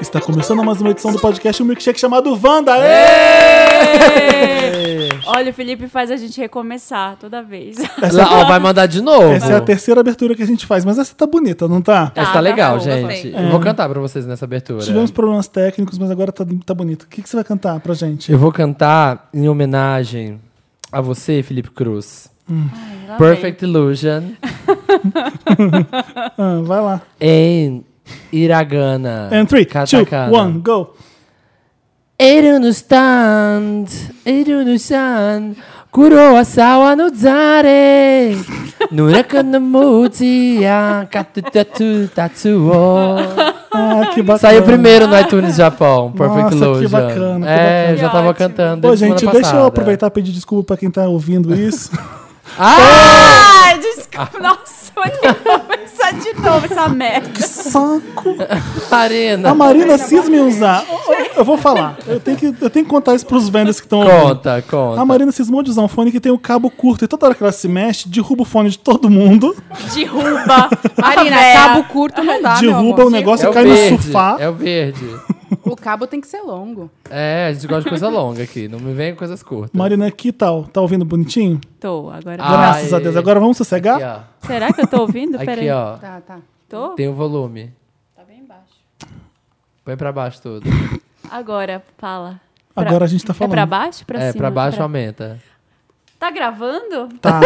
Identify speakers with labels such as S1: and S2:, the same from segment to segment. S1: Está começando mais uma edição do podcast Um Milkshake chamado Wanda.
S2: É,
S3: Olha, o Felipe faz a gente recomeçar toda vez.
S4: Lá, ó, vai mandar de novo.
S1: Essa é a terceira abertura que a gente faz, mas essa tá bonita, não tá?
S4: Essa tá,
S3: tá
S4: legal,
S3: bom,
S4: gente. Eu vou cantar pra vocês nessa abertura.
S1: É. Tivemos problemas técnicos, mas agora tá, tá bonito. O que, que você vai cantar pra gente?
S4: Eu vou cantar em homenagem a você, Felipe Cruz.
S1: Hum.
S3: Lá vem.
S4: Perfect Illusion
S1: Ah, vai lá.
S4: em Iragana.
S1: And 3, 2,
S4: Katakana.
S1: 1, go.
S4: I don't understand, I don't understand. Kurosawa no zare. Nuraka no muti, ah, katu tatu tatsuo.
S1: Ah, que bacana.
S4: Saiu primeiro no iTunes Japão, Perfect
S1: Nossa, que
S4: Illusion.
S1: bacana, que
S4: é,
S1: bacana.
S4: eu já tava
S3: Que ótimo.
S4: cantando.
S1: Pô,
S4: desde
S1: gente,
S4: semana
S1: deixa eu
S4: passada.
S1: aproveitar e pedir desculpa pra quem tá ouvindo isso.
S4: Ah!
S3: Ah, desculpa. Nossa, eu tenho que começar de novo essa merda.
S1: Saco.
S4: Marina!
S1: A Marina cisma em usar. Eu- Eu vou falar. Eu tenho que, eu tenho que contar isso pros vendors que estão ouvindo.
S4: Conta, conta.
S1: A Marina cismou de usar um fone que tem o cabo curto e toda hora que ela se mexe, derruba o fone de todo mundo,
S3: Derruba.
S2: Marina,
S3: a véia.
S2: cabo curto não dá, Tá, meu
S1: derruba o
S2: amor.
S1: negócio
S4: é
S1: e
S4: o
S1: cai
S4: verde,
S1: no sofá.
S4: É o verde.
S2: O cabo tem que ser longo.
S4: É, a gente gosta de coisa longa aqui. Não me vem com coisas curtas.
S1: Marina, que tal? Tá ouvindo bonitinho?
S3: Tô, agora.
S4: Ah,
S1: Graças a Deus.
S4: é.
S1: Agora vamos sossegar?
S4: Aqui,
S1: Ah.
S4: ó.
S3: Será que eu tô ouvindo? Peraí.
S4: Aqui, ó.
S2: Tá, tá.
S3: Tô?
S4: Tem o volume.
S2: Tá bem baixo.
S4: Põe pra baixo tudo.
S3: Agora, fala. Pra-
S1: Agora a gente tá
S3: É
S1: falando.
S3: pra baixo? Pra
S4: é,
S3: cima?
S4: pra baixo aumenta.
S3: Tá gravando?
S1: Tá,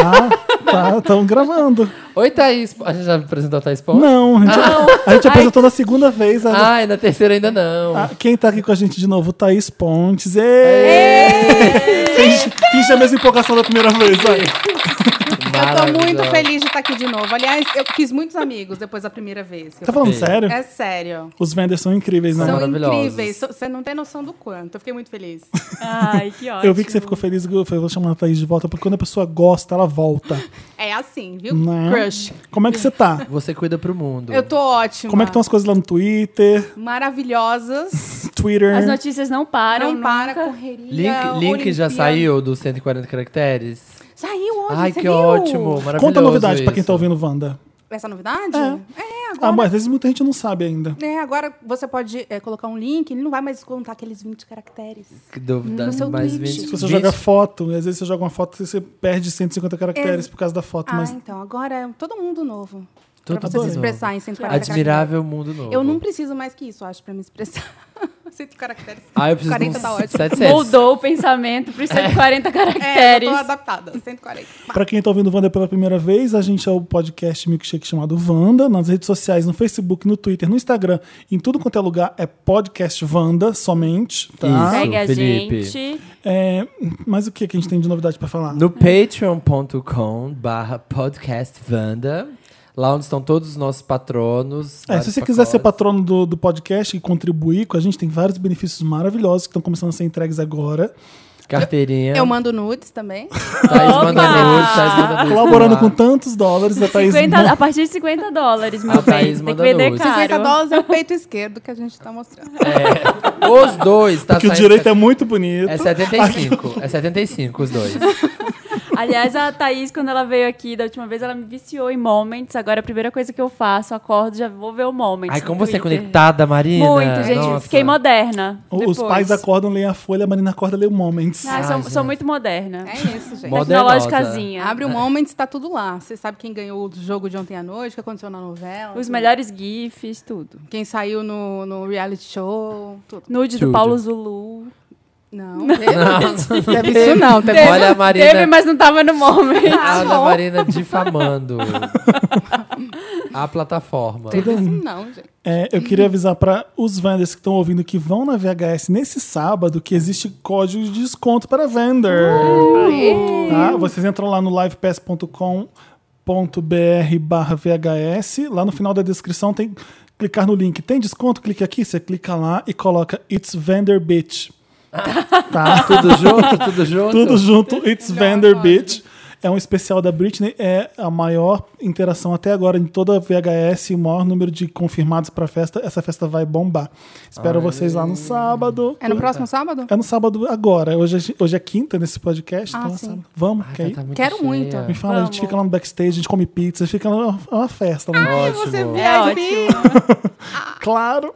S1: tá, estão gravando.
S4: Oi, Thaís. A gente já apresentou a Thaís Ponte?
S1: Não, a gente, a gente apresentou na segunda vez. a-
S4: Ai, na terceira ainda não.
S1: a- quem tá aqui com a gente de novo? Thaís Pontes. Ê! Finge, finge a mesma empolgação da primeira vez. Vai.
S2: Eu tô muito
S4: Maravilhosa.
S2: feliz de estar aqui de novo. Aliás, eu fiz muitos amigos depois da primeira vez.
S1: Tá falando
S4: Sim.
S1: sério?
S2: É sério.
S1: Os vendors são incríveis, né?
S4: São
S2: São
S4: maravilhosos.
S2: incríveis. So- Você não tem noção do quanto. Eu fiquei muito feliz.
S3: Ai, que ótimo.
S1: Eu vi que você ficou feliz, eu falei, vou chamar a Thaís de volta, porque quando a pessoa gosta, ela volta.
S2: É assim, viu?
S1: Né?
S2: Crush.
S1: Como é que você tá?
S4: Você cuida pro mundo.
S2: Eu tô ótima.
S1: Como é que estão as coisas lá no Twitter,
S2: Maravilhosas.
S1: Twitter?
S3: As notícias não param.
S2: Não para,
S3: nunca.
S2: correria.
S4: Link, link já
S2: Olimpíada.
S4: saiu dos 140 caracteres?
S2: Saiu hoje,
S4: Ai,
S2: você
S4: que
S2: viu?
S4: ótimo. Maravilhoso
S1: Conta a novidade pra quem
S4: isso.
S1: tá ouvindo Wanda.
S2: Essa novidade?
S1: É.
S2: é agora.
S1: Ah, mas às vezes muita gente não sabe ainda.
S2: É, agora você pode é, colocar um link, ele não vai mais contar aqueles 20 caracteres.
S4: Que dúvida.
S2: No seu
S4: mais
S2: tweet.
S4: 20,
S1: Se você
S4: 20.
S1: joga foto, às vezes você joga uma foto e você perde 150 caracteres por causa da foto,
S2: Ah,
S1: mas
S2: então, agora é todo mundo novo.
S4: Todo
S2: pra você
S4: mundo
S2: se
S4: novo.
S2: expressar em 140 caracteres.
S4: Admirável mundo novo.
S2: Eu não preciso mais que isso, acho, pra me expressar. 100 caracteres.
S4: Ah, eu preciso de
S2: 40
S4: uns
S2: tá ótimo.
S4: 700.
S3: Moldou o pensamento por 140
S2: É, eu
S3: caracteres.
S2: tô adaptada. 140. Pá.
S1: Pra quem tá ouvindo o Wanda pela primeira vez, a gente é o podcast Milkshake chamado Wanda. Nas redes sociais, no Facebook, no Twitter, no Instagram, em tudo quanto é lugar, é podcast Wanda somente, tá?
S4: Isso.
S3: Segue a
S4: Felipe.
S3: gente.
S1: É, mas o que que a gente tem de novidade pra falar?
S4: No patreon.com barra podcastvanda, lá onde estão todos os nossos patronos.
S1: É,
S4: vários
S1: se você quiser ser
S4: pacotes.
S1: patrono do, do podcast e contribuir com a gente, tem vários benefícios maravilhosos que estão começando a ser entregues agora.
S4: Carteirinha.
S2: Eu mando nudes também.
S4: Thaís
S3: Opa!
S4: manda nudes, Thaís manda nudes.
S1: Colaborando
S4: por
S1: com
S4: lá.
S1: tantos dólares, a Thaís
S3: 50
S1: manda-
S3: a partir de 50 dólares,
S1: Ah,
S3: meu
S4: A Thaís
S3: bem. Você Tem que
S4: manda
S3: vender
S4: nudes.
S3: caro.
S2: 50 dólares é o peito esquerdo que a gente tá mostrando.
S4: É, os dois, tá
S1: Porque o
S4: saindo
S1: direito é muito bonito.
S4: É 75, é 75 os dois.
S3: Aliás, a Thaís, quando ela veio aqui da última vez, ela me viciou em Moments. Agora a primeira coisa que eu faço, acordo, já vou ver o Moments.
S4: Ai,
S3: no
S4: como você é
S3: Twitter.
S4: conectada, Marina.
S3: Muito, gente.
S4: Nossa.
S3: Fiquei moderna.
S1: O- Os
S3: depois. Ah.
S1: pais acordam, leem a folha, a Marina acorda, lê o Moments.
S3: Ai, sou,
S4: Ai,
S3: sou
S4: gente.
S3: muito moderna.
S2: É isso, gente.
S4: Moda-
S3: Tecnológicazinha.
S2: Abre o
S4: É.
S2: Moments, tá tudo lá. Você sabe quem ganhou o jogo de ontem à noite, o que aconteceu na novela.
S3: Os
S2: tudo.
S3: melhores GIFs, tudo.
S2: Quem saiu no, no reality show, tudo.
S3: Nude do
S4: Tudo.
S3: Paulo Zulu.
S2: Não, teve,
S4: Não,
S2: teve isso não. tá Teve
S4: Olha a Marina.
S3: Teve, mas não tava no Moments.
S4: a
S2: Ah.
S4: Ana Marina difamando a plataforma.
S2: Teve isso não, gente.
S1: É, eu queria avisar para os vendors que estão ouvindo que vão na VHS nesse sábado que existe código de desconto para vendor. Tá? Vocês entram lá no livepass.com.br barra VHS. Lá no final da descrição tem clicar no link. Tem desconto? Clique aqui. Você clica lá e coloca It's Vendor Bitch. Tá?
S4: Tudo junto, tudo junto.
S1: Tudo junto, It's Vander Beach. É um especial da Britney, é a maior interação até agora em toda a VHS, o maior número de confirmados pra festa. Essa festa vai bombar. Espero vocês lá no sábado.
S2: É no próximo sábado?
S1: É no sábado agora. Hoje, é- hoje é quinta nesse podcast,
S2: Ah,
S1: então é
S2: sim.
S1: sábado. Vamos,
S4: Ai,
S1: quer ir?
S4: tá muito
S2: Quero
S4: cheia.
S2: muito.
S1: Me fala, a gente
S3: Vamos.
S1: fica lá no backstage, a gente come pizza, fica lá, é uma é festa. né?
S4: Ótimo.
S2: Você
S3: É
S2: viaja,
S3: ótimo.
S1: Claro!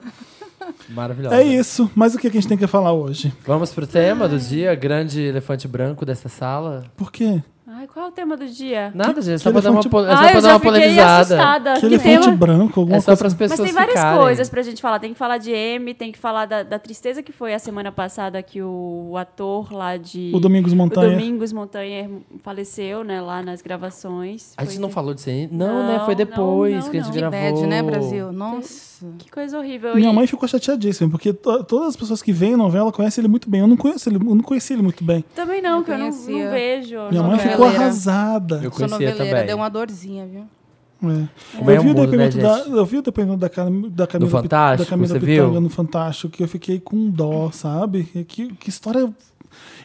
S4: Maravilhosa.
S1: É isso. Mas o que a gente tem que falar hoje?
S4: Vamos pro tema do dia, grande elefante branco dessa sala.
S1: Por quê?
S3: Ai, qual é o tema do dia?
S4: Nada, gente, é só
S1: que
S4: pra dar uma,
S1: elefante-
S4: po- é só
S3: Ai,
S4: pra
S3: eu
S4: dar
S3: já
S4: uma
S3: fiquei
S4: polemizada.
S3: assustada.
S1: Que
S3: Que
S1: elefante
S3: tema?
S1: branco, alguma
S4: É só
S1: coisa.
S4: pras pessoas
S3: Mas tem várias
S4: ficarem.
S3: coisas pra gente falar. Tem que falar de M, tem que falar da, da tristeza que foi a semana passada que o ator lá de.
S1: O Domingos Montanha.
S3: O Domingos Montanha faleceu, né, lá nas gravações.
S4: A gente
S3: Foi
S4: não
S3: tri-
S4: falou disso aí? Não,
S3: Não,
S4: né? Foi
S3: não,
S4: depois
S3: não,
S4: que a gente
S3: não.
S2: Que
S4: gravou.
S2: bad, né, Brasil? Nossa.
S3: Que coisa horrível.
S1: Minha
S3: E-
S1: mãe ficou chateadíssima, porque to- todas as pessoas que veem a novela conhecem ele muito bem. Eu não conheço ele, eu não conheci ele muito bem.
S3: Também não,
S2: Eu
S3: que eu não,
S2: conhecia.
S3: não vejo.
S1: Minha mãe
S2: Noveleira.
S1: ficou arrasada.
S4: Eu
S2: Sou
S4: conhecia
S2: noveleira,
S4: também.
S2: deu uma dorzinha, viu?
S1: É.
S4: Como é
S1: Eu, vi
S4: o
S1: o
S4: mundo, né,
S1: depoimento da,
S4: gente?
S1: eu vi o depoimento da, Cam- da Camila, Pit-
S4: Fantástico,
S1: da Camila
S4: você
S1: Pitanga
S4: viu?
S1: no Fantástico, que eu fiquei com dó, sabe? Que, que história.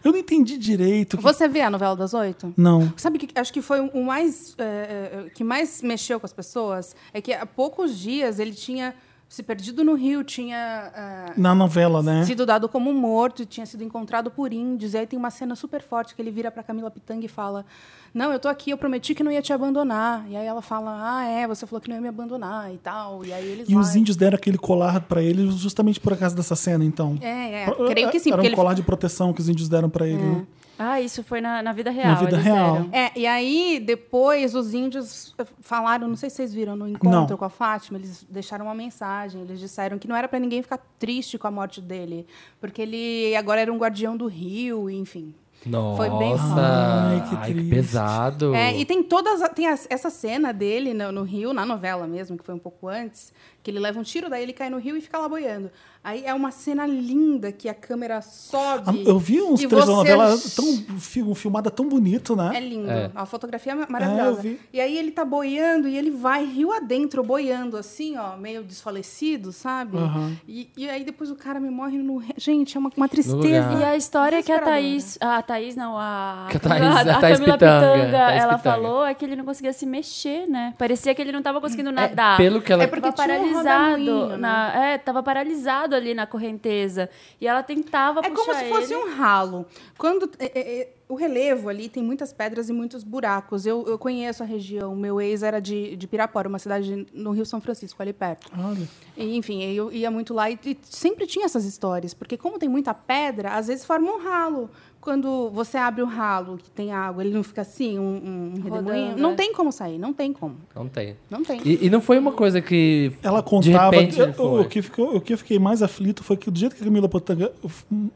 S1: Eu não entendi direito. que-
S2: Você vê a novela das oito?
S1: Não.
S2: Sabe que acho que foi o mais eh, eh, que mais mexeu com as pessoas é que há poucos dias ele tinha se perdido no rio, tinha ah,
S1: Na novela, né?
S2: sido dado como morto, tinha sido encontrado por índios. E aí tem uma cena super forte que ele vira para Camila Pitanga e fala: "Não, eu tô aqui, eu prometi que não ia te abandonar". E aí ela fala: "Ah, é, você falou que não ia me abandonar" e tal. E aí eles
S1: E
S2: lá-
S1: os índios deram aquele colar pra ele justamente por causa dessa cena, então.
S2: É, é, creio que sim,
S1: Era
S2: porque
S1: um
S2: ele
S1: colar de proteção que os índios deram pra ele. né?
S3: Ah, isso foi na, na vida real.
S1: vida
S3: eles
S1: real.
S3: deram.
S2: É, e aí depois os índios eh, falaram, não sei se vocês viram no encontro
S1: Não.
S2: com a Fátima, eles deixaram uma mensagem, eles disseram que não era pra ninguém ficar triste com a morte dele, porque ele agora era um guardião do rio, enfim.
S4: Nossa,
S2: Foi bem forte.
S1: Ai, que
S4: Ai, que
S1: triste. Oh.
S4: pesado.
S2: É, e tem todas a- tem as- essa cena dele no, no rio, na novela mesmo, que foi um pouco antes, que ele leva um tiro, daí ele cai no rio e fica lá boiando. Aí é uma cena linda que a câmera
S1: Ah,
S2: sobe.
S1: Eu vi uns
S2: e
S1: três
S2: você-
S1: novelas tão fi- um filmada tão bonito, né?
S2: É lindo. A fotografia é ma-
S1: É, eu
S2: maravilhosa.
S1: vi.
S2: e aí ele tá boiando e ele vai rio adentro, boiando assim, ó, meio desfalecido, sabe?
S1: Aham.
S2: E, e aí depois o cara me morre no. re- Gente, é uma, uma
S4: lugar.
S2: tristeza.
S3: E a história que a
S2: Desesperadora.
S3: Thaís. A Thaís, não, a.
S4: Ah. Que a Thaís-
S3: a,
S4: a Thaís
S3: Camila
S4: Pitanga,
S3: Pitanga,
S4: Thaís
S3: ela
S4: Pitanga.
S3: falou é que ele não conseguia se mexer, né? Parecia que ele não tava conseguindo nadar.
S4: Pelo que ela.
S2: É porque
S3: tava
S2: tinha um né?
S3: paralisado.
S2: rodamuinho,
S3: na, é, tava paralisado ali na correnteza. E ela tentava
S2: É
S3: puxar
S2: como se fosse
S3: ele.
S2: um ralo. Quando é, é, é, o relevo ali tem muitas pedras e muitos buracos. Eu, eu conheço a região. Meu ex era de, de Pirapora, uma cidade no Rio São Francisco, ali perto.
S1: Olha.
S2: E, enfim, eu ia muito lá e, e sempre tinha essas histórias, porque como tem muita pedra, às vezes forma um ralo. Quando você abre o ralo que tem água, ele não fica assim, um, um redemoinho.
S3: Rodando, é.
S2: Não tem como sair, não tem como.
S4: Não tem.
S2: Não tem.
S4: E, e não foi uma coisa que.
S1: Ela contava.
S4: De repente ele
S1: eu- o,
S4: foi.
S1: que ficou- o que eu fiquei mais aflito foi que do jeito que a Camila Potanga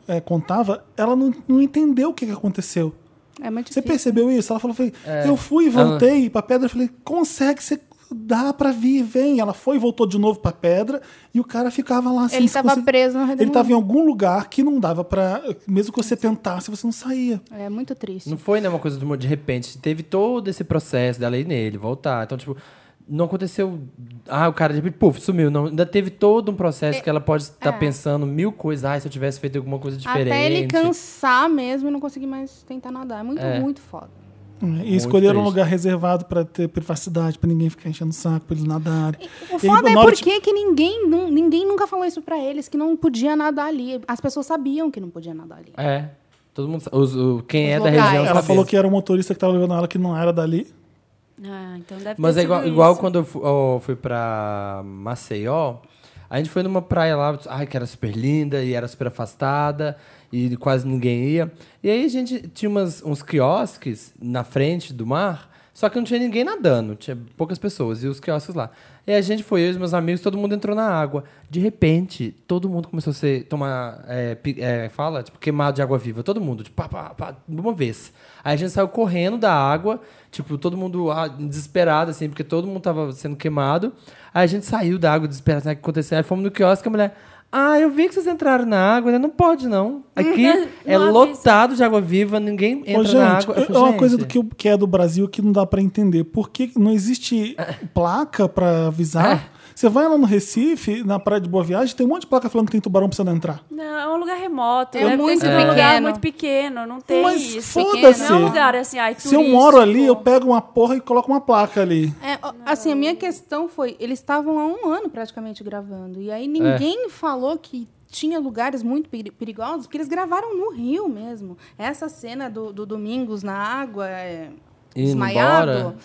S1: eh, contava, ela não, não entendeu o que, que aconteceu.
S2: É muito
S1: Você
S2: difícil.
S1: percebeu isso? Ela falou: falei,
S4: É.
S1: eu fui e
S4: Ah.
S1: voltei pra pedra. Eu falei, consegue, você dá pra vir, vem. Ela foi e voltou de novo pra pedra e o cara ficava lá assim.
S2: Ele
S1: se
S2: tava preso no
S1: Ele
S2: redemoinho.
S1: tava em algum lugar que não dava pra. Mesmo que você tentasse, você não saía.
S2: É muito triste.
S4: Não foi, né, uma coisa do de repente. Teve todo esse processo dela ir nele, voltar. Então, tipo, não aconteceu. Ah, o cara de repente, puf, sumiu. Não, ainda teve todo um processo que ela pode estar pensando mil coisas. Ah, se eu tivesse feito alguma coisa diferente.
S2: É. Até ele cansar mesmo e não conseguir mais tentar nadar. É muito,
S4: É.
S2: muito foda.
S1: E escolheram um
S4: triste.
S1: lugar reservado pra ter privacidade, pra ninguém ficar enchendo o saco, pra eles nadarem.
S2: O
S1: E
S2: foda é
S1: Norbit-
S2: porque que ninguém, nu- ninguém nunca falou isso pra eles, que não podia nadar ali. As pessoas sabiam que não podia nadar ali.
S4: É. Todo mundo sabe. Os- o- quem
S2: Os
S4: é
S2: locais.
S4: da região
S2: Ela
S1: Ela
S4: sabe
S1: falou
S4: isso.
S1: que era o motorista que tava levando ela que não era dali.
S2: um-
S3: Ah, então deve
S4: Mas
S3: ter
S4: é igual,
S3: sido
S4: igual
S3: isso.
S4: quando eu fu- ó, fui pra Maceió, a gente foi numa praia lá, ai, que era super linda e era super afastada e quase ninguém ia. E aí a gente tinha umas- uns quiosques na frente do mar, só que não tinha ninguém nadando, tinha poucas pessoas e os quiosques lá. E a gente foi, eu e os meus amigos, todo mundo entrou na água. De repente, todo mundo começou a ser, tomar, é, pi- é, fala, tipo, queimado de água viva. Todo mundo, tipo, pá, pá, pá, de uma vez. Aí a gente saiu correndo da água, tipo, todo mundo ah, desesperado, assim, porque todo mundo tava sendo queimado. Aí a gente saiu da água desesperado, sabe o que aconteceu? Aí fomos no quiosque, a mulher... Ah, eu vi que vocês entraram na água, né? Não pode, não. Aqui é
S3: avisa.
S4: lotado de água viva, ninguém entra
S1: Ô,
S4: na
S1: gente,
S4: água. Eu
S1: é
S4: falei,
S1: uma
S4: "Gente,
S1: coisa do que, que é do Brasil que não dá pra entender. Por que não existe placa pra avisar? Você vai lá no Recife, na Praia de Boa Viagem, tem um monte de placa falando que tem tubarão pra você não entrar.
S3: Não, é um lugar remoto.
S2: É
S3: deve ter
S2: muito
S3: sido um lugar
S2: pequeno.
S3: muito pequeno. Não tem
S1: Mas
S3: isso.
S1: foda-se.
S3: Não é um lugar assim, ai,
S1: Se eu moro
S3: turístico.
S1: ali, eu pego uma porra e coloco uma placa ali.
S2: É, ó, assim, a minha questão foi, eles estavam há um ano praticamente gravando, e
S4: É.
S2: aí ninguém falou que tinha lugares muito peri- perigosos, porque eles gravaram no Rio mesmo. Essa cena do, do Domingos na água, é,
S4: Indo
S2: desmaiado,
S4: embora.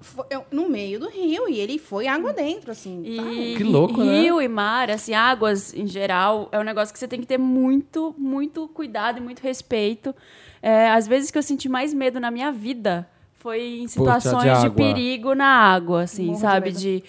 S2: foi- eu- no meio do rio e ele foi água dentro, assim.
S3: E
S4: Que louco, né?
S3: rio e mar, assim, águas em geral, é um negócio que você tem que ter muito, muito cuidado e muito respeito. É, às vezes que eu senti mais medo na minha vida foi em situações de,
S4: água.
S3: perigo na água, assim,
S2: Morro de
S3: sabe?
S2: medo.
S3: de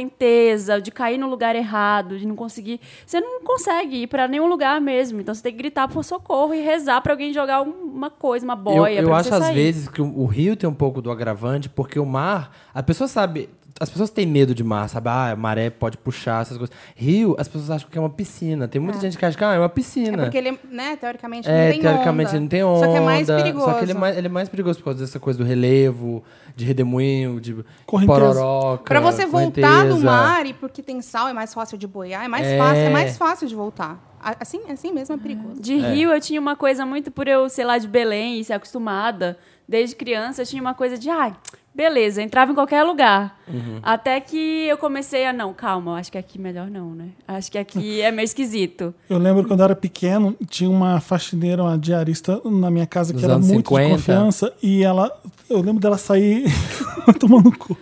S3: correnteza, de cair no lugar errado, de não conseguir. Você não consegue ir pra nenhum lugar mesmo. Então você tem que gritar por socorro e rezar pra alguém jogar um- uma coisa, uma
S4: Eu,
S3: boia.
S4: eu
S3: pra
S4: acho
S3: você
S4: às
S3: sair.
S4: vezes que o, o rio tem um pouco do agravante, porque o mar, a pessoa sabe, as pessoas têm medo de mar, sabe? Ah, a maré pode puxar, essas coisas. Rio, as pessoas acham que é uma piscina. Tem muita gente que acha que ah, é uma
S2: É
S4: piscina.
S2: porque ele, né, teoricamente,
S4: É,
S2: não tem
S4: teoricamente
S2: onda.
S4: ele não tem onda.
S2: Só que é mais perigoso.
S4: Só que ele é mais, ele é mais perigoso por causa dessa coisa do relevo, de redemoinho, de
S1: Correnteza.
S4: pororoca.
S2: Pra você voltar do
S4: correnteza.
S2: mar e porque tem sal é mais fácil de boiar, é mais
S4: É.
S2: fácil, é mais fácil de voltar. A- Assim, assim mesmo é perigoso.
S3: De Rio eu tinha uma coisa muito por eu, sei lá, de Belém e ser acostumada. Desde criança eu tinha uma coisa de, ai, beleza, entrava em qualquer lugar. Até que eu comecei a, não, calma, eu acho que aqui melhor não, né? Acho que aqui é meio esquisito.
S1: Eu lembro quando eu era pequeno, tinha uma faxineira, uma diarista na minha casa que
S4: Dos
S1: era
S4: anos
S1: muito
S4: 50.
S1: de confiança e ela, eu lembro dela sair tomando cu.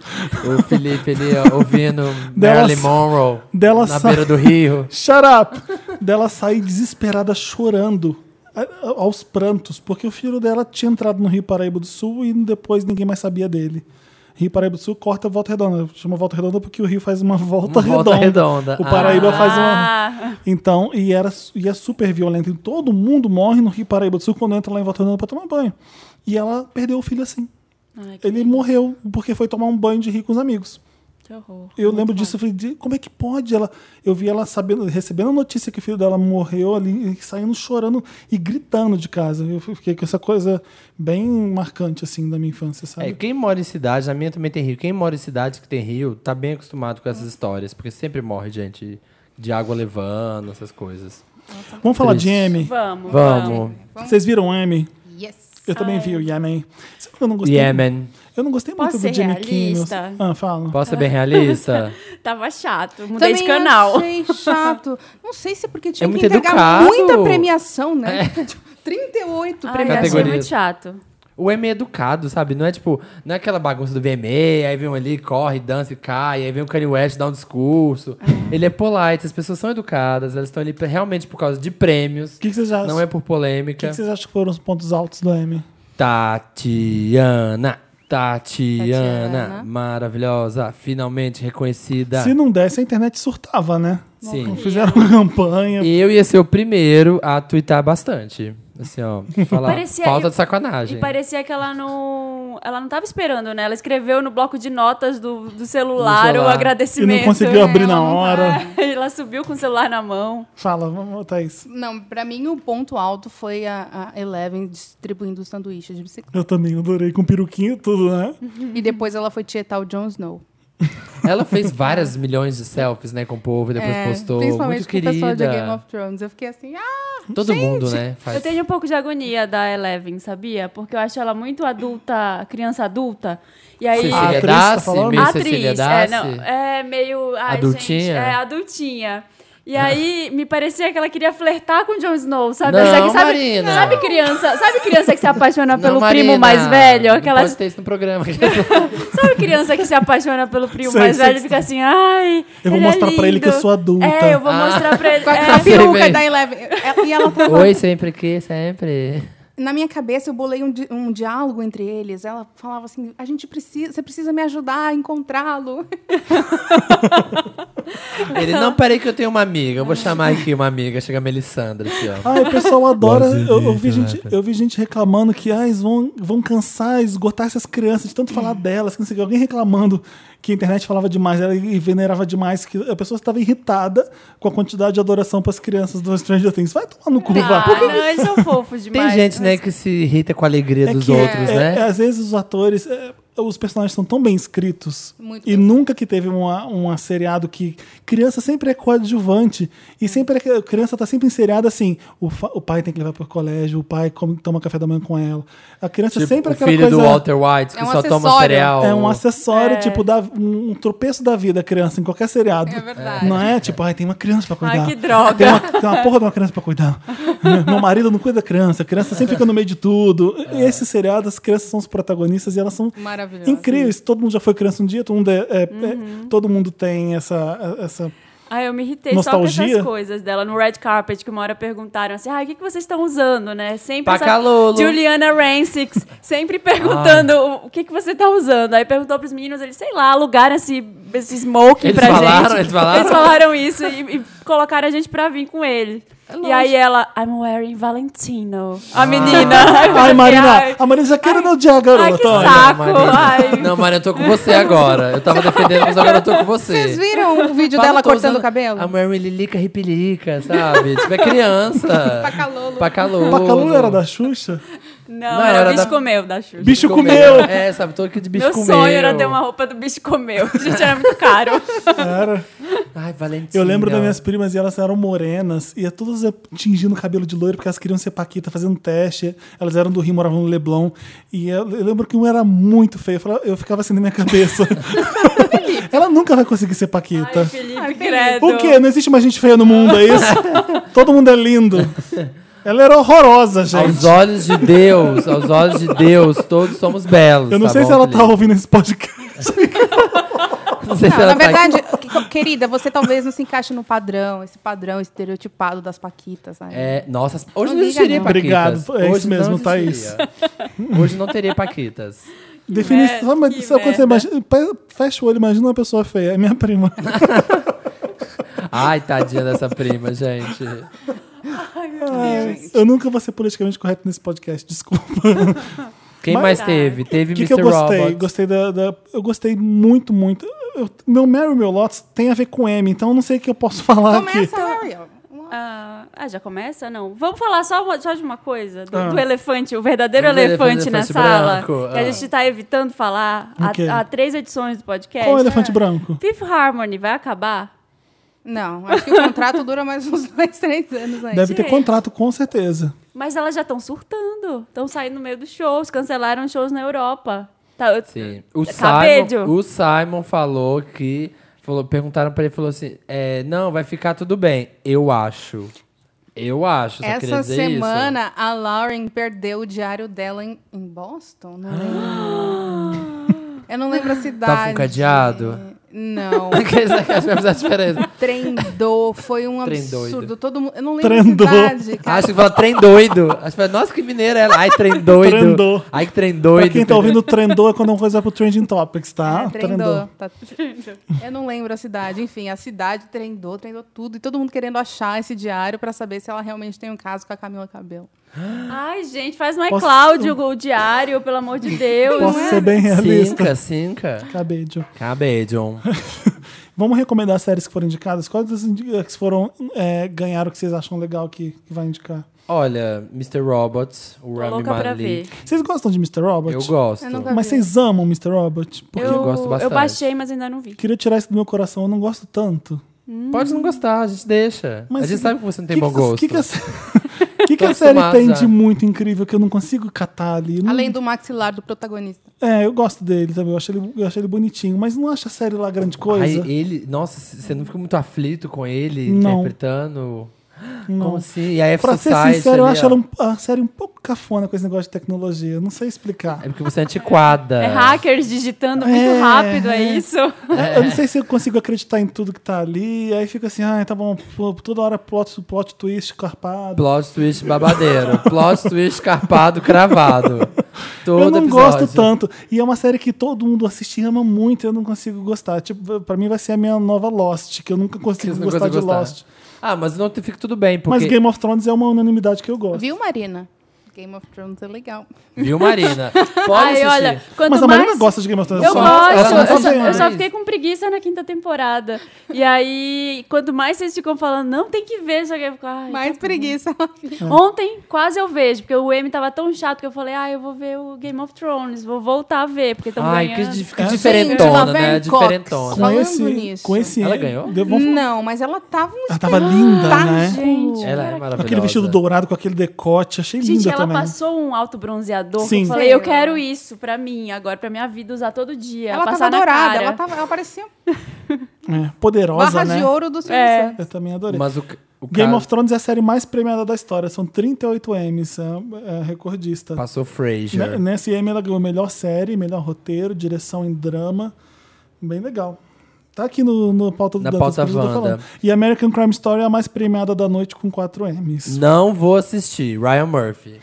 S4: O Felipe ali ó, ouvindo
S1: Dela
S4: Marilyn
S1: sa-
S4: Monroe
S1: dela
S4: na
S1: sa-
S4: beira do rio.
S1: Shut up! dela sair desesperada chorando a- a- aos prantos, porque o filho dela tinha entrado no Rio Paraíba do Sul e depois ninguém mais sabia dele. Rio Paraíba do Sul corta a volta redonda. Chama volta redonda porque o Rio faz uma volta,
S4: Uma volta redonda.
S1: O Paraíba
S4: Ah.
S1: faz uma.
S3: Ah,
S1: Então, e, era, e é super violento. E todo mundo morre no Rio Paraíba do Sul quando entra lá em Volta Redonda pra tomar banho. E ela perdeu o filho assim.
S3: ai, que,
S1: Ele morreu porque foi tomar um banho de rio com os amigos.
S3: que horror.
S1: Eu lembro disso, eu falei, "De- como é que pode? Ela, eu vi ela sabendo, recebendo a notícia que o filho dela morreu ali, e saindo chorando e gritando de casa. Eu fiquei com essa coisa bem marcante, assim, da minha infância,
S4: É,
S1: sabe?
S4: quem mora em cidade, na minha também tem rio. Quem mora em cidade que tem rio, tá bem acostumado com essas histórias, porque sempre morre gente de água levando, essas coisas.
S1: Vamos falar
S4: triste.
S1: de M.
S3: Vamos,
S4: Vamos.
S1: Vocês viram M?
S2: Yes.
S1: Eu também vi o Yemen. Sabe que eu não gostei?
S4: Yemen.
S1: Eu não gostei muito
S3: Posso
S1: do
S3: ser
S1: Jimmy Kimmel.
S3: realista?
S1: Ah, fala.
S4: Posso ser bem realista?
S3: Tava chato, mudei
S2: Também
S3: de canal.
S2: achei chato. Não sei se é porque tinha
S4: É muito
S2: que entregar
S4: educado. É.
S2: muita premiação, né? Tipo, 38
S3: Ai, achei
S2: premiações.
S4: Categoria.
S3: muito chato.
S4: O M é educado, sabe? Não é tipo, não é aquela bagunça do VMA, aí vem um ali, corre, dança e cai, aí vem o Kanye West, dá um discurso. Ele é polite, as pessoas são educadas, elas estão ali pra- realmente por causa de prêmios,
S1: O que, que vocês acham?
S4: não é por
S1: O que,
S4: polêmica.
S1: que vocês acham que foram os pontos altos do M?
S4: Tatiana, Tatiana,
S2: Tatiana.
S4: maravilhosa, finalmente reconhecida.
S1: Se não desse, a internet surtava, né?
S4: Sim.
S1: Fizeram uma campanha.
S4: Eu ia ser o primeiro a twittar bastante. Assim, ó, falar
S3: Parecia-
S4: falta
S3: e-
S4: de sacanagem.
S3: E parecia que ela não. Ela não tava esperando, né? Ela escreveu no bloco de notas do, do celular,
S4: celular.
S3: o
S1: E
S3: agradecimento.
S1: não conseguiu abrir na
S2: ela não
S1: hora.
S3: É, ela subiu com o celular na mão.
S1: Fala, vamos, Thaís.
S2: Não, pra mim o ponto alto foi a, a Eleven distribuindo sanduíches de bicicleta.
S1: Eu também adorei, com peruquinho e tudo, né?
S2: E depois ela foi tietar o Jon Snow.
S4: Ela fez várias milhões de selfies, né, com o povo e depois
S2: É,
S4: postou.
S2: principalmente
S4: Muito
S2: com o pessoal de Game
S4: querida.
S2: of Thrones. Eu fiquei assim, ah,
S4: Todo mundo, né? Faz...
S3: Eu tenho um pouco de agonia da Eleven, sabia? Porque eu acho ela muito adulta, criança adulta. E aí.
S1: A
S4: Cecília
S1: atriz tá
S4: Dassi,
S1: falando?
S4: meio
S3: atriz,
S4: Cecília
S3: é,
S4: Dassi.
S3: não, é meio. ai,
S4: Adultinha?
S3: gente, é adultinha. E aí, me parecia que ela queria flertar com o Jon Snow, sabe?
S4: Não,
S3: Essa que sabe,
S4: Marina.
S3: sabe criança, sabe criança que se apaixona
S4: Não,
S3: pelo
S4: Marina,
S3: primo mais velho?
S4: Não
S3: Aquelas
S4: pode ter isso no programa.
S3: Sabe criança que se apaixona pelo primo
S1: Sei,
S3: mais
S1: sei
S3: velho e
S1: que
S3: fica assim, ai.
S1: Eu vou
S3: é
S1: mostrar pra ele que eu
S3: lindo."
S1: sou adulta.
S3: É, eu vou
S4: Ah.
S3: mostrar pra ele.
S2: com a,
S3: É,
S2: com a peruca
S4: Sim.
S2: da Eleven. É, E ela tava
S4: Oi, sempre que, sempre.
S2: Na minha cabeça, eu bolei um, di- um diálogo entre eles. Ela falava assim: a gente precisa, você precisa me ajudar a encontrá-lo.
S4: Ele, não, peraí que eu tenho uma amiga. Eu vou chamar aqui uma amiga. Chega a Melissandra aqui, ó.
S1: Ai, o pessoal adora.
S4: Nossa,
S1: Eu, eu vi
S4: gente,
S1: gente, eu vi gente reclamando que ah, eles vão, vão cansar, esgotar essas crianças, de tanto falar delas, que não sei o que. Alguém reclamando que a internet falava demais ela e venerava demais, que a pessoa estava irritada com a quantidade de adoração pras crianças do Stranger Things. Vai tomar no cu,
S3: Ah,
S1: vai.
S3: não, eles são fofos
S4: Tem
S3: demais.
S4: gente, né, que se irrita com a alegria dos
S1: que,
S4: outros,
S1: é,
S4: né?
S1: é, às vezes os atores, é, os personagens são tão bem escritos.
S2: Muito
S1: e
S2: bem
S1: nunca que teve uma, uma seriado que criança sempre é coadjuvante. E sempre é que a criança tá sempre em seriado assim. O, fa- o pai tem que levar pro colégio, o pai come, toma café da manhã com ela. A criança
S4: Tipo,
S1: sempre é
S4: o
S1: aquela
S4: filho
S1: coisa.
S4: do Walter White, que
S2: É um
S4: só toma
S2: acessório.
S4: cereal.
S1: É um acessório, tipo, da, um, um tropeço da vida, a criança, em qualquer seriado.
S2: É verdade.
S1: Não é tipo, ai, tem uma criança pra cuidar.
S3: Ai, Ah, que droga.
S1: Tem uma, tem uma porra de uma criança pra cuidar. Meu- Meu marido
S3: É.
S1: não cuida da criança, a criança sempre fica no meio de tudo. E esses seriados, as crianças são os protagonistas e elas são
S2: maravilhosa.
S1: Incrível, se todo mundo já foi criança um dia, todo mundo, é, é-
S3: Uhum.
S1: é- todo mundo tem essa, essa.
S3: Ah, eu me irritei só com
S1: Nostalgia?
S3: essas coisas dela. No red carpet, que uma hora perguntaram assim, ah, o que, que vocês estão usando, né? Sempre essa
S4: Pacalolo.
S3: Juliana Rancix, sempre perguntando o que, que você tá usando. Aí perguntou pros meninos, eles, sei lá, alugaram esse, esse smoke
S4: Eles
S3: pra
S4: falaram,
S3: gente.
S4: eles falaram?
S3: Eles falaram isso e, e colocaram a gente pra vir com ele. e aí ela, I'm wearing Valentino. A menina. Aí eu
S1: Ai,
S3: fiquei,
S1: Marina,
S3: ai,
S1: a Marina já querendo odiar a garota.
S3: ai, que
S1: olha.
S3: saco.
S4: Marina.
S3: ai.
S4: Não, Maria, eu tô com você agora. Eu tava defendendo, mas agora eu tô com você.
S2: Vocês viram o vídeo
S4: É. Fala,
S2: dela
S4: tô
S2: cortando
S4: usando
S2: o cabelo?
S4: A Mary Lilica Ripilica, sabe? Tipo, é criança.
S2: Pacalolo.
S4: Pacalolo.
S1: Pacalula era da Xuxa?
S3: Não,
S4: Não,
S3: era
S4: era
S3: o bicho
S4: da-
S3: comeu da Xuxa.
S1: Bicho
S4: Comeu.
S1: comeu.
S4: É, sabe? Tô aqui de bicho
S3: Meu
S4: comeu.
S3: sonho era ter uma roupa do bicho comeu. Gente, era muito caro.
S1: Era.
S4: Ai, Valentina.
S1: Eu lembro das minhas primas e elas eram morenas e é todas tingindo o cabelo de loiro porque elas queriam ser paquita, fazendo teste. Elas eram do Rio, moravam no Leblon. E eu, eu lembro que uma era muito feia. Eu, falava- eu ficava assim na minha cabeça. Ela nunca vai conseguir ser paquita.
S3: Ai, Felipe, credo.
S1: o quê? Não existe mais gente feia no mundo, é isso? Todo mundo é lindo. Ela era horrorosa, gente.
S4: Aos olhos de Deus, aos olhos de Deus, todos somos belos.
S1: Eu não
S4: tá
S1: sei
S4: bom,
S1: se ela tá
S4: Felipe?
S1: ouvindo esse
S3: Né?
S1: podcast.
S4: Não sei se
S2: Não,
S4: ela
S2: na
S4: tá aqui.
S2: verdade, que- querida, você talvez não se encaixe no padrão, esse padrão estereotipado das paquitas, né?
S4: É, nossa, hoje não
S2: Amiga,
S4: existiria
S2: não.
S4: Paquitas.
S1: Obrigado, é
S4: hoje
S1: isso mesmo,
S4: não existiria. Hoje não teria Paquitas.
S1: Definição.
S3: merda,
S1: Sabe, mas
S3: que
S1: sabe quando você
S3: merda.
S1: imagina, pe- fecha o olho, imagina uma pessoa feia. É minha prima.
S4: Ai, tadinha dessa prima, gente.
S1: Ai, eu nunca vou ser politicamente correto nesse podcast, desculpa.
S4: Quem
S1: Mas-
S4: mais teve? Teve
S1: O que, que
S4: Mr.
S1: eu gostei?
S4: Robot.
S1: Gostei da, da- Eu gostei muito, muito. Eu- meu Mary Meu Lots tem a ver com M, então eu não sei o que eu posso falar aqui.
S2: Começa, Ariel.
S3: Ah, ah, já começa? Não. Vamos falar só, uma- só de uma coisa? Do,
S1: Ah.
S3: do elefante, o verdadeiro
S4: Do
S3: elefante,
S4: elefante
S3: na
S4: branco,
S3: sala. Que a
S4: ah.
S3: gente tá evitando falar há-
S1: Ok.
S3: há, três edições do podcast. É.
S1: Qual é o elefante
S2: né?
S1: branco?
S3: Fifth Harmony vai acabar?
S2: Não, acho que o contrato dura mais uns dois, três anos ainda.
S1: Deve ter contrato, com certeza.
S3: Mas elas já estão surtando. Estão saindo no meio dos shows, cancelaram shows na Europa. Tá, eu-
S4: Sim. O
S3: Cabedio.
S4: Simon, o Simon falou que. Falou, perguntaram pra ele, falou assim: é, não, vai ficar tudo bem. Eu acho. Eu acho. Só queria
S2: Essa
S4: dizer
S2: semana, a Lauren perdeu o diário dela em, em Boston? Não lembro. Eu não lembro a cidade.
S4: Tava com cadeado?
S2: Não.
S4: isso. Quer dizer que acho que vai fazer a diferença.
S2: Trendou, foi um
S4: Trem doido. Ah,
S2: absurdo. Todo mundo, eu não lembro
S1: Trendou.
S2: a cidade,
S1: Tá.
S2: cara.
S4: Acho que fala trem doido. Acho que fala, nossa, que mineira ela. Ai, trem doido.
S1: Trendou.
S4: Ai, que trem doido.
S1: pra quem tá ouvindo, trendou é quando uma coisa vai pro Trending Topics, tá?
S4: Ah,
S2: É, trendou. Tá- Eu não lembro a cidade. Enfim, a cidade trendou, trendou tudo. E todo mundo querendo achar esse diário pra saber se ela realmente tem um caso com a Camila Cabelo.
S3: Ai, gente, faz no
S1: Posso-
S3: iCloud o, o diário, pelo amor de Deus. é
S1: Posso
S2: é?
S1: ser bem realista.
S4: Cinca, cinca.
S1: Cabedio.
S4: Cabedio.
S1: Vamos recomendar séries que foram indicadas? Quais as indi- que foram é, ganharam que vocês acham legal que, que vai indicar?
S4: Olha, Mr. Robots, o
S3: Tô
S4: Rami
S3: louca pra ver.
S4: Malek.
S1: Vocês gostam de Mr. Robot?
S4: Eu gosto.
S2: Eu nunca
S1: Mas vocês amam Mr. Robot? Porque
S4: Eu gosto
S3: Eu
S4: bastante.
S3: baixei, mas ainda não vi.
S1: eu queria tirar isso do meu coração, eu não gosto tanto.
S4: Pode não gostar, a gente deixa.
S1: Mas
S4: a gente
S1: que-
S4: sabe que você não tem
S1: que
S4: bom
S1: que-
S4: gosto.
S1: Que que a, sé- que que a
S4: Tô
S1: série
S4: acostumado
S1: tem
S4: já.
S1: de muito incrível que eu não consigo catar ali?
S4: Hum.
S1: Não-
S2: Além do maxilar do protagonista.
S1: É, eu gosto dele também, eu acho ele, eu acho ele bonitinho, mas não acho a série lá grande coisa.
S4: Aí ele, nossa, c- você não fica muito aflito com ele
S1: é. Não.
S4: interpretando?
S1: Não.
S4: Como assim? E a F
S1: pra ser
S4: Society.
S1: sincero, eu
S4: ali,
S1: acho
S4: ó.
S1: ela um- a série um pouco cafona com esse negócio de tecnologia, eu não sei explicar.
S4: É porque você é antiquada.
S3: É hackers digitando muito
S1: É,
S3: rápido, é,
S1: é.
S3: isso?
S1: Eu não sei se eu consigo acreditar em tudo que tá ali, aí fica assim, ah, tá bom, pô, toda hora plot, plot twist carpado.
S4: Plot twist babadeiro. Plot twist carpado, cravado. Todo
S1: eu não
S4: episódio.
S1: gosto tanto. E é uma série que todo mundo assiste e ama muito, eu não consigo gostar. Tipo, pra mim vai ser a minha nova Lost, que eu nunca
S4: Que
S1: consigo
S4: você não
S1: gostar de
S4: gosta é gostar.
S1: Lost.
S4: Ah, mas não te- fica tudo bem, porque...
S1: Mas Game of Thrones é uma unanimidade que eu gosto.
S2: Viu, Marina? Game of Thrones é legal.
S4: Viu, Marina? Pode
S3: Ai,
S4: assistir.
S3: olha, quanto
S1: Mas a
S3: mais...
S1: Marina gosta de Game of Thrones.
S3: Eu
S1: só-
S4: ela
S3: gosto,
S4: não
S3: né? eu só,
S1: vendo.
S3: eu só
S4: Isso.
S3: fiquei com preguiça na quinta temporada. E aí, quanto mais vocês ficam falando, não tem que ver, só que eu fico, ai,
S2: Mais
S3: tá
S2: preguiça.
S3: bom. Ontem, quase eu vejo, porque o M tava tão chato que eu falei, ah, eu vou ver o Game of Thrones, vou voltar a ver, porque estão
S4: Ai, que
S3: ganhando.
S4: di- que
S1: Gente,
S4: diferentona, né?
S2: Laverne Cox.
S4: Diferentona.
S1: Com
S2: Falando
S1: esse,
S2: nisso.
S1: com esse
S4: Ela ganhou?
S1: deu- vamos-
S3: Hum,
S2: Não, mas ela tava um
S1: Ela tava
S2: espetáculo.
S1: linda,
S2: Tá,
S1: né?
S3: Gente,
S4: Ela é
S3: cara,
S4: maravilhosa.
S1: Aquele vestido dourado com aquele decote, achei
S3: Gente,
S1: linda
S3: ela
S1: também.
S3: passou um auto bronzeador. que
S1: Sim.
S3: Eu falei, eu
S2: Sério?
S3: quero isso pra mim, agora, pra minha vida, usar todo dia.
S2: Ela
S3: passar
S2: tava
S3: na
S2: dourada,
S3: cara.
S2: ela, tava, ela parecia
S1: É, poderosa,
S2: barra
S1: né?
S2: de ouro do Silvio
S3: É.
S2: Santos.
S1: Eu também adorei.
S4: Mas o, O
S1: Game
S4: cara
S1: of Thrones é a série mais premiada da história. São 38 M's, é, é recordista.
S4: Passou
S1: Ne-
S4: Frasier.
S1: Né, Nesse M ela ganhou melhor série, melhor roteiro, direção em drama. Bem legal. Tá aqui no, no pauta do
S4: Na
S1: Dantas,
S4: pauta
S1: por isso que eu tô
S4: Wanda.
S1: falando. E American Crime Story é a mais premiada da noite com 4 M's.
S4: Não vou assistir. Ryan Murphy.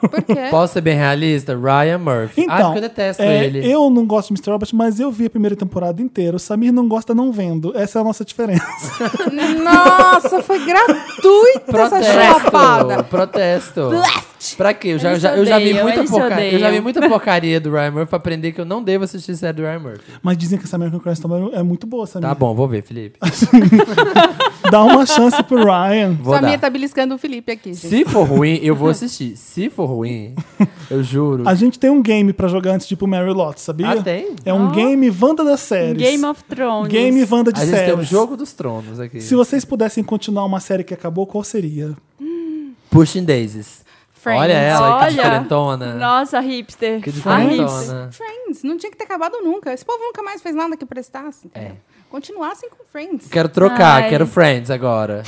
S2: Por quê?
S4: É. Posso ser bem realista? Ryan Murphy. ah,
S1: Então,
S4: porque eu detesto
S1: é,
S4: ele.
S1: eu não gosto de Mr. Robot, mas eu vi a primeira temporada inteira. O Samir não gosta não vendo. Essa é a nossa diferença.
S2: Nossa, foi gratuita essa chapada.
S4: Protesto, protesto.
S2: Left.
S4: Pra quê? Eu já,
S3: Eles
S4: já- eu já vi
S3: odeiam,
S4: muita
S3: eles
S4: porcaria. Eu já vi
S3: odeiam.
S4: muita porcaria do Ryan Murphy pra aprender que eu não devo assistir série do Ryan Murphy.
S1: Mas dizem que essa American Crime Story é muito boa, Samir.
S4: Tá bom, vou ver, Felipe. Tá.
S1: Dá uma chance pro Ryan.
S4: Vou
S2: Samir
S4: dar.
S2: tá beliscando o Felipe aqui, gente.
S4: Se for ruim, eu vou assistir. Se for ruim, eu juro.
S1: A gente tem um game pra jogar antes, tipo Mary Lot, sabia?
S4: Ah, tem?
S1: É um game Wanda das séries.
S3: Game of Thrones.
S1: Game Wanda tá de
S4: A gente
S1: séries.
S4: tem o Jogo dos Tronos aqui.
S1: Se vocês pudessem continuar uma série que acabou, qual seria?
S4: Pushing Daisies.
S2: Friends.
S4: Olha ela, que é
S3: Olha.
S4: diferentona.
S3: Nossa, hipster.
S4: Que
S3: A hipster.
S4: diferentona.
S2: Friends, não tinha que ter acabado nunca. Esse povo nunca mais fez nada que prestasse. entendeu? Continuassem com Friends.
S4: Quero trocar,
S3: Ai.
S4: quero Friends agora.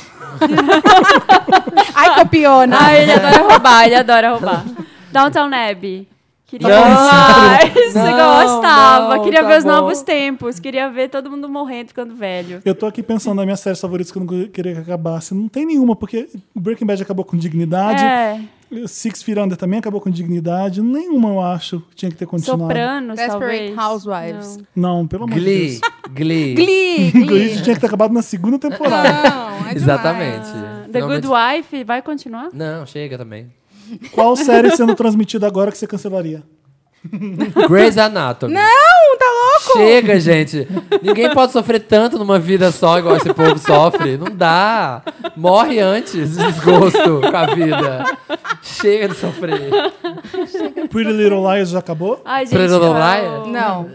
S2: Ai, né? copiona.
S3: Ah, ele adora roubar, ele adora roubar. Downtown Abbey. Queria...
S4: Não,
S3: Ai, você
S4: não,
S3: gostava.
S4: não,
S3: queria
S4: tá
S3: ver os
S4: bom.
S3: novos tempos. Queria ver todo mundo morrendo, ficando velho.
S1: Eu tô aqui pensando nas minhas séries favoritas que eu não queria que acabasse. Não tem nenhuma, porque Breaking Bad acabou com
S4: Ah,
S1: dignidade.
S3: É,
S1: Six Feet Under também acabou com dignidade. Nenhuma eu acho que tinha que ter continuado.
S3: Sopranos,
S2: Desperate
S3: talvez.
S2: Housewives.
S3: Não.
S1: Não, pelo amor de Deus.
S4: Glee, Glee.
S2: Glee,
S1: Glee tinha que ter acabado na segunda temporada.
S2: Não, é
S4: Exatamente.
S3: Ah, The
S4: Finalmente-
S3: Good Wife, vai continuar?
S4: Não, chega também.
S1: Qual série sendo transmitida agora que você cancelaria?
S4: Grey's Anatomy.
S2: Não, tá louco?
S4: Chega, gente. Ninguém pode sofrer tanto numa vida só igual esse povo sofre. Não dá. Morre antes de desgosto com a vida. Chega de sofrer.
S1: Pretty Little Liars já acabou?
S3: Ai, gente,
S4: Pretty Little
S3: eu-
S4: Liars?
S2: Não.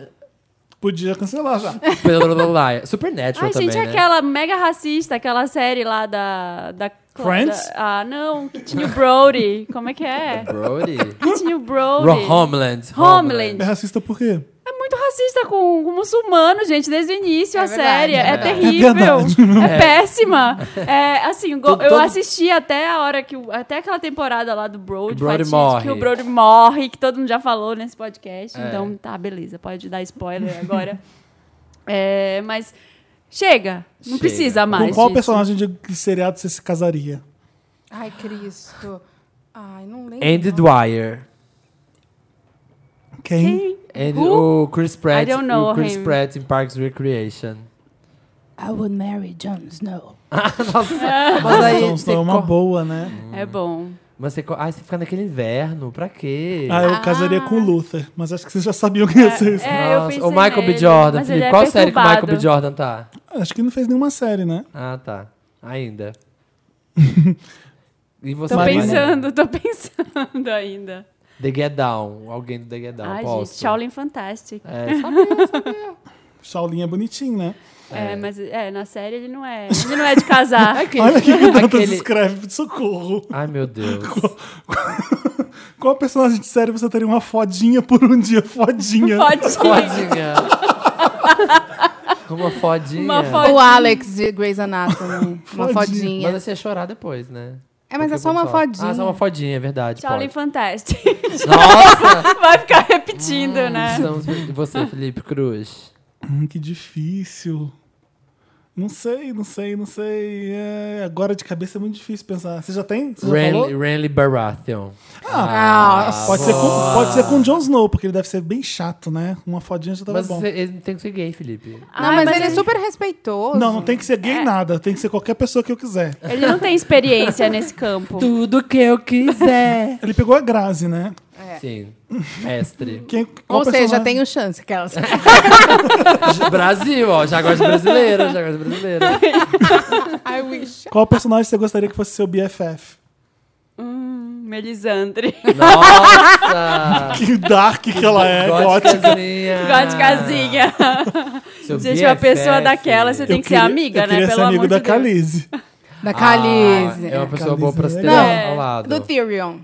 S1: Podia cancelar já.
S4: Supernatural
S3: Ai,
S4: também,
S3: gente,
S4: né?
S3: aquela mega racista, aquela série lá da... da
S1: Friends?
S3: da- ah, não, que tinha o Brody. Como é que é?
S4: Brody.
S3: Que tinha o Brody.
S4: Ro- Homeland.
S3: Homeland.
S1: É racista por quê?
S3: É muito racista com, com muçulmano, gente, desde o início
S2: É
S3: a
S2: verdade,
S3: série.
S2: é
S3: É,
S2: verdade.
S1: É
S3: terrível.
S1: verdade.
S3: É, péssima. É, assim, go-
S4: Todo-
S3: eu
S4: todo-
S3: assisti até a hora que. o- Até aquela temporada lá do Brody,
S4: Que o Brody
S3: fatídica,
S4: morre.
S3: que o Brody morre, que todo mundo já falou nesse podcast.
S4: É.
S3: Então, tá, beleza, pode dar spoiler agora. É, mas. Chega, não
S4: Chega.
S3: precisa mais.
S1: com qual
S3: disso.
S1: personagem de seriado você se casaria?
S2: Ai, Cristo. Ai, não lembro.
S4: Andy Dwyer.
S1: Quem?
S3: Quem?
S4: Andy-
S3: Who?
S4: o Chris Pratt.
S3: I don't know
S4: o Chris
S3: him.
S4: Pratt em Parks and Recreation.
S2: I would marry Jon Snow.
S4: Mas aí
S1: Johnson
S4: você
S1: é uma
S4: co-
S1: boa, né?
S3: É bom.
S4: Mas você, co- ai, você fica naquele inverno, pra quê?
S1: Ah, eu casaria com o Luther, mas acho que vocês já sabiam que ia ser isso.
S3: É, eu
S4: Nossa,
S3: pensei
S4: o Michael B.
S3: nele,
S4: Jordan,
S3: mas ele
S4: Felipe.
S3: é
S4: Qual série que o Michael B.
S3: perturbado.
S4: Jordan tá?
S1: Acho que ele não fez nenhuma série, né?
S4: Ah, tá. Ainda. e você
S3: Tô
S1: Mas-
S3: pensando, tô pensando ainda.
S4: The Get Down. Alguém do The Get Down.
S3: Ai,
S4: posso.
S3: gente, Shaolin Fantastic.
S4: É, sabia, sabia.
S1: Shaolin é bonitinho, né?
S3: É, mas é, na série ele não é. Ele não é de casar.
S4: Aquele-
S1: Olha aqui que o Dantas
S4: aquele-
S1: escreve, socorro.
S4: Ai, meu Deus.
S1: Qual personagem de série você teria uma fodinha por um dia? Fodinha.
S3: Pode
S4: Fodinha. Uma fodinha.
S3: Uma fo-
S2: O Alex de Grey's Anatomy. uma
S1: Fodinha.
S2: fodinha.
S4: Mas você ia chorar depois, né?
S2: É, mas é
S4: Porque
S2: só uma
S4: vamos falar-
S2: fodinha.
S4: Ah, só uma fodinha, é verdade.
S3: Shaolin
S4: Pode.
S3: Fantastic.
S4: Nossa!
S3: Vai ficar repetindo, né?
S4: Estamos... E você, Felipe Cruz?
S1: Hum, que difícil. Não sei, não sei, não sei. É, agora de cabeça é muito difícil pensar. Você já tem? Você já
S4: Renly
S1: falou?
S4: Renly Baratheon.
S2: Ah,
S1: Pode ser, com, pode ser com o Jon Snow, porque ele deve ser bem chato, né? Uma fodinha já tava
S4: Mas
S1: bom.
S4: você- ele não tem que ser gay, Felipe.
S2: Não,
S3: Ai,
S2: mas, ele é super respeitoso.
S1: Não, não tem que ser gay
S4: É.
S1: nada. Tem que ser qualquer pessoa que eu quiser.
S3: Ele não tem experiência nesse campo.
S4: Tudo que eu quiser.
S1: Ele pegou a Grazi, né?
S4: Sim. Mestre.
S1: Quem, qual
S2: Ou seja,
S1: personagem-
S2: tenho chance. Aquelas...
S4: Brasil, ó. Já gosto de brasileiro, já gosto de brasileiro.
S2: I wish.
S1: Qual personagem você gostaria que fosse seu BFF?
S3: Hum, Melisandre.
S4: Nossa!
S1: Que dark que ela é, gótica.
S4: Góticazinha.
S3: Gosto de casinha.
S4: Seu é
S3: Gente, uma
S4: BFF.
S3: pessoa daquela, você tem que ser amiga,
S1: eu
S3: né?
S1: queria
S3: Pelo
S1: ser amigo
S3: amor
S1: da
S3: de Deus.
S1: Khaleesi.
S2: Da Khaleesi.
S4: Ah, é uma pessoa
S1: Khaleesi
S4: boa pra se
S1: é
S4: ter
S2: legal.
S3: É,
S4: ao lado.
S2: Do Tyrion.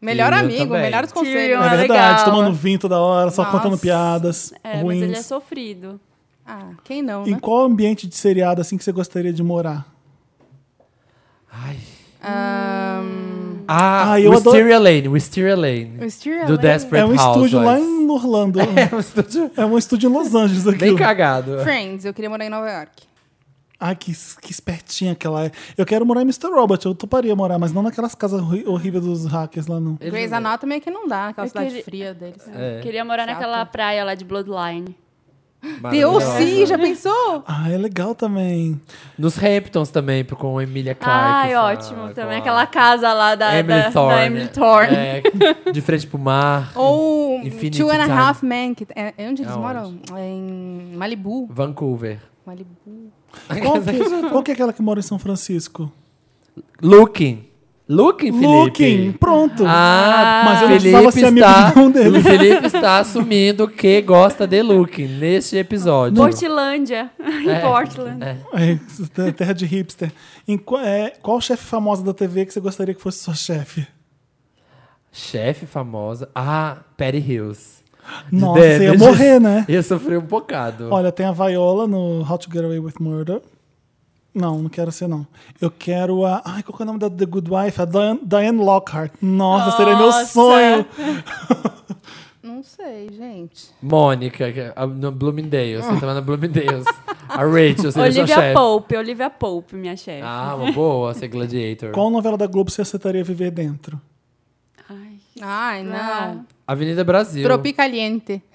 S2: Melhor
S4: Tyrion
S2: amigo,
S4: também.
S2: melhores conselhos.
S3: Tyrion.
S1: É
S3: Ah,
S1: verdade,
S3: legal.
S1: tomando vinho toda hora, só
S2: Nossa.
S1: contando piadas
S3: É, mas
S1: ruins.
S3: ele é um, sofrido.
S2: Ah, quem não,
S1: Em
S2: né?
S1: qual ambiente de seriado assim que você gostaria de morar?
S4: Ai.
S2: Ahn,
S4: Ah,
S1: Ah, eu
S4: Wisteria Lane, Wisteria Lane.
S2: Wisteria
S4: do
S2: Lane.
S1: É
S4: Desperate
S1: um estúdio lá
S4: Housewives.
S1: em Orlando.
S4: É um estúdio
S1: É um estúdio em Los Angeles
S4: bem
S1: aqui.
S4: cagado.
S2: Friends, eu queria morar em Nova York.
S1: Ai, que, que espertinha que ela é. Eu quero morar em Mr. Robot, eu toparia morar, mas não naquelas casas horri- horríveis dos hackers lá, não.
S4: Ele-
S2: Grey's Anatomy é que não dá, aquela
S3: Eu
S2: cidade
S3: queria-
S2: fria deles.
S4: É,
S3: Queria morar
S2: Chata.
S3: naquela praia lá de Bloodline.
S2: Deus,
S4: maravilhosa.
S2: sim, já pensou?
S1: Ah, é legal também.
S4: Nos Hamptons também, com a Emilia Clarke.
S3: Ai,
S4: sabe?
S3: ótimo. Também
S4: Com a
S3: aquela casa lá da
S4: Emily
S3: da-
S4: Thorne.
S3: da Emily Thorne.
S4: É, de frente pro mar.
S2: Ou
S4: Infinity
S2: Two and
S4: Time.
S2: a Half Men, que é, é onde eles
S4: Aonde?
S2: moram? É em Malibu.
S4: Vancouver.
S2: Malibu.
S1: Qual que, qual que é aquela que mora em São Francisco?
S4: Looking. Looking, Felipe.
S1: Looking, pronto.
S4: Ah,
S1: Mas eu não
S4: Felipe
S1: precisava ser amigo
S4: está,
S1: de um deles.
S4: O Felipe está assumindo que gosta de Looking neste episódio.
S3: Portlandia.
S4: É.
S3: Em Portland.
S4: É.
S1: É, terra de hipster. Em qua- é, qual chefe famosa da TV que você gostaria que fosse sua chefe?
S4: Chefe famosa. Ah, Perry Hills. De
S1: Nossa, você ia
S4: Devils.
S1: morrer, né?
S4: Ia sofrer um bocado.
S1: Olha, tem a Viola no How to Get Away with Murder. Não, não quero ser, não. Eu quero a. Ai, qual que é o nome da The Good Wife? A Diane, Diane Lockhart. Nossa, seria meu
S3: Nossa.
S1: sonho.
S2: Não sei, gente.
S4: Mônica, que é a- no Bloomingdale's. Você tava na Bloomingdale's. A Rachel seria sua
S3: Olivia
S4: chefe.
S3: Pope. Olivia Pope, minha chefe.
S4: Ah, uma boa, ser Gladiator.
S1: Qual novela da Globo você aceitaria viver dentro?
S3: Ai,
S2: Ai, não.
S4: Avenida Brasil.
S2: Tropicaliente.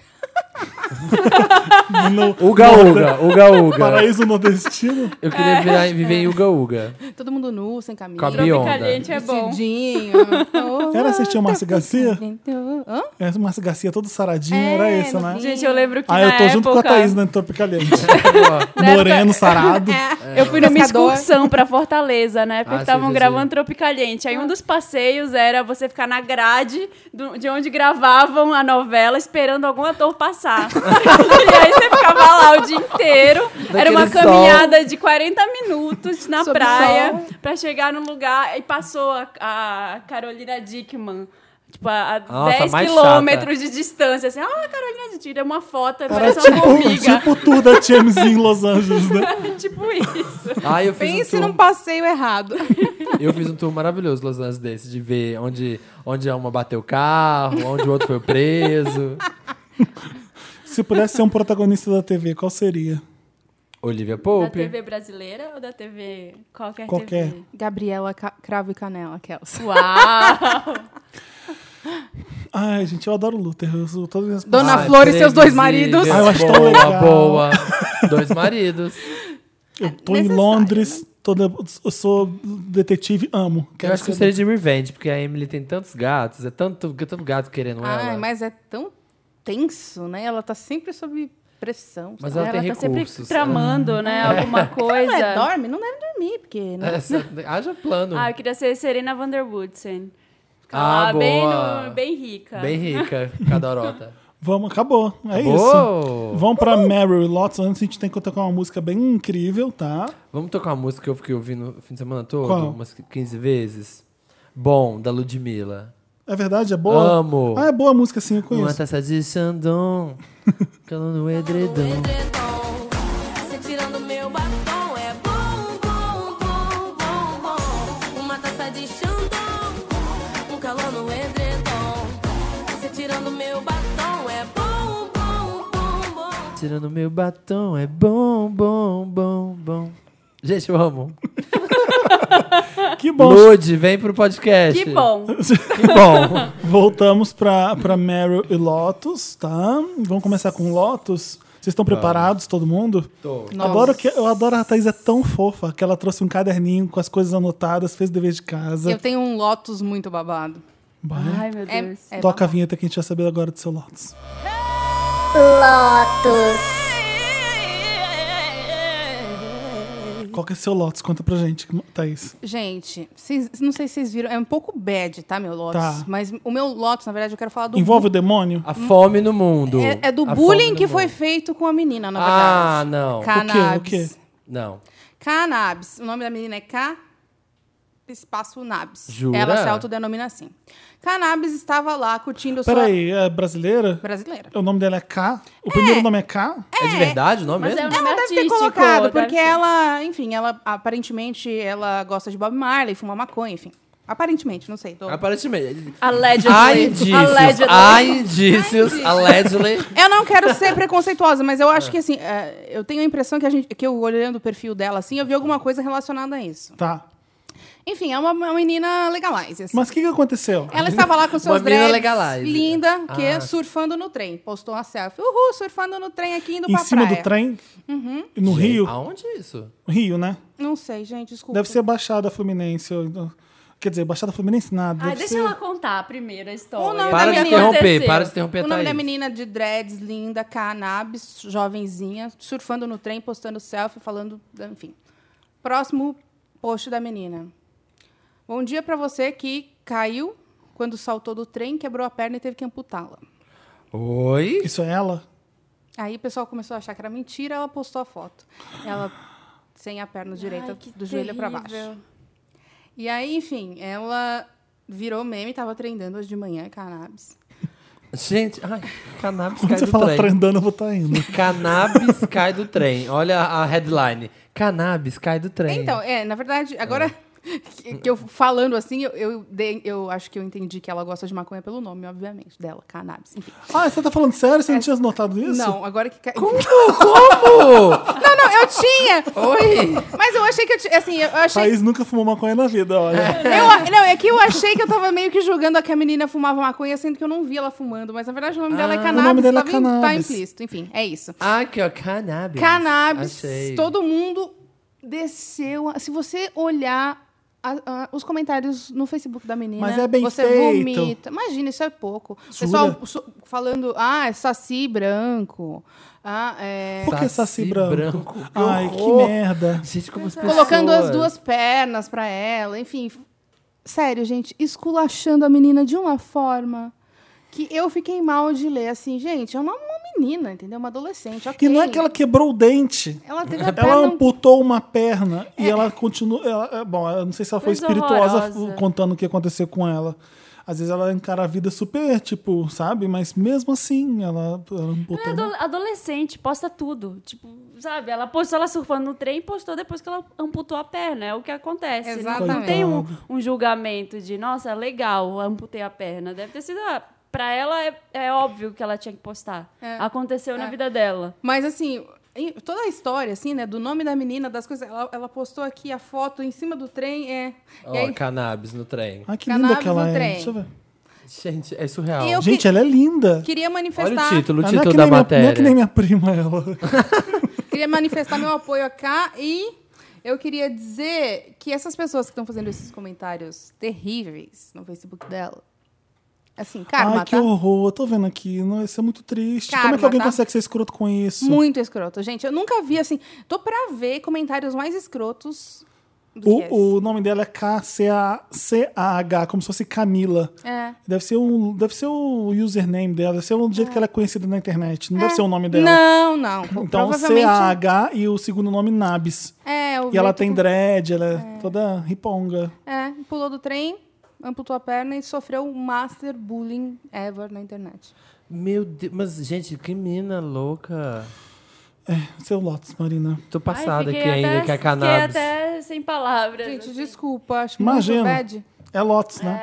S1: No
S4: Uga Uga, Uga Uga.
S1: Paraíso Nordestino?
S4: Eu queria virar-
S2: É.
S4: viver em Uga Uga.
S2: Todo mundo nu, sem camisa.
S4: Com a Bia.
S3: Tropicaliente é bom.
S2: Vestidinho.
S1: Era assistir o Márcio Garcia?
S2: Hã?
S1: Essa Márcia Garcia todo saradinho,
S2: É,
S1: era essa,
S2: no
S1: né?
S2: fim.
S3: Gente, eu lembro que
S1: Ah,
S3: na
S1: eu tô
S3: época...
S1: junto com a Thaís né, na Tropicaliente. Moreno, sarado.
S4: É,
S3: Eu fui numa
S2: Pescador.
S3: excursão pra Fortaleza, né? Porque
S4: Ah,
S3: estavam
S4: sei, sei,
S3: gravando Tropicaliente. Aí um dos passeios era você ficar na grade do- de onde gravavam a novela esperando algum ator passar. e aí você ficava lá o dia inteiro. era uma
S4: Daquele
S3: caminhada de 40 minutos na
S2: Sob
S3: praia
S2: sol.
S3: pra chegar num lugar. E passou a, a Carolina Dickman. Tipo, a, a
S4: Nossa,
S3: 10
S4: mais
S3: quilômetros de distância. Assim, ah, a Carolina Dickman, tira uma foto,
S1: Era
S3: parece uma
S1: tipo,
S3: formiga.
S1: tipo o tour da TMZ em Los Angeles, né?
S3: tipo isso.
S4: Ah, eu fiz
S2: Pense
S4: um tour,
S2: num passeio errado.
S4: eu fiz um tour maravilhoso Los Angeles desse, de ver onde, onde uma bateu o carro, onde o outro foi preso.
S1: Se pudesse ser um protagonista da TV, qual seria?
S4: Olivia
S3: Da
S4: Pope.
S3: TV brasileira ou da TV qualquer,
S1: Qualquer.
S3: TV?
S2: Gabriela Ca- Cravo e Canela, aquelas.
S3: Uau!
S1: Ai, gente, eu adoro Luther. Eu sou todas as
S2: Dona
S4: Ai,
S2: Flor e seus dois
S4: previsível,
S2: maridos.
S1: Ah, eu acho tão
S4: boa,
S1: legal.
S4: boa. Dois maridos.
S1: Eu tô
S4: né?
S1: em Londres, toda, eu sou detetive, amo.
S4: Eu
S1: Quero
S4: acho que eu
S1: ser-
S4: seria de Revenge, porque a Emily tem tantos gatos, é tanto, tanto gato querendo
S2: Ai,
S4: ela.
S2: mas é tão tenso, né? Ela tá sempre sob pressão.
S4: Mas
S2: sabe?
S4: ela
S3: Ela
S4: tem
S3: tá sempre
S4: recursos. é.
S3: tramando, né? Alguma coisa.
S2: Não é, dorme? Não deve dormir, porque... Né?
S4: Essa- haja plano.
S3: Ah, eu queria ser Serena Van Der Woodsen. Ficar
S4: Ah,
S3: lá bem,
S4: boa.
S3: no- bem rica.
S4: Bem rica, cadorota.
S1: Vamos, acabou. É isso.
S4: Acabou?
S1: Vamos pra Mary Lots. Antes a gente tem que tocar uma música bem incrível, tá?
S4: Vamos tocar uma música que eu fiquei ouvindo o fim de semana todo,
S1: Qual?
S4: umas 15 vezes. Bom, da Ludmilla.
S1: É verdade? É boa?
S4: Amo.
S1: Ah, é boa a música, sim, eu
S4: Uma
S1: conheço.
S4: taça de Xandão, calo no edredom.
S5: Você tirando meu batom é bom, bom, bom, bom, bom. Uma taça de xandão, um calor no edredom. Você tirando meu batom é bom, bom, bom, bom.
S4: Tirando meu batom, é bom, bom, bom, bom. Gente, eu amo.
S1: Que bom.
S4: Lud, vem pro podcast.
S3: Que bom.
S4: Que bom.
S1: Voltamos pra, pra Meryl e Lotus, tá? Vamos começar com Lotus. Vocês estão preparados, todo mundo? Tô.
S2: Nossa.
S1: É, Adoro que, eu adoro a Thaís, é tão fofa que ela trouxe um caderninho com as coisas anotadas, fez dever de casa.
S2: Eu tenho um Lotus muito babado.
S1: Vai.
S3: Ai, meu
S2: É,
S3: Deus.
S2: é
S1: Toca a vinheta que a gente vai saber agora do seu Lotus. Qual que é seu Lotus? Conta pra gente, Thaís.
S2: Gente, vocês- não sei se vocês viram, é um pouco bad, tá, meu Lotus?
S1: Tá.
S2: Mas o meu Lotus, na verdade, eu quero falar do...
S1: Envolve o
S2: Ah,
S1: demônio?
S4: A fome no mundo.
S2: É, é do
S4: A fome
S2: bullying
S4: no
S2: que foi
S4: mundo.
S2: feito com a menina, na verdade.
S4: Ah, não.
S1: O quê? O
S2: Cannabis.
S1: quê?
S4: Não.
S2: Cannabis. O nome da menina é K. espaço Nabs.
S4: Jura?
S2: Ela se autodenomina assim. Cannabis estava lá curtindo sua.
S1: Peraí, é brasileira?
S2: Brasileira.
S1: O nome dela é K? O primeiro nome é K?
S4: É de verdade o nome
S3: Mas é
S4: mesmo?
S3: um
S2: Ela
S3: nome
S2: deve ter
S3: artístico,
S2: colocado,
S3: deve
S2: porque
S3: ser.
S2: ela, enfim, ela aparentemente ela gosta de Bob Marley, fuma maconha, enfim. Aparentemente, não sei. tô-
S4: Ah, Aparentemente.
S2: é
S3: Allegedly.
S4: Há indícios,
S3: Allegedly.
S4: há indícios, allegedly.
S2: Eu não quero ser preconceituosa, mas eu acho que assim, é, eu tenho a impressão que a gente, que eu olhando o perfil dela assim, eu vi alguma coisa relacionada a isso.
S1: Tá.
S2: Enfim, é uma, uma menina legalize. assim.
S1: Mas o que, que aconteceu?
S2: Ela estava lá com seus
S4: menina
S2: dreads,
S4: legalize.
S2: linda, que
S4: Ah.
S2: surfando no trem. Postou uma selfie. Uhul, surfando no trem aqui indo
S1: em
S2: pra
S1: cima
S2: praia. Uhum.
S1: do trem? No Rio?
S4: Aonde é isso?
S1: Rio, né?
S2: Não sei, gente, desculpa.
S1: Deve ser Baixada Fluminense. ou então- Quer dizer, Baixada Fluminense nada.
S3: Ai,
S1: deve
S3: deixa
S1: ser-
S3: ela contar a primeira história.
S2: Ou não,
S3: O
S4: Para
S2: da
S3: que
S4: de
S2: menina.
S4: interromper,
S3: aconteceu?
S4: para de interromper,
S2: O nome da
S4: Thaís.
S2: menina de dreads, linda, cannabis, jovenzinha, surfando no trem, postando selfie, falando, enfim. Próximo post da menina. Bom dia pra você que caiu quando saltou do trem, quebrou a perna e teve que amputá-la.
S4: Oi?
S1: Isso é ela?
S2: Aí o pessoal começou a achar que era mentira, ela postou a foto. Ela sem a perna direita
S3: Ai, que
S2: do joelho pra baixo.
S3: terrível.
S2: E aí, enfim, ela virou meme, tava treinando hoje de manhã, cannabis.
S4: Gente, ai, cannabis
S1: Quando
S4: cai
S1: você
S4: do
S1: fala
S4: trem.
S1: trandando, eu vou estar indo.
S4: Cannabis cai do trem. Olha a headline. Cannabis cai do trem.
S2: Então, é, na verdade, agora
S4: É.
S2: que, que eu falando assim, eu, eu, dei- eu acho que eu entendi que ela gosta de maconha pelo nome, obviamente, dela, cannabis. Enfim.
S1: Ah, você tá falando sério? Você não tinha notado isso?
S2: Não, agora que. ca-
S4: Como?
S2: Não, não, eu tinha!
S4: Oi?
S2: Mas eu achei que eu tinha. Assim, eu achei.
S1: Thaís nunca fumou maconha na vida, olha.
S2: Eu a- não, é que eu achei que eu tava meio que julgando a que a menina fumava maconha, sendo que eu não vi ela fumando. Mas na verdade o nome dela é
S1: nome
S2: cannabis,
S1: dela é
S2: tava em- tá
S1: cannabis.
S2: implícito. Enfim, é isso.
S4: Ah, aqui, ó, cannabis.
S2: Cannabis,
S4: Achei.
S2: todo mundo desceu. a- Se você olhar a- a- os comentários no Facebook da menina,
S1: Mas é bem
S2: você
S1: feito.
S2: vomita. Imagina, isso é pouco. O
S1: Jura?
S2: pessoal su- falando, ah, é saci branco. Ah, é...
S1: Por que saci
S4: Saci
S1: branco?
S4: branco. Que
S1: Ai, que
S4: horror.
S1: merda.
S4: Gente, como as pessoas...
S2: Colocando as duas pernas pra ela, enfim. Sério, gente, esculachando a menina de uma forma que eu fiquei mal de ler assim, gente, é uma, uma menina, entendeu? Uma adolescente, ok.
S1: E não é que ela quebrou o dente.
S2: Ela teve a perna um
S1: Ela é um amputou uma perna e ela continua. ela- é, bom, eu não sei se ela foi
S3: Coisa
S1: espirituosa
S3: horrorosa.
S1: f- contando o que aconteceu com ela. Às vezes ela encara a vida super, tipo, sabe? Mas mesmo assim, ela, ela
S3: Ela é
S1: amputou.
S3: ado- adolescente, posta tudo. Tipo, sabe? Ela postou ela surfando no trem e postou depois que ela amputou a perna. É o que acontece. Não- Não,
S2: Exatamente.
S3: tem um, um julgamento de, nossa, legal, amputei a perna. Deve ter sido. Ah, pra ela é, é óbvio que ela tinha que postar.
S2: É.
S3: Aconteceu na
S2: É.
S3: vida dela.
S2: Mas assim, em- toda a história, assim, né? Do nome da menina, das coisas. Ela, ela postou aqui a foto em cima do trem. É.
S4: Ó,
S2: e aí,
S4: cannabis no trem.
S1: Ai, que
S2: Cannabis
S1: linda que ela
S2: no
S1: é.
S2: trem.
S1: Deixa eu ver.
S4: Gente, é surreal.
S2: Eu
S1: Gente,
S2: que-
S1: ela é linda.
S2: queria
S4: Olha o
S2: manifestar.
S4: título, o
S1: Ela não é
S4: título
S1: que
S4: da
S1: nem minha- não é
S4: matéria.
S1: que nem minha prima ela.
S2: Queria manifestar meu apoio a K e. Eu queria dizer que essas pessoas que estão fazendo esses comentários terríveis no Facebook dela. Assim, karma,
S1: Ai, que
S2: tá?
S1: horror. Eu tô vendo aqui. Não, isso é muito triste. Como é que
S2: Karma,
S1: alguém
S2: tá?
S1: consegue ser escroto com isso?
S2: Muito escroto. Gente, eu nunca vi assim. Tô pra ver comentários mais escrotos do que esse.
S1: O, o nome dela é K-C-A-H, como se fosse Camila.
S2: É.
S1: Deve ser, um, deve ser o username dela, deve ser o jeito que ela é conhecida na internet. Não deve ser o nome dela.
S2: Não, É. não.
S1: Então,
S2: Provavelmente.
S1: C-A-H e o segundo nome Nabis.
S2: É, o
S1: E ela
S2: jeito
S1: tem
S2: que-
S1: dread, ela é, toda riponga.
S2: É, pulou do trem, amputou a perna e sofreu o master bullying ever na internet.
S4: Meu Deus, mas gente, que mina louca.
S1: Seu Lotus, Marina.
S4: Tô
S3: Ai,
S4: passada
S3: fiquei
S4: aqui ainda
S3: até-
S4: que a
S3: fiquei
S4: cannabis.
S3: até sem palavras.
S2: Gente,
S3: assim.
S2: desculpa, acho
S1: Imagina.
S2: muito bad.
S1: É Lotus, né?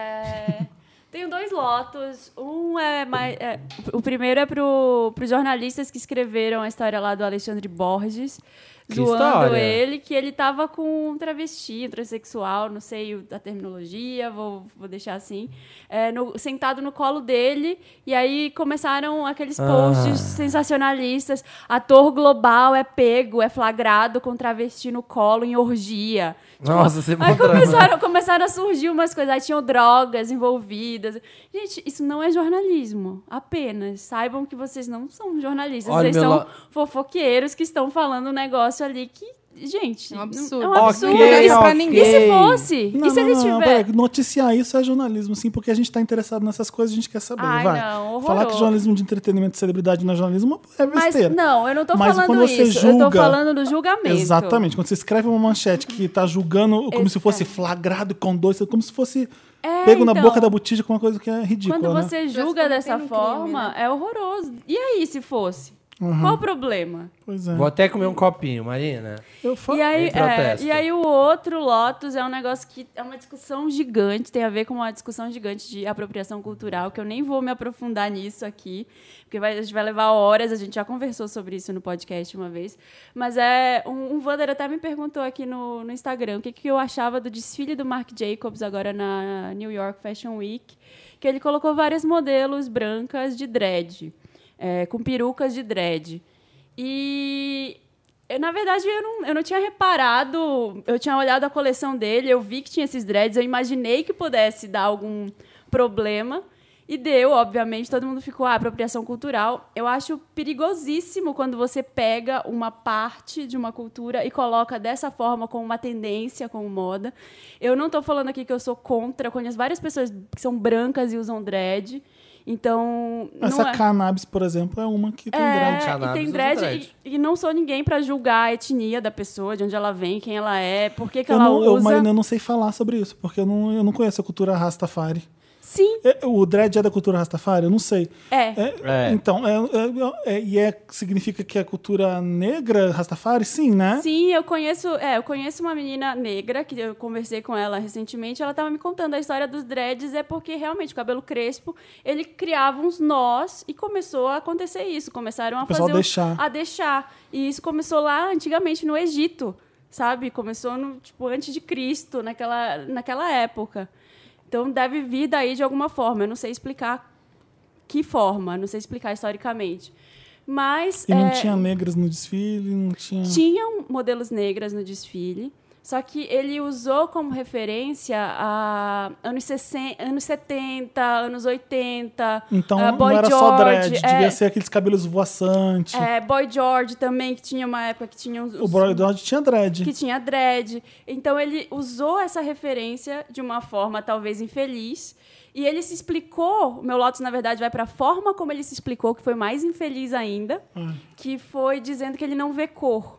S3: É, tenho dois lotos. Um é mais. é, o primeiro é pro, pros jornalistas que escreveram a história lá do Alexandre Borges,
S4: Que
S3: zoando
S4: história?
S3: ele, que ele tava com um travesti, um transexual, não sei o- a terminologia, vou, vou deixar assim, é, no- sentado no colo dele. E aí começaram aqueles
S4: Ah.
S3: posts sensacionalistas. Ator global é pego, é flagrado com travesti no colo em orgia. Tipo,
S4: Nossa, você
S3: Aí
S4: mó drama.
S3: começaram, começaram a surgir umas coisas. Aí tinham drogas envolvidas. Gente, isso não é jornalismo. Apenas. Saibam que vocês não são jornalistas.
S4: Olha,
S3: vocês
S4: meu
S3: são
S4: lo-
S3: fofoqueiros que estão falando um negócio ali que Gente,
S2: É um
S3: não-
S2: absurdo.
S3: É um
S2: Ok,
S3: absurdo.
S2: ok.
S3: isso pra ninguém. E se fosse?
S1: Não,
S3: e se
S1: não,
S3: ele
S1: não, não,
S3: tiver?
S1: peraí, noticiar isso é jornalismo, sim, porque a gente tá interessado nessas coisas, a gente quer saber.
S3: Ai,
S1: vai.
S3: não, horroroso.
S1: Falar que jornalismo de entretenimento e celebridade não é jornalismo é
S3: Mas
S1: besteira.
S3: não, eu não tô
S1: Mas
S3: falando
S1: quando você
S3: isso. Eu tô
S1: julga-
S3: falando do julgamento.
S1: Exatamente. Quando você escreve uma manchete que tá julgando como se fosse flagrado com dois, como se fosse
S3: É,
S1: pego na
S3: então.
S1: boca da botija com uma coisa que é ridícula.
S3: Quando
S1: né?
S3: você
S2: Já se
S3: julga
S2: cometendo
S3: dessa
S2: um crime,
S3: forma, é horroroso. E aí, se fosse?
S1: Uhum.
S3: Qual o problema?
S1: Pois é.
S4: Vou até comer um copinho, Marina.
S1: Eu falo.
S3: E aí,
S4: Em protesto.
S3: é, e aí o outro Lotus é um negócio que é uma discussão gigante, tem a ver com uma discussão gigante de apropriação cultural, que eu nem vou me aprofundar nisso aqui, porque vai, a gente vai levar horas, a gente já conversou sobre isso no podcast uma vez. Mas é um, um Wander até me perguntou aqui no, no Instagram o que, que eu achava do desfile do Marc Jacobs agora na New York Fashion Week, que ele colocou várias modelos brancas de dread, é, com perucas de dread. E eu, na verdade, eu não, eu não tinha reparado. Eu tinha olhado a coleção dele, eu vi que tinha esses dreads, eu imaginei que pudesse dar algum problema. E deu, obviamente, todo mundo ficou, ah, apropriação cultural. Eu acho perigosíssimo quando você pega uma parte de uma cultura e coloca dessa forma, com uma tendência, com moda. Eu não estou falando aqui que eu sou contra, eu conheço várias pessoas que são brancas e usam dread. Então.
S1: Essa
S3: não é...
S1: cannabis, por exemplo, é uma que tem
S3: É,
S1: dread.
S4: Cannabis
S3: e tem
S4: usa
S3: dread,
S4: dread.
S3: E, e não sou ninguém pra julgar a etnia da pessoa, de onde ela vem, quem ela é, por que, que
S1: Eu
S3: ela
S1: não, eu,
S3: usa.
S1: Marina, eu não sei falar sobre isso, porque eu não, eu não conheço a cultura Rastafari.
S3: Sim,
S1: É, O dread é da cultura Rastafari? Eu não sei.
S3: é.
S4: É.
S1: Então, é- é- é- e é, significa que é cultura negra Rastafari? Sim, né?
S3: Sim, eu conheço, é, eu conheço uma menina negra que eu conversei com ela recentemente, ela tava me contando a história dos dreads, é porque realmente o cabelo crespo, ele criava uns nós e começou a acontecer isso, começaram a
S1: O pessoal
S3: fazer o-
S1: deixar.
S3: a deixar. E isso começou lá antigamente no Egito, sabe? Começou no tipo antes de Cristo, naquela naquela época. Então deve vir daí de alguma forma, eu não sei explicar que forma, não sei explicar historicamente. Mas
S1: E não
S3: é,
S1: tinha negras no desfile, não tinha.
S3: tinham modelos negras no desfile, só que ele usou como referência a anos, 60, anos 70, anos 80.
S1: Então
S3: ah,
S1: não
S3: Boy
S1: era
S3: George,
S1: só dread,
S3: é,
S1: devia ser aqueles cabelos voaçantes.
S3: é, Boy George também, que tinha uma época que tinha uns,
S1: O Boy George tinha dread.
S3: que tinha dread. Então ele usou essa referência de uma forma talvez infeliz. E ele se explicou, o meu Lotus, na verdade, vai para a forma como ele se explicou, que foi mais infeliz ainda, que foi dizendo que ele não vê cor.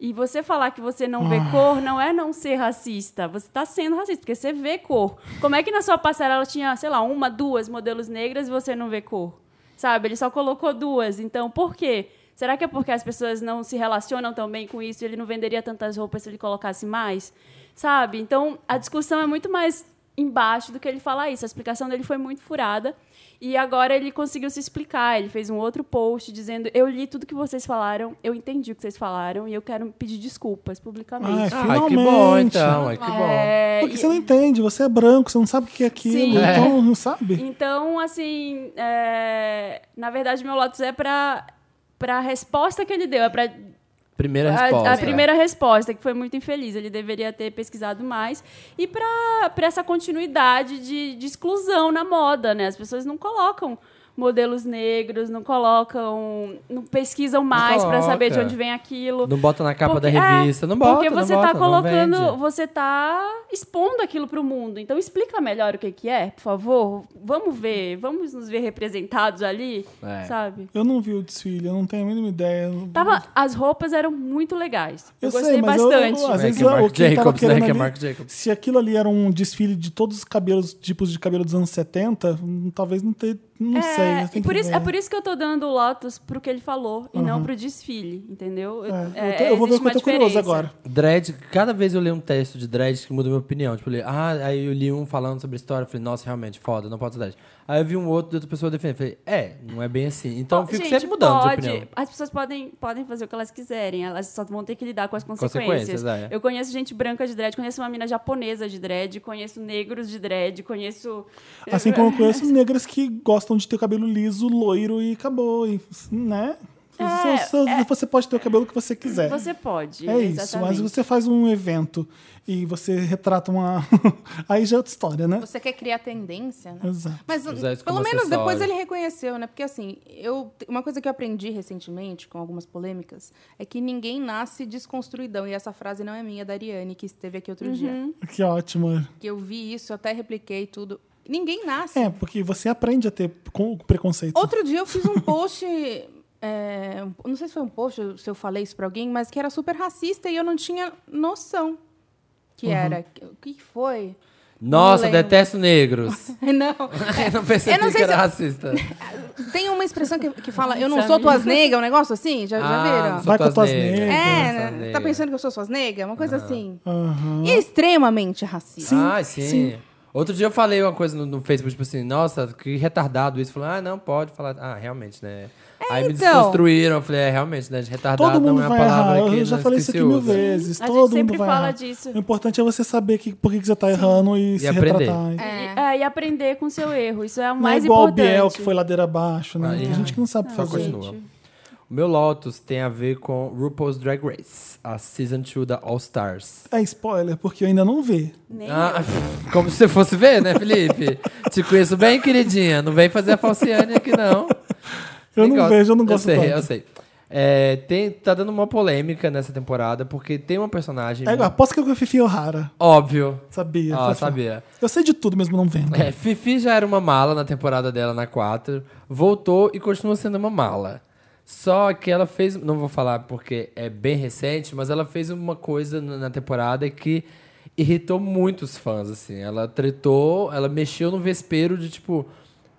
S3: E você falar que você não vê cor não é não ser racista. Você está sendo racista, porque você vê cor. Como é que na sua passarela tinha, sei lá, uma, duas modelos negras e você não vê cor? Sabe? Ele só colocou duas. Então, por quê? Será que é porque as pessoas não se relacionam tão bem com isso? Ele não venderia tantas roupas se ele colocasse mais? Sabe? Então, a discussão é muito mais embaixo do que ele falar isso. A explicação dele foi muito furada. E agora ele conseguiu se explicar. Ele fez um outro post dizendo: Eu li tudo que vocês falaram, eu entendi o que vocês falaram e eu quero pedir desculpas publicamente.
S1: Ah,
S4: Ai, que bom,
S1: Finalmente.
S4: então. Ai, que bom.
S3: É,
S1: Porque
S3: e-
S1: você não entende, você é branco, você não sabe o que é aquilo,
S3: Sim.
S1: então não sabe.
S3: Então, assim, é, na verdade, meu Lotus é para a resposta que ele deu, é para
S4: Primeira
S3: a-
S4: resposta. né?
S3: A, primeira resposta, que foi muito infeliz. Ele deveria ter pesquisado mais. E para essa continuidade de, de exclusão na moda, né? As pessoas não colocam modelos negros, não colocam. não pesquisam mais para
S4: coloca.
S3: saber de onde vem aquilo.
S4: Não bota na capa
S3: Porque-
S4: da revista.
S3: é,
S4: não bota,
S3: Porque
S4: não
S3: você
S4: bota,
S3: tá
S4: não
S3: colocando.
S4: vende.
S3: Você tá expondo aquilo pro mundo. Então explica melhor o que, que é, por favor. Vamos ver, vamos nos ver representados ali,
S4: É.
S3: sabe?
S1: Eu não vi o desfile, eu não tenho a mínima ideia.
S3: Tava, as roupas eram muito legais. Tá, Eu,
S1: Eu
S3: gostei
S1: sei, mas eu-
S3: bastante.
S1: eu- às
S4: É
S1: vezes
S4: que é Marc
S1: o que ele tava
S4: Jacobs, né,
S1: querendo
S4: que é
S1: ali-
S4: Marc Jacobs.
S1: Se aquilo ali era um desfile de todos os cabelos, tipos de cabelo dos anos 70, hum, talvez não ter, não sei.
S3: É,
S1: tem
S3: e por
S1: que
S3: isso,
S1: ver.
S3: é por isso que eu tô dando o Lotus pro que ele falou e não pro desfile, entendeu?
S1: É, eu
S3: É,
S1: tô- eu vou
S3: existe
S1: ver porque eu
S3: uma
S1: tô curioso
S3: diferença.
S1: agora.
S4: Dread, cada vez eu leio um texto de dread que muda minha opinião. Tipo, eu li, ah, aí eu li um falando sobre história, falei, nossa, realmente, foda, não pode ser dread. Aí eu vi um outro de outra pessoa defendendo, falei, é, não é bem assim. Então eu fico
S3: Gente,
S4: sempre mudando
S3: pode,
S4: de opinião.
S3: As pessoas podem, podem fazer o que elas quiserem, elas só vão ter que lidar com as consequências.
S4: Consequências, é.
S3: Eu conheço gente branca de dread, conheço uma mina japonesa de dread, conheço negros de dread, conheço.
S1: Ah, Assim como eu conheço negras que gostam de ter o cabelo liso, loiro e acabou, e, né?
S3: É,
S1: Seu- seu- Você pode ter o cabelo que você quiser.
S3: Você pode.
S1: É isso,
S3: exatamente.
S1: mas você faz um evento e você retrata uma. Aí já é outra história, né?
S2: Você quer criar tendência, né?
S1: Exato.
S2: Mas
S4: Usar é isso
S2: pelo
S4: como
S2: menos
S4: acessório.
S2: depois ele reconheceu, né? Porque assim, eu uma coisa que eu aprendi recentemente com algumas polêmicas é que ninguém nasce desconstruidão e essa frase não é minha, é da Ariane que esteve aqui outro dia.
S1: Que ótimo.
S2: Que eu vi isso, até repliquei tudo. Ninguém nasce.
S1: É, porque você aprende a ter com preconceito.
S2: Outro dia eu fiz um post. é, um- não sei se foi um post, se eu falei isso pra alguém, mas que era super racista e eu não tinha noção que era. O que que foi?
S4: Nossa,
S2: Não lembro.
S4: detesto negros.
S2: Não.
S4: Eu não pensei
S2: Eu não
S4: que
S2: sei
S4: era
S2: se-
S4: racista.
S2: Tem uma expressão que, que fala, eu não sou tuas negas, um negócio assim? Já, já
S4: Ah,
S2: viram?
S4: não sou
S1: Vai com
S4: tuas
S1: tuas
S4: negras,
S1: negras.
S2: É,
S4: não sou
S2: né?
S4: negra.
S2: tá pensando que eu sou suas negas? Uma coisa assim.
S1: Aham.
S2: E é extremamente racista.
S4: ah, sim. Outro dia eu falei uma coisa no, no Facebook, tipo assim, nossa, que retardado isso. Falei, ah, não, pode falar. Ah, realmente, né? Aí me
S2: então.
S4: desconstruíram. Eu falei, é, realmente, né? Retardado
S1: É, Todo mundo
S4: não né? é a
S1: vai
S4: palavra
S1: errar.
S4: que
S1: Eu já
S4: nós
S1: falei isso
S4: que se
S1: aqui mil
S4: usa.
S1: vezes.
S3: A gente
S1: Todo mundo
S3: sempre
S1: vai
S3: fala
S1: errar.
S3: disso.
S1: O importante é você saber que, por que que você tá errando e, se
S4: aprender.
S1: retratar.
S2: É.
S3: E, é, e aprender com seu erro. Isso é o
S1: Não é
S3: mais
S1: igual o
S3: importante.
S1: Biel que foi ladeira abaixo, né?
S4: Aí,
S1: Tem gente que não sabe
S4: Ah, Só
S1: fazer.
S4: continua. O meu Lotus tem a ver com RuPaul's Drag Race, a Season 2 da All Stars.
S1: É spoiler, porque eu ainda não vi.
S3: Nem
S4: Ah, como se você fosse ver, né, Felipe? Te conheço bem, queridinha. Não vem fazer a falciane aqui, não.
S1: Eu
S4: Nem
S1: não
S4: gosto.
S1: vejo, eu não gosto
S4: Eu sei,
S1: tanto.
S4: eu sei. É, tem, tá dando uma polêmica nessa temporada, porque tem uma personagem...
S1: É, aposto que eu vi Fifi O'Hara.
S4: Óbvio.
S1: Sabia.
S4: Uhum. Ah,
S1: Fifi.
S4: sabia.
S1: Eu sei de tudo mesmo não vendo.
S4: É, Fifi já era uma mala na temporada dela, na 4. Voltou e continua sendo uma mala. Só que ela fez. Não vou falar porque é bem recente, mas ela fez uma coisa na na temporada que irritou muito os fãs, assim. Ela tretou, ela mexeu no vespeiro de tipo.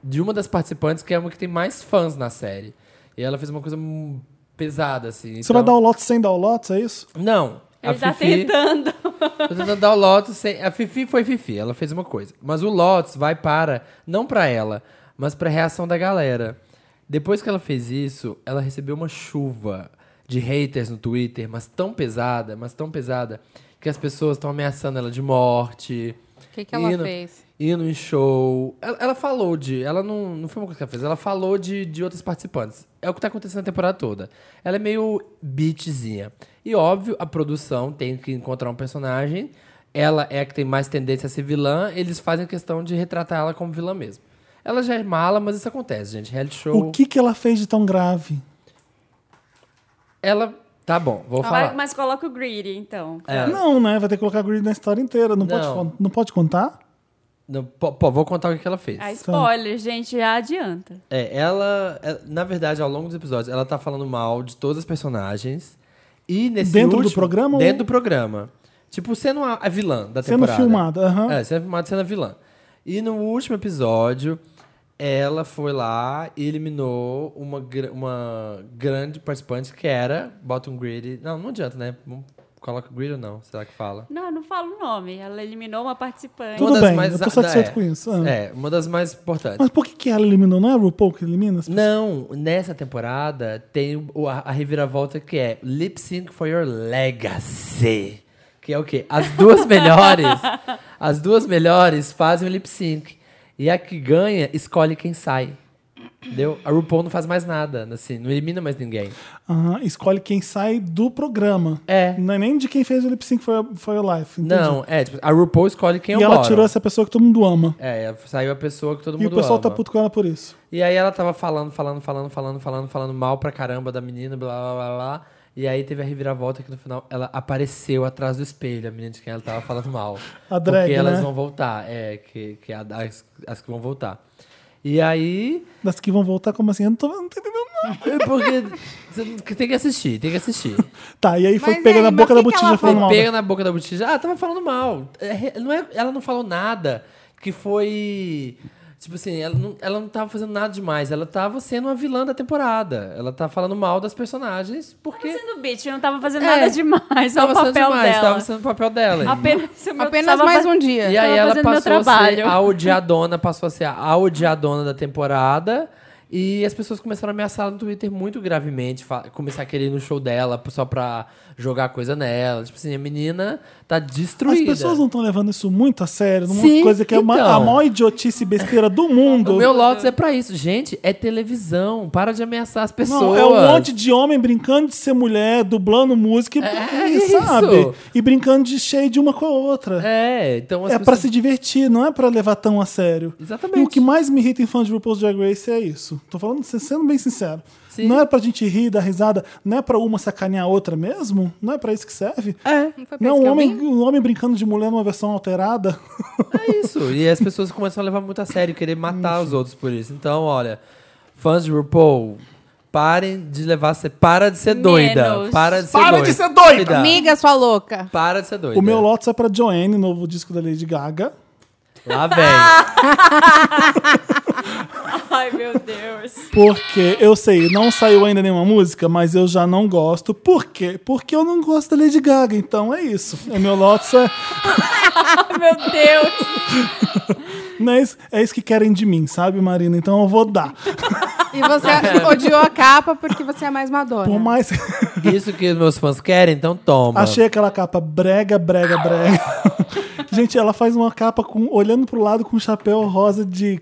S4: De uma das participantes, que é uma que tem mais fãs na série. E ela fez uma coisa hum, pesada, assim.
S1: Você
S4: Então-
S1: vai dar o lote sem dar o lote, é isso?
S4: Não. a
S3: Ele tá
S4: Fifi-
S3: tentando.
S4: Tô tentando dar o Lotus sem. A Fifi foi Fifi, ela fez uma coisa. Mas o Lotus vai para, não para ela, mas pra reação da galera. Depois que ela fez isso, ela recebeu uma chuva de haters no Twitter, mas tão pesada, mas tão pesada, que as pessoas estão ameaçando ela de morte.
S2: O que, que ela
S4: indo,
S2: fez?
S4: Indo em show. Ela, ela falou de. Ela não, não foi uma coisa que ela fez, ela falou de, de outras participantes. É o que tá acontecendo a temporada toda. Ela é meio bitchzinha. E óbvio, a produção tem que encontrar um personagem. Ela é a que tem mais tendência a ser vilã. Eles fazem questão de retratar ela como vilã mesmo. Ela já é mala, mas isso acontece, gente. Reality show.
S1: O que, que ela fez de tão grave?
S4: Ela. Tá bom, vou
S3: Vai-
S4: falar.
S3: Mas coloca o greedy, então.
S4: É,
S1: Não, né? Vai ter que colocar a Greed na história inteira. Não, Pode,
S4: Não.
S1: fal- não pode contar?
S4: não, pô, pô, vou contar o que que ela
S1: É
S4: fez.
S3: Ah, spoiler, gente, já adianta.
S4: É, ela, é, na verdade, ao longo dos episódios, ela tá falando mal de todas as personagens. E nesse
S1: Dentro do
S4: último-
S1: programa ou-
S4: Dentro do programa. Tipo, sendo a, a vilã da
S1: Sendo
S4: temporada.
S1: filmada, aham.
S4: É, sendo filmada, sendo a vilã. E no último episódio, ela foi lá e eliminou uma, gr- uma grande participante que era Bottom Greedy. Não, não adianta, né? Vamos- Coloca Greedy ou não? Será que fala?
S3: Não, não fala o nome. Ela eliminou uma participante.
S1: Tudo
S4: Uma das
S1: bem, eu tô
S4: ah,
S1: satisfeito
S4: é.
S1: com isso, ah.
S4: É, uma das mais importantes.
S1: Mas por que, que ela eliminou? Não é a RuPaul que elimina? as pessoas?
S4: Não, nessa temporada tem o- a, a reviravolta que é Lip Sync for Your Legacy. Que é o quê? As duas melhores. as duas melhores fazem o lip sync. E a que ganha escolhe quem sai. Entendeu? A RuPaul não faz mais nada, assim, não elimina mais ninguém.
S1: Aham, escolhe quem sai do programa.
S4: É.
S1: Não é nem de quem fez o Lip Sync for, for Your Life. entendi.
S4: Não, é, tipo, a RuPaul escolhe quem é o
S1: E ela
S4: bottom.
S1: tirou essa pessoa que todo mundo ama.
S4: É, saiu a pessoa que todo
S1: E
S4: mundo
S1: o pessoal tá
S4: ama.
S1: puto com ela por isso.
S4: E aí ela tava falando, falando, falando, falando, falando, falando mal pra caramba da menina, blá blá blá blá. E aí teve a reviravolta que no final ela apareceu atrás do espelho, a menina de quem ela tava falando mal.
S1: A drag,
S4: Porque elas
S1: né?
S4: vão voltar, é, que, que é a- as, as que vão voltar. E aí.
S1: Das que vão voltar, como assim? Eu não tô, eu não tô entendendo nada.
S4: é Porque. você não- que tem que assistir, tem que assistir.
S1: Tá, e aí foi
S2: Mas
S1: pegando
S4: é,
S2: aí,
S1: a
S2: mas
S1: boca
S2: o
S1: da
S2: que que
S1: botija
S2: ela
S1: falando mal. né?
S4: Pega na boca da botija. Ah, tava falando mal. É, re- não é, ela não falou nada que foi. Tipo assim, ela não, ela não tava fazendo nada demais. Ela tava sendo uma vilã da temporada. Ela tá falando mal das personagens porque.
S3: Tava sendo bitch, eu não tava fazendo
S4: É,
S3: nada demais. Só o
S4: tava sendo
S3: papel
S4: demais,
S3: dela.
S4: tava sendo o papel dela.
S3: Apenas, o meu-
S2: Apenas
S3: tava
S2: mais
S3: faz-
S2: um dia.
S4: E aí
S3: tava
S4: ela
S3: fazendo meu
S4: passou a ser
S3: trabalho.
S4: a odiadona, passou a ser a odiadona da temporada. E as pessoas começaram a ameaçar no Twitter muito gravemente, fa- começar a querer ir no show dela só pra jogar coisa nela. Tipo assim, a menina tá
S1: As
S4: destruída.
S1: pessoas não estão levando isso muito a sério, numa
S4: Sim,
S1: coisa que é uma-
S4: então.
S1: a maior idiotice e besteira do mundo.
S4: O meu Lotus é pra isso. Gente, é televisão. Para de ameaçar as pessoas.
S1: Não, é um monte de homem brincando de ser mulher, dublando música, e-
S4: É
S1: e, sabe?
S4: isso.
S1: E brincando de cheio de uma com a outra.
S4: É, então as
S1: É pra
S4: pessoas...
S1: se divertir, não é pra levar tão a sério.
S4: Exatamente.
S1: E o que mais me irrita em fã de RuPaul's Drag Race é isso. Tô falando, sendo bem sincero.
S4: Sim.
S1: Não é pra gente rir, dar risada, não é pra uma sacanear a outra mesmo? Não é pra isso que serve?
S4: É,
S2: Não foi pra
S1: Não,
S2: isso
S1: um
S2: que eu
S1: homem,
S2: vim?
S1: um homem brincando de mulher numa versão alterada.
S4: é isso. E as pessoas começam a levar muito a sério, querer matar os outros por isso. Então, olha, fãs de RuPaul, parem de levar... a sé- Para de ser doida.
S3: Menos.
S4: Para de ser
S1: Para
S4: é doida.
S1: de ser doida!
S2: Amiga, sua louca.
S4: Para de ser doida.
S1: O meu Lotus é pra Joanne, novo disco da Lady Gaga.
S4: Lá vem.
S3: Ai, meu Deus.
S1: Porque eu sei, não saiu ainda nenhuma música, mas eu já não gosto. Por quê? Porque eu não gosto da Lady Gaga, então é isso. É meu Lotus é,
S3: Ai, meu Deus.
S1: não é, isso, é isso que querem de mim, sabe, Marina? Então eu vou dar.
S2: E você
S4: É.
S2: odiou a capa porque você é mais madona.
S1: Por mais.
S4: Isso que os meus fãs querem, então toma.
S1: Achei aquela capa brega, brega, brega. Gente, ela faz uma capa com olhando pro lado com um chapéu rosa de.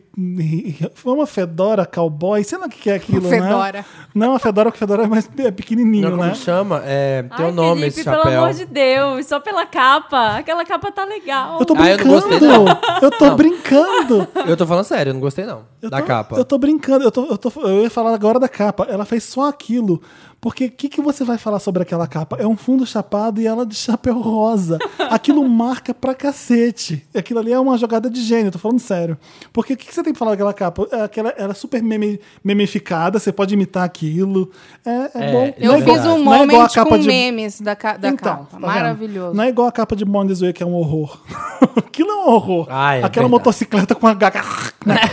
S1: Foi uma fedora cowboy? Sei lá o que que é aquilo, né?
S2: Fedora.
S1: Não, a fedora, porque a fedora é mais é pequenininho,
S4: Não, como
S1: né?
S4: chama? É, tem
S3: Ai,
S4: um nome
S3: Felipe,
S4: esse chapéu.
S3: pelo amor de Deus. Só pela capa. Aquela capa tá legal.
S1: Eu tô
S4: Ah, eu não
S1: brincando!
S4: gostei,
S1: eu tô brincando!
S4: Eu tô falando sério, eu não gostei não.
S1: Eu
S4: da
S1: tô-
S4: capa.
S1: Eu tô brincando, eu, tô, eu, tô- eu ia falar agora da capa. Ela fez só aquilo. Porque o que, que você vai falar sobre aquela capa? É um fundo chapado e ela de chapéu rosa. Aquilo marca pra cacete. Aquilo ali é uma jogada de gênio, eu tô falando sério. Porque o que, que você tem pra falar daquela capa? É Aquela, ela é super meme- memificada, você pode imitar aquilo. É, é
S4: É,
S1: bom.
S4: isso
S2: Eu
S1: Não é
S2: fiz
S1: igual- não
S2: um
S1: é igual a
S2: moment
S1: capa
S2: com
S1: de-
S2: memes da, ca- da
S1: Então, tá
S2: capa.
S1: vendo?
S2: Maravilhoso.
S1: Não é igual a capa de Born This Way, que é um horror. aquilo é um horror.
S4: Ah, é
S1: Aquela
S4: verdade.
S1: motocicleta com a gaga. né?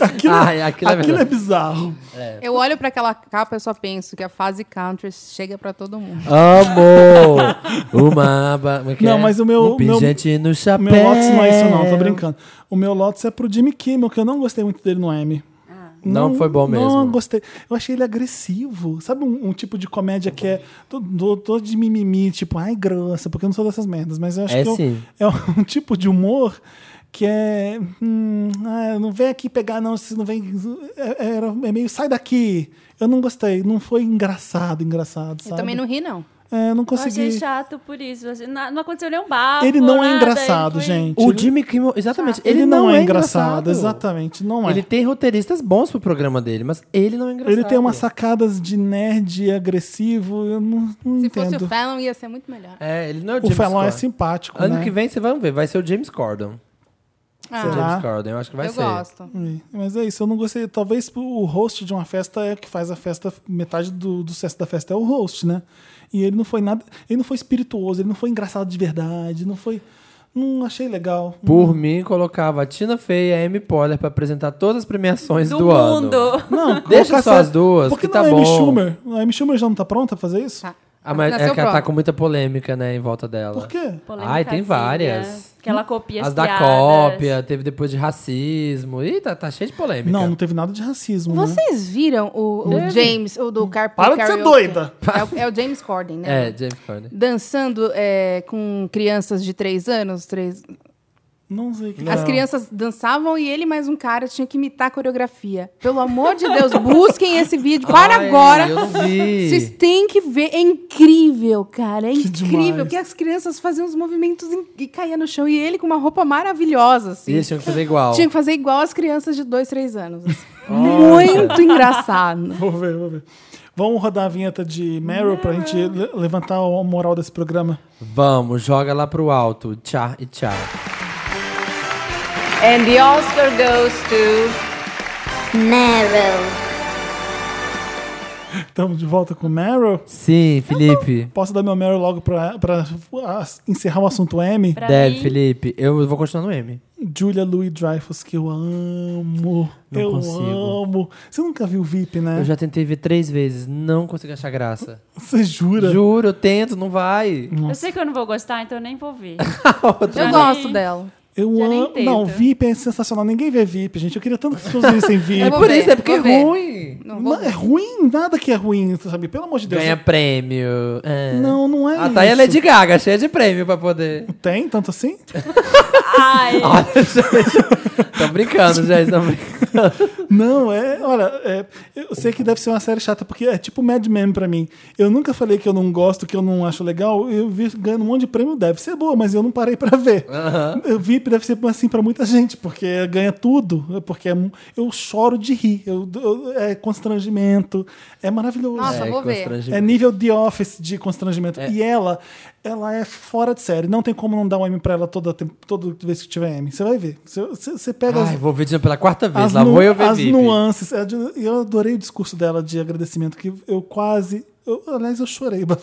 S1: aquilo,
S4: Ah, é, aquilo é
S1: aquilo é
S4: verdade.
S1: bizarro.
S2: Eu olho pra aquela capa e só penso que a fase country chega pra todo mundo.
S4: Amo! Uma aba... como é que
S1: Não,
S4: é?
S1: mas o meu- meu-
S4: Um pingente no chapéu.
S1: Meu Lotus não é isso, não, tô brincando. O meu Lotus é pro Jimmy Kimmel, que eu não gostei muito dele no M.
S4: Não foi bom
S1: Não
S4: mesmo.
S1: gostei. Eu achei ele agressivo. Sabe um, um tipo de comédia que é todo, todo de mimimi, tipo, ai, grossa, porque eu não sou dessas merdas. Mas eu acho
S4: É
S1: que eu-
S4: sim.
S1: é um tipo de humor que é. hum, ah, não vem aqui pegar, não, se não vem. É, era- é meio, sai daqui. Eu não gostei. Não foi engraçado, engraçado, sabe?
S2: Eu também não ri, não.
S1: É, não
S3: Eu achei
S1: consegui.
S3: chato por isso. assim, na- Não aconteceu nenhum bafo.
S1: Ele não é
S3: nada,
S1: engraçado,
S3: ele foi-
S1: gente.
S4: O Jimmy Kimmel, exatamente, ele, não, é engraçado.
S1: Exatamente, não é.
S4: Ele tem roteiristas bons pro programa dele, mas ele não é engraçado.
S1: Ele tem umas sacadas de nerd agressivo, eu não, não
S2: Se fosse
S1: entendo.
S2: o Fallon, ia ser muito melhor.
S4: É, ele não é o
S1: o
S4: James
S1: Felon é
S4: Corden.
S1: simpático,
S4: Ano
S1: né?
S4: que vem, vocês vão ver, vai ser o James Corden.
S2: Ah,
S1: Será?
S4: James Corden, eu acho que vai
S2: eu
S4: ser.
S2: gosto.
S1: É, Mas é isso, eu não gostei. Talvez o host de uma festa é o que faz a festa, metade do, do sucesso da festa é o host, né? E ele não foi nada, ele não foi espirituoso, ele não foi engraçado de verdade, não foi. Não achei legal.
S4: Por mim, colocava a Tina Fey e a Amy Poehler pra apresentar todas as premiações do,
S3: Do mundo.
S4: ano.
S1: Não,
S4: Deixa
S1: colocar
S4: só
S1: essa-
S4: as duas,
S1: Por que
S4: que
S1: não
S4: tá
S1: a Amy
S4: bom.
S1: Schumer? A Amy Schumer já não tá pronta pra fazer isso?
S2: Tá.
S4: Ah, mas é
S2: Nasceu
S4: que ela tá
S2: pronto.
S4: com muita polêmica, né, em volta dela.
S1: Por quê?
S4: Ai,
S3: Polêmicazinha,
S4: tem várias.
S3: Que ela copia as,
S4: As da
S3: piadas.
S4: cópia, teve depois de racismo. Ih, tá, tá cheio de polêmica.
S1: Não, não teve nada de racismo. né?
S2: Vocês viram o, o James, o do Carpool
S1: Para de ser
S2: Karaoke?
S1: doida.
S2: É o, é o James Corden, né?
S4: É, James Corden.
S2: Dançando é, com crianças de três anos, três...
S1: Não sei o que. é.
S2: As crianças dançavam e ele mais um cara tinha que imitar a coreografia. Pelo amor de Deus, busquem esse vídeo para
S4: Ai,
S2: agora.
S4: Eu não vi.
S2: Vocês têm que ver. É incrível, cara. É
S1: Que
S2: incrível.
S1: demais.
S2: Que as crianças faziam os movimentos in- e caía no chão. E ele com uma roupa maravilhosa,
S4: E
S2: assim.
S4: eles tinham que fazer igual.
S2: Tinha que fazer igual as crianças de dois, três anos. assim. Muito engraçado.
S1: Vou ver, vou ver. Vamos rodar a vinheta de Meryl pra gente le- levantar o moral desse programa.
S4: Vamos, joga lá pro alto. Tchá e tchá.
S6: And the Oscar goes to
S7: Meryl.
S1: Estamos de volta com Meryl.
S4: Sim, Felipe.
S1: Posso dar meu Meryl logo pra, pra ah, encerrar o assunto M?
S3: Pra
S4: Deve,
S3: mim,
S4: Felipe. Eu vou continuar no M.
S1: Julia Louis Dreyfus, que eu amo.
S4: Não
S1: eu
S4: consigo.
S1: amo. Você nunca viu o VIP, né?
S4: Eu já tentei ver três vezes, não consigo achar graça.
S1: Você jura?
S4: Juro, eu tento, não vai.
S3: Eu sei que eu não vou gostar, então eu nem vou ver.
S2: Eu
S3: Pra
S2: gosto
S3: mim,
S2: dela.
S1: Eu
S3: Já nem
S1: amo.
S3: tento.
S1: Não, VIP é sensacional. Ninguém vê VIP, gente. Eu queria tanto que as pessoas vissem VIP.
S2: Eu vou
S4: Por
S2: ver,
S4: isso, é porque é
S2: vou ver.
S4: ruim.
S2: Não vou
S1: Não, é ruim, nada que é ruim, sabe? Pelo amor de Deus. é-
S4: Ganha prêmio. É.
S1: Não, não é
S4: A
S1: isso.
S4: Thay é Lady Gaga, cheia de prêmio pra poder.
S1: Tem tanto assim?
S3: Ai,
S4: Tô brincando, gente. Tô brincando.
S1: Não, é. Olha, é, eu sei que deve ser uma série chata, porque é tipo Mad Men pra mim. Eu nunca falei que eu não gosto, que eu não acho legal. Eu vi ganhando um monte de prêmio, deve ser boa, mas eu não parei pra ver. Eu vi deve ser assim pra muita gente, porque ganha tudo. Porque é um- eu choro de rir. eu- eu- é constrangimento. É maravilhoso.
S2: Nossa, vou ver.
S1: É
S4: constrangimento.
S1: nível The Office de constrangimento. E ela, ela é fora de série. Não tem como não dar um M pra ela toda, tem- toda vez que tiver M. Você vai ver. Você- Você você pega
S4: Ai,
S1: as,
S4: vou ver de novo pela quarta vez.
S1: as
S4: Lá
S1: nu-
S4: vou eu ver
S1: as
S4: VIP.
S1: nuances. É de- Eu adorei o discurso dela de agradecimento, que eu quase. eu- aliás, eu chorei, pra-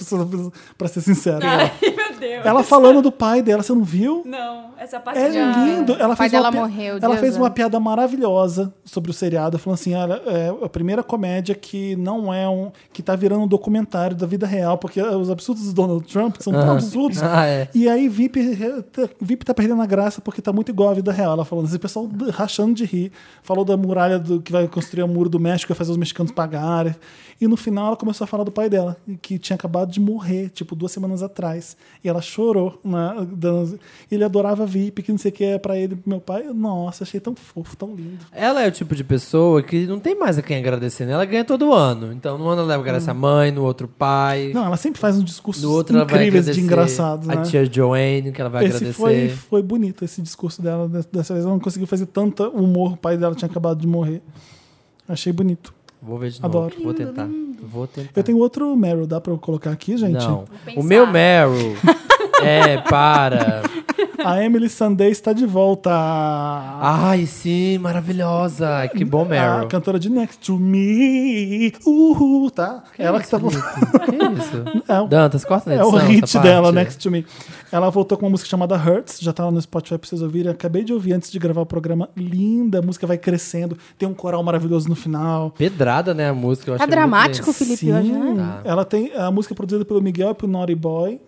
S1: pra ser sincero.
S3: meu Deus.
S1: Ela falando do pai dela, você não viu?
S3: Não, essa parte
S1: É
S3: já...
S1: lindo. Ela
S2: O pai
S1: fez uma
S2: dela
S1: pi-
S2: morreu,
S1: Ela
S2: Deus
S1: fez
S2: é.
S1: uma piada maravilhosa sobre o seriado, falando assim: olha, é a primeira comédia que não é um. que tá virando um documentário da vida real, porque os absurdos do Donald Trump são tão absurdos.
S4: Ah, é.
S1: E aí VIP, re- tá- VIP tá perdendo a graça porque tá muito igual à vida real. Ela falando assim, o pessoal d- rachando de rir. Falou da muralha do, que vai construir o muro do México e fazer os mexicanos pagarem. E no final ela começou a falar do pai dela, que tinha acabado de morrer, tipo, duas semanas atrás. E ela chorou. Na, dando- ele adorava VIP, que não sei o que é pra ele, pro meu pai. Nossa, achei tão fofo, tão lindo.
S4: Ela é o tipo de pessoa que não tem mais a quem agradecer, né? Ela ganha todo ano. Então, num ano ela agradece a mãe, no outro o pai.
S1: Hum. Não, ela sempre faz uns discursos
S4: No outro ela vai
S1: incríveis
S4: agradecer
S1: de engraçados,
S4: a
S1: né?
S4: tia Joanne, que ela vai
S1: Esse
S4: agradecer.
S1: foi, foi bonito esse discurso dela des- dessa vez. Ela não conseguiu fazer tanto humor. O pai dela tinha acabado de morrer. Achei bonito.
S4: Vou ver de
S1: Adoro.
S4: novo. Vou tentar. Vou tentar.
S1: Eu tenho outro Meryl, dá pra eu colocar aqui, gente?
S4: É. Não. O meu Meryl é para.
S1: A Emily Sunday está de volta.
S4: Ai, sim, maravilhosa. Que
S1: Ah,
S4: bom Meryl.
S1: A cantora de Next to Me. Uhul, tá? Ela que tá voltando.
S4: Que isso?
S1: É, o-
S4: Dantas, corta na
S1: É o
S4: edição,
S1: hit
S4: essa
S1: dela,
S4: parte.
S1: Next to Me. Ela voltou com uma música chamada Hurts, já tá lá no Spotify pra vocês ouvirem. Acabei de ouvir antes de gravar o programa. Linda, a música vai crescendo, tem um coral maravilhoso no final.
S4: Pedrada, né, a música. Eu
S2: Tá
S4: achei
S2: dramático o
S4: muito
S2: Felipe hoje, né?
S4: Tá.
S1: Ela tem a música é produzida pelo Miguel e pelo Naughty Boy.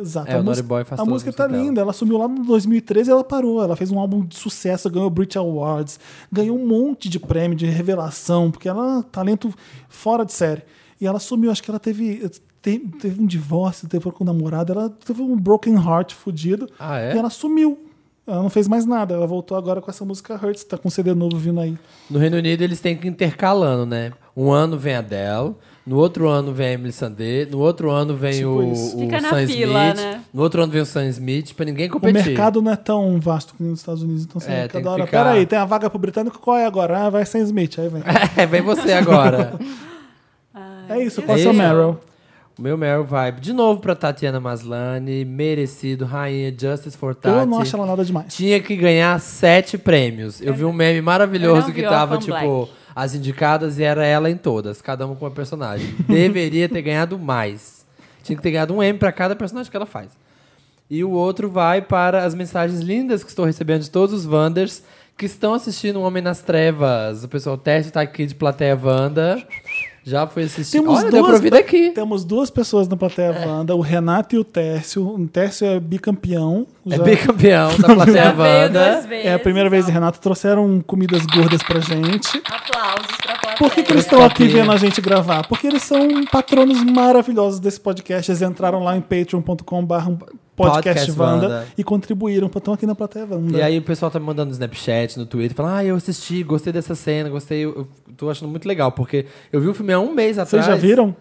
S1: Exato. a
S4: É, o Naughty
S1: música-
S4: Boy faz
S1: A
S4: todas as
S1: música tá
S4: músicas dela.
S1: linda. Ela sumiu lá no 2013 e ela parou. Ela fez um álbum de sucesso, ganhou o Brit Awards, ganhou um monte de prêmio de revelação, porque ela é um talento fora de série. E ela sumiu, acho que ela teve. te- Teve um divórcio, teve com o namorado, ela teve um broken heart fudido.
S4: Ah, é?
S1: E ela sumiu. Ela não fez mais nada. Ela voltou agora com essa música Hurts, tá com um CD novo vindo aí.
S4: No Reino Unido eles têm que ir intercalando, né? Um ano vem a Adele, no outro ano vem a Emily Sandé, no outro ano vem
S1: Tipo
S4: o,
S1: isso.
S4: o
S3: Fica na
S4: Sam
S3: fila,
S4: Smith,
S3: né?
S4: no outro ano vem o Sam Smith, pra ninguém
S1: O
S4: competir.
S1: mercado não é tão vasto que nos Estados Unidos, então você
S4: É, tem
S1: cada
S4: que
S1: hora.
S4: ficar-
S1: Peraí, tem a vaga pro britânico, qual é agora? Ah, vai sem Smith, aí vem.
S4: É, vem você agora.
S1: É isso, qual é
S4: isso.
S1: seu Meryl?
S4: o meu Meryl Vibe, de novo pra Tatiana Maslany, merecido, rainha, Justice for Tati.
S1: Eu não acho ela nada demais.
S4: Tinha que ganhar sete prêmios. Eu vi um meme
S3: eu
S4: maravilhoso
S3: não
S4: que
S3: vi
S4: tava,
S3: Orphan
S4: tipo,
S3: Black.
S4: as indicadas e era ela em todas, cada uma com uma personagem. Deveria ter ganhado mais. Tinha que ter ganhado um M pra cada personagem que ela faz. E o outro vai para as mensagens lindas que estou recebendo de todos os Wanders que estão assistindo O Homem nas Trevas. O pessoal teste tá aqui de plateia Wanda. Já foi assistir.
S1: Temos
S4: Olha, deu pra
S1: duas
S4: ouvir
S1: pe-
S4: daqui.
S1: Temos duas pessoas na plateia
S4: É.
S1: Wanda, o Renato e o Tércio. O Tércio é bicampeão.
S4: É
S1: já-
S4: bicampeão da
S3: Já
S4: plateia
S3: veio duas
S4: Wanda.
S3: vezes.
S1: É a primeira vez, Renato. Trouxeram comidas gordas pra gente.
S3: Aplausos pra plateia.
S1: Por que, que eles estão aqui vendo a gente gravar? Porque eles são patronos maravilhosos desse podcast. Eles entraram lá em patreon.com.br podcastvanda
S4: Wanda.
S1: um e contribuíram. Estão aqui na plateia Wanda.
S4: E aí o pessoal tá me mandando no Snapchat, no Twitter, falando, ah, eu assisti, gostei dessa cena, gostei, eu, eu tô achando muito legal, porque eu vi o filme há um mês atrás.
S1: Vocês já viram?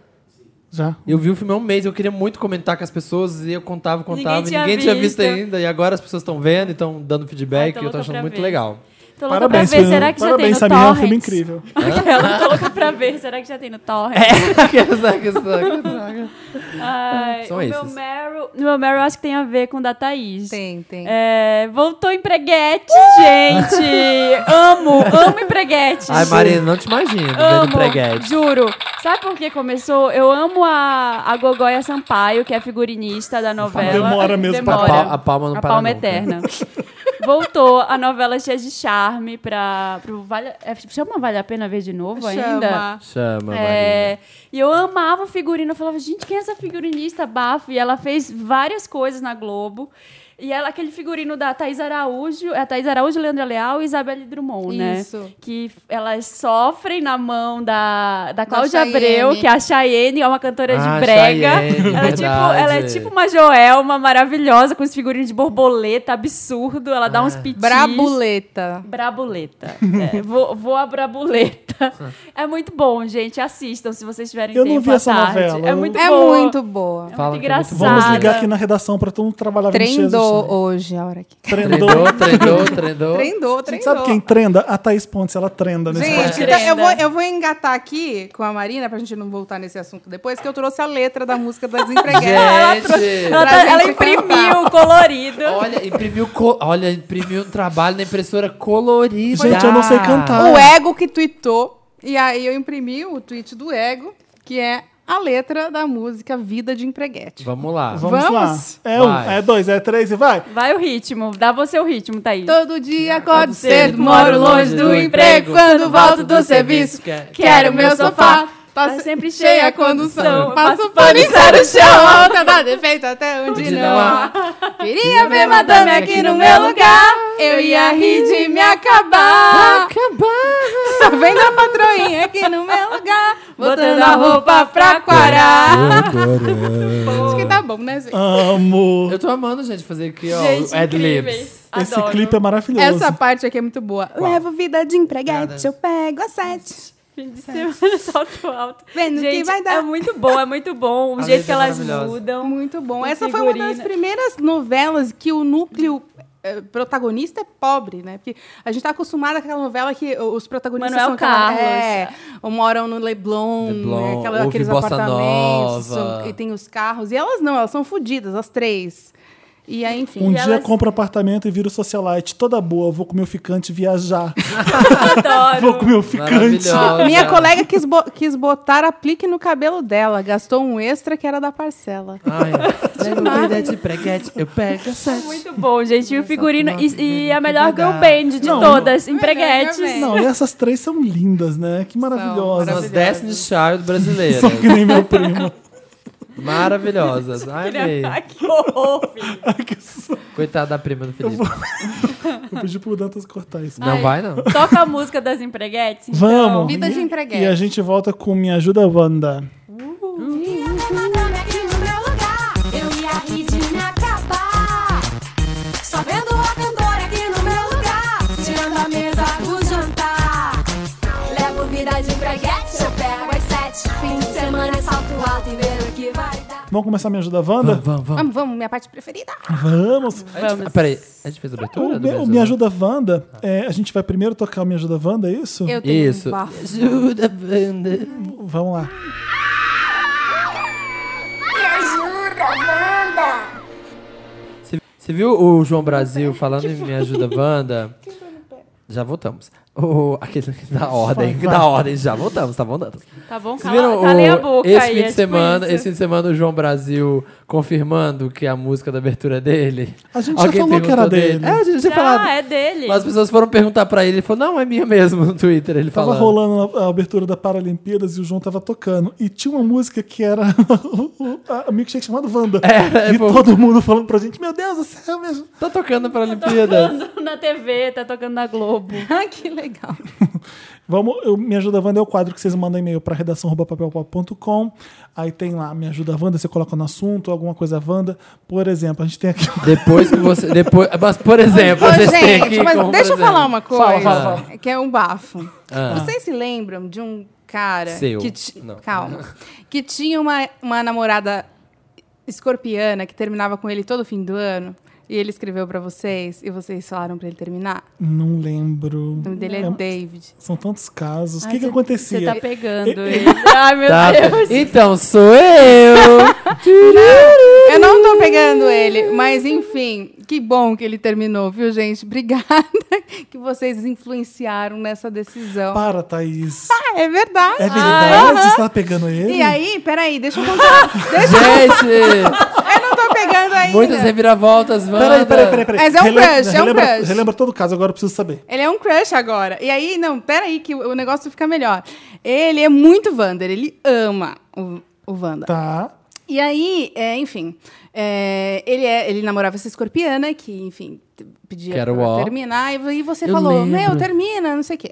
S1: Já.
S4: Eu vi o filme há um mês, eu queria muito comentar com as pessoas, e eu contava, contava,
S3: Ninguém
S4: e
S3: tinha
S4: ninguém tinha
S3: visto.
S4: visto ainda, e agora as pessoas estão vendo e estão dando
S3: Ai,
S4: feedback,
S3: tô
S4: e eu tô
S3: louca
S4: achando
S3: pra
S4: muito
S3: ver.
S4: legal.
S3: Tô louca
S1: Parabéns,
S3: pra ver,
S1: Samir.
S3: será que
S1: Parabéns,
S3: já tem no
S1: Samir, é um
S3: Torrent?
S1: filme incrível.
S3: Aquela, tô louca pra ver, será que já tem no Torrent?
S1: É.
S4: Aquelas, né, que são- que são-
S3: Ai,
S4: São
S3: o meu
S4: esses.
S3: Meryl, o meu Meryl acho que tem a ver com o da Thaís.
S2: Tem, tem.
S3: É, voltou empreguete, gente! amo, amo empreguete.
S4: Ai, Marina, não te imagino vendo
S3: Amo,
S4: preguete.
S3: juro. Sabe por que começou? Eu amo a, a Gogoia Sampaio, que é a figurinista da novela.
S1: Demora mesmo pra-
S3: Demora.
S4: A pal- a palma não
S3: A
S4: para
S3: palma
S4: nunca.
S3: eterna. Voltou a novela cheia de charme pra, pro vale, é, chama Vale a Pena Ver de Novo ainda?
S4: Chama, Marina.
S3: É, e eu amava o figurino. Eu falava, gente, quem é essa figurinista bafo? E ela fez várias coisas na Globo. E ela, aquele figurino da Thaís Araújo, é a Thaís Araújo, Leandra Leal e Isabelle Drummond, né?
S8: Isso.
S3: Que f- elas sofrem na mão da, da Cláudia
S2: Cheyenne.
S3: Abreu, que é a Cheyenne, é uma cantora
S4: Ah,
S3: de brega.
S4: Cheyenne,
S3: ela, é tipo, ela é
S4: verdade.
S3: tipo uma Joelma maravilhosa, com os figurinos de borboleta, absurdo. Ela dá uns pitis.
S2: Brabuleta.
S3: Brabuleta. É, vou, vou a Brabuleta. É muito bom, gente. Assistam se vocês tiverem
S1: Eu não
S3: tempo
S1: vi
S3: à
S1: essa
S3: tarde.
S1: novela.
S3: É muito
S2: É
S3: boa.
S2: muito boa.
S3: É
S4: Fala
S3: muito
S4: que é muito
S3: engraçada.
S4: boa.
S1: Vamos ligar aqui na redação pra todo mundo trabalhar assim. 26
S2: Trendou hoje, a hora que.
S4: Trendou, trendou, trendou.
S2: Trendou,
S1: Gente,
S2: trendou.
S1: sabe quem trenda? A Thaís Pontes, ela trenda nesse podcast.
S2: Gente,
S3: podcast.
S2: então eu, vou,
S3: Trenda.
S2: eu vou engatar aqui com a Marina, pra gente não voltar nesse assunto depois, que eu trouxe a letra da música das empreguedas.
S4: Gente,
S3: Ela, tá-
S2: Pra gente
S3: ela
S2: cantar.
S3: imprimiu colorido.
S4: olha, imprimiu, co- olha, imprimiu um trabalho na impressora colorida. Ah,
S1: Gente, eu não sei cantar.
S2: o Ego que tweetou. E aí eu imprimi o tweet do Ego, que é a letra da música Vida de Empreguete.
S4: Vamos lá.
S1: Vamos,
S2: Vamos?
S1: lá. É um,
S4: Vai.
S1: é dois, é três e vai.
S3: Vai o ritmo. Dá você o ritmo, Thaís.
S2: Todo dia acordo
S3: cedo,
S2: cedo, moro longe do emprego. Quando volto do serviço, quero meu sofá. Tá sempre cheia a condução. Passo pano e zero o chão. A Outra dá defeito até onde
S4: Onde
S2: não
S4: não
S2: há. Queria ver madame aqui no meu lugar. Eu ia rir de me acabar. Acabar. Só vem da patroinha aqui no meu lugar. Botando a roupa pra quarar. Acho que tá bom, né, gente?
S1: Amo.
S4: Eu tô amando, gente, fazer aqui, ó,
S3: Gente,
S4: ad-libs.
S3: incríveis. Adoro.
S1: Esse clipe é maravilhoso.
S2: Essa parte aqui é muito boa. Levo vida de empreguete, eu pego a sete.
S3: Fim de semana, salto alto.
S2: Vendo que
S3: gente,
S2: vai dar.
S3: É muito bom, é muito bom. O
S4: A
S3: jeito
S4: letra
S3: que
S4: é
S3: elas
S4: maravilhosa.
S3: mudam.
S2: Muito bom.
S3: Com
S2: Essa foi uma das
S3: figurina.
S2: primeiras novelas que o núcleo eh, protagonista é pobre, né? Porque a gente tá acostumada com aquela novela que os protagonistas
S3: Manuel
S2: são aquela-
S3: Carlos.
S2: é, ou moram no Leblon,
S4: Leblon,
S2: né? Aquela-
S4: ouve
S2: aqueles
S4: bossa
S2: apartamentos,
S4: nova.
S2: são- e tem os carros. E elas não, elas são fodidas, as três. E aí, enfim.
S1: Um
S3: E
S1: dia
S3: elas-
S1: compro apartamento e viro socialite. Toda boa, vou com meu ficante viajar. vou
S3: Adoro.
S1: com meu ficante.
S4: Maravilhosa.
S2: Minha colega quis, bo- quis botar aplique no cabelo dela, gastou um extra que era da parcela.
S4: Ai, lembra de preguete, eu pego a sete.
S3: Muito bom, gente. E o figurino. E, e a
S4: Não,
S3: melhor girl
S4: é não.
S3: band de
S1: Não,
S3: todas.
S2: Melhor girl
S3: Empreguetes.
S2: band.
S1: Não, e essas três são lindas, né? Que maravilhosas.
S4: Umas Destiny Child brasileiras.
S1: São que nem meu primo.
S4: Maravilhosas. Ai, amei.
S3: Ai, que horror, filho.
S1: Ai, que so-
S4: Coitada da prima do Felipe.
S1: Eu pedi pro Dantas cortar isso.
S4: Não
S3: Ai.
S4: vai, não.
S3: Toca a música das empreguetes. então.
S1: Vamos.
S2: Vida de
S1: E-
S2: empreguete.
S1: E a gente volta com Me Ajuda, Wanda.
S9: Queria ver madame aqui no meu lugar. Eu ia rir de me acabar. Só vendo a cantora aqui no meu lugar. Tirando a mesa do jantar. Levo vida de breguete, eu pego às sete. Fim de semana é salto alto e ver o que vai dar.
S1: Vamos começar Me Ajuda, Wanda?
S4: Vamos, vamos.
S2: Vamos, vamos, minha parte preferida.
S1: Vamos.
S4: A gente- ah, Peraí, a gente fez a abertura?
S1: O
S4: do
S1: meu-
S4: Brasil?
S1: Me Ajuda, Wanda. é, a gente vai primeiro tocar o Me Ajuda, Wanda, é isso?
S2: Eu tenho
S4: Isso.
S2: um bafo.
S4: Ajuda, Wanda.
S1: Vamos lá.
S4: Você- Você viu o João Brasil falando em Me Ajuda Wanda?
S3: tá
S4: Já voltamos. O, aquele que dá ordem, que dá ordem, já voltamos, tá bom, Dantas?
S3: Tá bom,
S4: Vocês viram
S3: cala, calem a
S4: o-
S3: boca
S4: esse
S3: aí.
S4: fim
S3: é
S4: de
S3: tipo
S4: semana,
S3: isso.
S4: esse fim de semana o João Brasil confirmando que a música da abertura é dele.
S1: A gente já falou que
S4: perguntou
S1: era dele.
S4: É, a gente já tinha falado.
S3: Ah, é dele.
S4: Mas as pessoas foram perguntar pra ele, ele falou: "Não, é minha mesmo" no Twitter, ele
S1: Tava
S4: falou.
S1: rolando a a abertura da Paralimpíadas e o João tava tocando. E tinha uma música que era a milkshake chamado Wanda.
S4: É,
S1: e
S4: pô.
S1: todo mundo falando pra gente, meu Deus do céu, mesmo.
S4: Tá tocando para Olimpíadas.
S3: Na TV, tá tocando na Globo.
S2: Ah, que legal.
S1: Vamos, eu, Me Ajuda Wanda é o quadro que vocês mandam e-mail pra redação.papelpop.com. Aí tem lá, Me Ajuda Wanda, você coloca no assunto, alguma coisa Wanda. Por exemplo, a gente tem aqui.
S4: Depois que você. Depois, mas, por exemplo,
S2: Ô,
S4: vocês têm aqui.
S2: gente, mas
S4: como,
S2: deixa eu
S4: por exemplo-
S2: falar uma coisa.
S1: Fala, fala,
S2: Que é um bafo.
S4: Ah.
S2: Vocês se lembram de um cara
S4: Seu.
S2: que ti-
S4: Não.
S2: calma, que tinha uma, uma namorada escorpiana que terminava com ele todo fim do ano? E ele escreveu pra vocês e vocês falaram pra ele terminar.
S1: Não lembro. um-
S2: O nome dele é, Ah, David.
S1: São tantos casos. O que, que
S3: Você
S1: acontecia?
S3: tá pegando ele. Ai, meu
S4: Tá,
S3: Deus.
S4: então sou eu.
S2: Eu não tô pegando ele, mas enfim, que bom que ele terminou, viu, gente? Obrigada que vocês influenciaram nessa decisão.
S1: Para, Thaís.
S2: Ah, é verdade.
S1: É verdade? Você tá pegando ele?
S2: E aí, peraí, deixa eu contar. deixa,
S4: Gente,
S2: eu não tô pegando ainda.
S4: muitas reviravoltas, Wanda.
S1: Peraí, peraí, peraí. peraí.
S2: Mas é um
S1: Relem-
S2: crush, é um
S1: relembra-
S2: crush.
S1: Relembra todo o caso, agora eu preciso saber.
S2: Ele é um crush agora. E aí, não, peraí, que o o negócio fica melhor. Ele é muito Wander, ele ama o, o Wanda.
S1: Tá.
S2: E aí, é, enfim, é, ele, é- ele namorava essa escorpiana, que, enfim, t- pedia
S4: Que era
S2: pra
S4: o ó.
S2: terminar. E, vo- e você
S4: Eu
S2: falou,
S4: lembro.
S2: meu, termina, não sei o quê.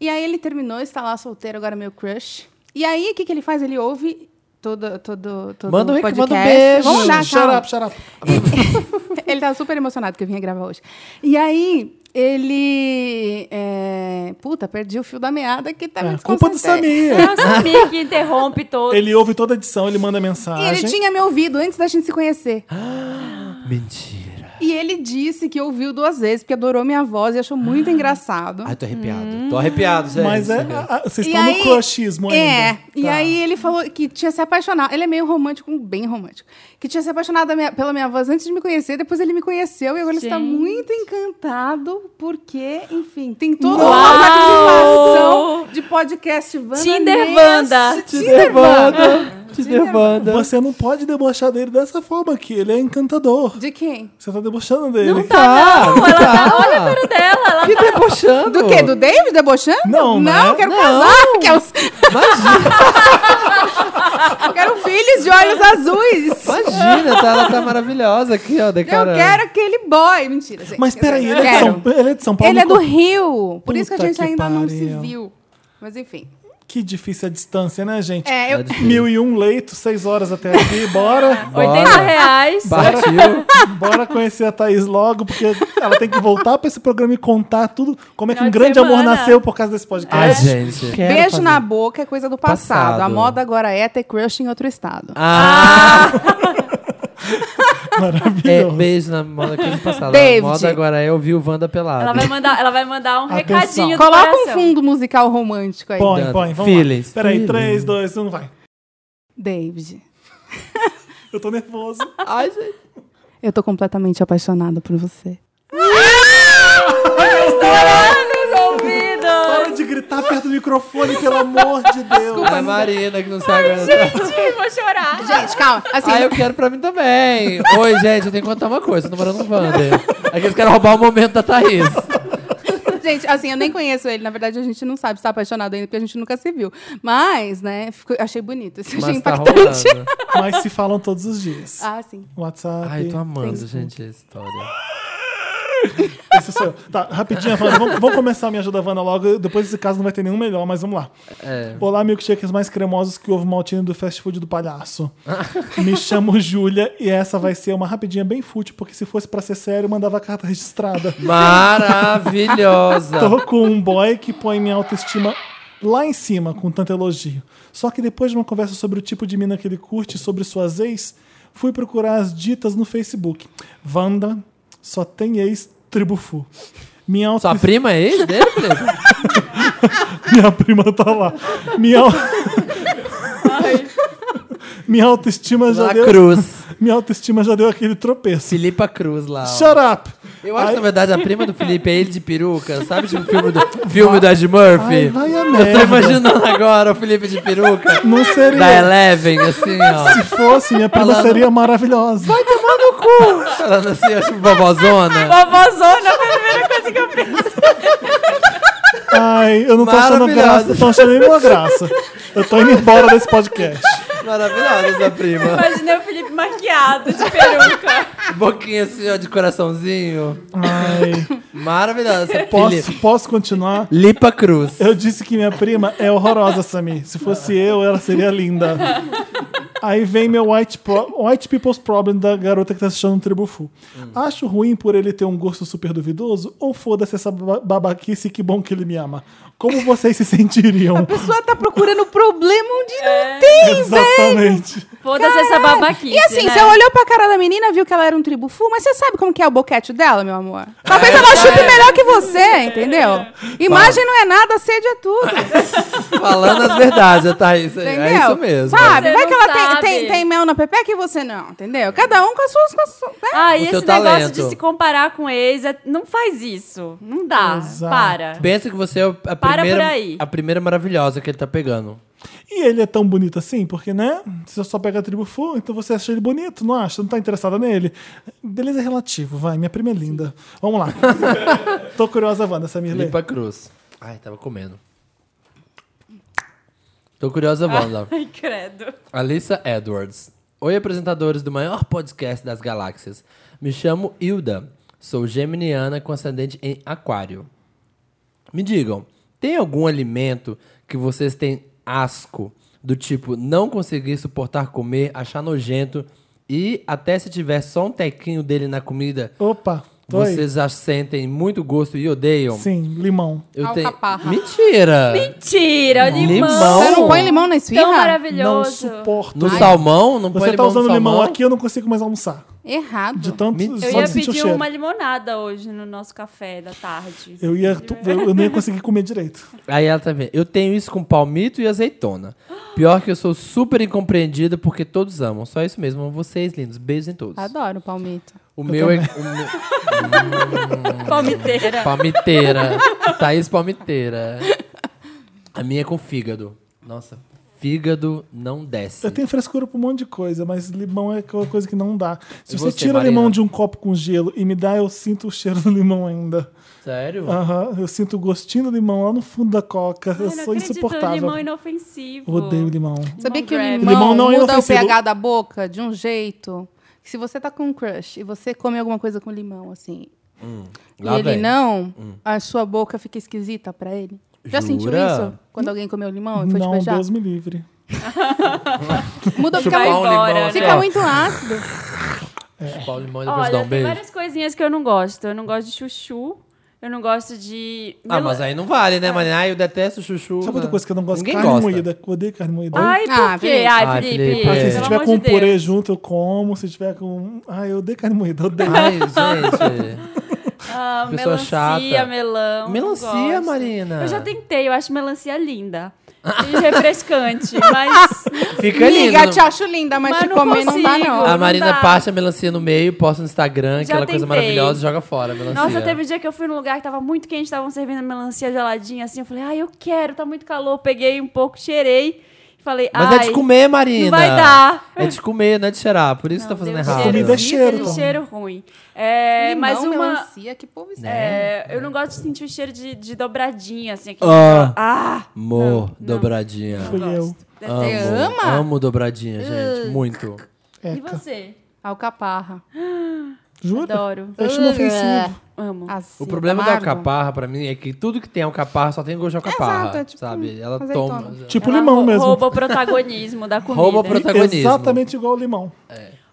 S2: E aí ele terminou, está lá solteiro, agora meu crush. E aí, o que, que ele faz? Ele ouve todo, todo, todo
S4: Manda um rec-
S2: podcast.
S4: manda um beijo.
S2: Vamos lá,
S1: Shut
S2: calma.
S1: up, shut up.
S2: Ele tava super emocionado que eu vinha gravar hoje. E aí, ele... é, Puta, perdi o fio da meada que tá me
S1: É, culpa do
S2: desconcentrando.
S1: Samir.
S3: Eu sabia que interrompe todo.
S1: Ele ouve toda a edição, ele manda
S2: E ele
S1: mensagem.
S2: tinha me ouvido antes da gente se conhecer.
S1: Ah.
S4: Mentira.
S2: E ele disse que ouviu duas vezes, porque adorou minha voz e achou muito
S1: Ah.
S2: engraçado.
S4: Ai, tô arrepiado. Tô arrepiado, gente.
S1: Mas é, a- a- vocês
S2: E
S1: estão
S2: aí-
S1: no crushismo ainda.
S2: É, e
S1: Tá.
S2: aí ele falou que tinha se apaixonado. Ele é meio romântico, bem romântico. Que tinha se apaixonado da minha- pela minha voz antes de me conhecer, depois ele me conheceu e agora ele está
S3: Gente.
S2: muito encantado, porque, enfim, tem toda
S3: Uau!
S2: uma ativação de podcast Wanda.
S3: Tinder
S2: nesse-
S3: Wanda.
S4: Te
S2: Tinder Wanda.
S4: devanda. Te devanda.
S1: Você não pode debochar dele dessa forma aqui. Ele é encantador.
S2: De quem?
S1: Você tá debochando dele. Não,
S4: Tá,
S3: Não, ela tá.
S4: tá.
S3: Olha a cara dela. Ela
S4: Que debochando.
S2: Do quê? Do David debochando?
S1: Não,
S2: Não,
S1: né?
S2: eu quero
S4: Não.
S2: casar. Quero,
S4: Imagina,
S2: eu quero filhos de olhos azuis.
S4: imagina, tá, ela tá maravilhosa aqui, ó, Tá
S2: Eu
S4: declarando.
S2: quero aquele boy. Mentira, gente.
S1: Mas peraí, ele, é de
S2: Quero.
S1: São- ele é de São Paulo.
S2: Ele é do
S1: Co-
S2: Rio. Por isso que a
S1: Puta
S2: gente
S1: que
S2: ainda não se
S1: pariu.
S2: viu. Mas enfim.
S1: Que difícil a distância, né, gente?
S2: É, eu...
S1: Mil e um leitos, seis horas até aqui. Bora,
S3: 80
S4: Bora.
S3: reais.
S4: Partiu.
S1: bora conhecer a Thaís logo, porque ela tem que voltar pra esse programa e contar tudo. Como é que
S3: Final
S1: um
S3: de
S1: grande amor
S3: semana.
S1: nasceu por causa desse
S4: Ai,
S1: podcast.
S4: gente.
S2: Beijo na boca é coisa do passado.
S4: Passado.
S2: A moda agora é ter crush em outro estado.
S4: Ah, é,
S1: Maravilhoso.
S4: beijo na moda que passada. A
S2: David.
S4: moda agora é ouvir o Wanda pelado.
S3: Ela vai mandar, ela vai mandar um
S1: Atenção.
S3: recadinho do
S2: Coloca um
S3: coração.
S2: fundo musical romântico aí.
S1: põe, põe, vamos
S4: Feelings,
S1: lá. Peraí,
S4: feelings.
S1: três, dois, um, vai.
S2: David,
S1: Eu tô nervoso.
S4: Ai, gente.
S2: eu tô completamente apaixonada por você.
S3: Ouvido.
S1: Para de gritar perto do microfone, pelo amor de Deus.
S4: É a Marina que não sabe aguentar.
S3: Gente, vou chorar.
S2: Gente, calma. Assim,
S4: Ah, eu quero pra mim também. Oi, gente, eu tenho que contar uma coisa. Eu tô morando no É Wander. Aqueles querem roubar o momento da Thaís.
S2: gente, assim, eu nem conheço ele. Na verdade, a gente não sabe se tá apaixonado ainda, porque a gente nunca se viu. Mas, né, fico- achei bonito. Achei
S4: Mas tá
S2: impactante.
S4: rolando.
S1: Mas se falam todos os dias.
S2: ah, sim.
S1: WhatsApp.
S4: Ai, eu tô amando, gente, essa história.
S1: Esse sou eu. Tá, rapidinho, Wanda. Vamos, vamos começar a Me Ajuda Wanda logo. Depois desse caso não vai ter nenhum melhor, mas vamos lá.
S4: É.
S1: Olá, milkshakers mais cremosos que ovo maltino do fast food do palhaço. Me chamo Júlia e essa vai ser uma rapidinha bem fútil, porque se fosse pra ser sério, eu mandava carta registrada.
S4: Maravilhosa.
S1: Tô com um boy que põe minha autoestima lá em cima com tanto elogio. Só que depois de uma conversa sobre o tipo de mina que ele curte, sobre suas ex, fui procurar as ditas no Facebook. Wanda, só tem ex tribufu. Minha
S4: Sua
S1: autoestima.
S4: prima é ex dele, Felipe?
S1: Minha prima tá lá. Minha, au- minha autoestima já
S4: La
S1: deu.
S4: Cruz.
S1: Minha autoestima já deu aquele tropeço.
S4: Filipa Cruz lá. ó.
S1: Shut up!
S4: Eu acho,
S1: Ai-
S4: na verdade, a prima do Felipe é ele de peruca. Sabe tipo, o filme do, filme do Ed Murphy?
S1: Ai, vai a
S4: Eu tô
S1: merda.
S4: imaginando agora o Felipe de peruca.
S1: Não
S4: Da
S1: seria.
S4: Eleven, assim,
S1: Se
S4: ó.
S1: fosse, minha prima
S4: Falando-
S1: seria maravilhosa.
S4: Falando assim, ó, tipo, vovózona.
S3: Vovózona foi a primeira coisa que eu pensei.
S1: Ai, eu não tô achando
S4: Maravilhosa.
S1: graça, tô achando nenhuma graça. Eu tô indo embora desse podcast.
S4: Maravilhosa essa prima.
S3: Imaginei o Felipe maquiado de peruca.
S4: Boquinha assim, ó, de coraçãozinho.
S1: Ai,
S4: Maravilhosa essa
S1: posso,
S4: Felipe.
S1: posso continuar?
S4: Lipa Cruz.
S1: Eu disse que minha prima é horrorosa, Samir. Se fosse eu, ela seria linda. Aí vem meu white, pro- white People's Problem da garota que tá assistindo um Tribufu. Acho ruim por ele ter um gosto super duvidoso? Ou foda-se essa ba- babaquice, que bom que ele me ama. Como vocês se sentiriam?
S2: A pessoa tá procurando problema onde não tem.
S1: Exatamente.
S3: Foda-se essa babaquice,
S2: E assim,
S3: né?
S2: você olhou pra cara da menina, viu que ela era um tribufu, mas você sabe como que é o boquete dela, meu amor? Talvez ela chupe melhor que você, entendeu? Imagem não é nada, sede é tudo.
S4: Falando as verdades, a Thaís. É,
S2: Entendeu?
S4: é isso mesmo.
S2: Sabe?
S3: Você
S2: Vai
S3: não
S2: que ela tem,
S3: sabe.
S2: tem, tem mel na pepeca e você não, entendeu? Cada um com as suas. Com as suas né?
S3: Ah,
S4: O
S3: e
S4: seu
S3: esse negócio
S4: talento.
S3: de se comparar com ex, é- não faz isso. Não dá.
S1: Exato.
S3: Para.
S4: Pensa que você é a
S3: Para
S4: primeira,
S3: por aí.
S4: a primeira maravilhosa que ele tá pegando.
S1: E ele é tão bonito assim, porque, né? Se eu só pega a tribo full, então você acha ele bonito, não acha? Não tá interessada nele? Beleza é relativo, vai. Minha prima é linda. Vamos lá. Tô curiosa, Wanda, Samir lê.
S4: Lipa Cruz. Ai, tava comendo. Tô curiosa, Wanda.
S3: Ai, credo.
S4: Alissa Edwards. Oi, apresentadores do maior podcast das galáxias. Me chamo Hilda. Sou geminiana com ascendente em aquário. Me digam, tem algum alimento que vocês têm asco? Do tipo, não conseguir suportar comer, achar nojento e até se tiver só um tequinho dele na comida,
S1: Opa, tô aí.
S4: vocês já sentem muito gosto e odeiam?
S1: Sim, limão.
S4: Eu tenho...
S2: Alcaparra.
S4: Mentira!
S3: Mentira, o limão.
S4: Limão?
S2: Você não põe limão na esfirra?
S3: Tão
S1: Não
S3: maravilhoso.
S1: suporto.
S4: No salmão? um Não põe
S1: Você tá
S4: limão no
S1: usando limão
S4: salmão?
S1: aqui, eu não consigo mais almoçar. De
S2: Errado.
S1: tanto,
S3: Eu
S1: só
S3: ia
S1: de sentir o
S3: pedir
S1: cheiro.
S3: uma limonada hoje no nosso café da tarde.
S1: Eu, ia, tu- eu, eu não ia conseguir comer direito.
S4: Aí ela tá vendo. Eu tenho isso com palmito e azeitona. Pior que eu sou super incompreendida porque todos amam. Só isso mesmo. Amo vocês, lindos. Beijos em todos.
S2: Adoro palmito.
S4: O meu é. O meu...
S3: Palmiteira.
S4: Palmiteira. Thaís Palmiteira. A minha é com fígado. Nossa, fígado não desce.
S1: Eu tenho frescura pra um monte de coisa, mas limão é aquela coisa que não dá. Se
S4: E
S1: você,
S4: você,
S1: tira
S4: Marina?
S1: limão de um copo com gelo e me dá, eu sinto o cheiro do limão ainda.
S4: Sério?
S1: Aham, eu sinto o gostinho do limão lá no fundo da coca.
S3: Eu
S1: eu
S3: não
S1: sou
S3: acredito,
S1: insuportável.
S3: limão inofensivo.
S1: Eu Odeio limão.
S2: Sabia que o
S3: grab.
S2: limão,
S1: Limão não é
S2: muda o
S1: inofensivo.
S2: pH da boca de um jeito que se você tá com um crush e você come alguma coisa com limão, assim,
S4: Lá
S2: e ele
S4: vem.
S2: não, a sua boca fica esquisita pra ele. Já
S4: Jura?
S2: sentiu isso? Quando alguém comeu limão e foi
S1: Não,
S2: te beijar?
S1: Deus me livre.
S2: Muda, fica,
S4: Chupar
S2: muito-
S4: um limão.
S3: embora, né?
S4: assim,
S2: fica
S4: ó.
S2: muito ácido.
S4: Chupar o limão e depois
S3: Olha,
S4: dar um
S3: tem
S4: beijo.
S3: várias coisinhas que eu não gosto. Eu não gosto de chuchu. Eu não gosto de.
S4: Ah, mas aí não vale,
S3: É.
S4: né, Maria? Ai, eu detesto chuchu.
S1: Sabe outra coisa que eu não gosto?
S4: Ah, Ninguém
S1: carne
S4: gosta.
S1: moída. Eu odeio carne moída.
S3: Ai,
S2: Ah,
S3: por quê?
S2: Felipe.
S4: Ai,
S3: Ai, Felipe.
S4: Felipe.
S1: Assim,
S4: é,
S1: se
S3: pelo
S1: tiver
S3: amor de
S1: com
S3: Deus.
S1: purê junto, eu como. Se tiver com. um, Ai, eu odeio carne moída. Eu odeio.
S4: Ai, gente.
S3: Ah,
S4: Pessoa
S3: melancia,
S4: chata.
S3: melão. não
S4: Melancia,
S3: gosto.
S4: Marina.
S3: Eu já tentei, eu acho melancia linda. E refrescante, mas.
S4: Fica lindo.
S2: Amiga,
S4: não-
S2: te acho linda, mas,
S3: Mas
S2: te
S3: não
S2: comer não dá,
S3: consigo.
S2: não.
S3: Ah,
S4: A
S3: não
S4: Marina
S3: dá.
S4: parte a melancia no meio, posta no Instagram,
S3: Já
S4: aquela coisa
S3: tentei.
S4: maravilhosa, e joga fora a melancia.
S3: Nossa, teve um dia que eu fui num lugar que tava muito quente, estavam servindo melancia geladinha assim. Eu falei, ai, eu quero, tá muito calor. Peguei um pouco, cheirei. Falei,
S4: Mas
S3: ai.
S4: é de comer, Marina.
S3: vai dar.
S4: É de comer, não é de cheirar. Por isso que tá fazendo
S3: deu
S4: errado.
S3: cheiro
S1: Comida é
S3: esquisito,
S1: cheiro,
S3: deu
S1: Tom.
S3: cheiro ruim. É,
S2: Limão,
S3: mas uma.
S2: melancia, que povo estranho.
S3: é, eu não gosto de sentir o cheiro de, de dobradinha, assim. aquele-
S4: Ah.
S3: Ah!
S4: Amor, dobradinha.
S1: Fui eu.
S4: Amo,
S2: ama?
S4: Amo dobradinha, gente. Muito.
S3: E
S1: Eca.
S3: você?
S2: Alcaparra.
S1: Jura?
S3: Adoro.
S1: Eu acho inofensivo.
S3: Amo.
S1: Ah,
S2: Assim,
S4: O problema
S2: amargo.
S4: da alcaparra, pra mim, é que tudo que tem alcaparra só tem gosto de alcaparra.
S2: Exato, é tipo
S4: sabe? Ela
S2: azeitona.
S4: toma.
S1: Tipo
S3: Ela
S1: limão
S3: rou-
S1: mesmo.
S3: Rouba o protagonismo da comida.
S4: Rouba o prota- protagonismo.
S1: Exatamente igual o limão.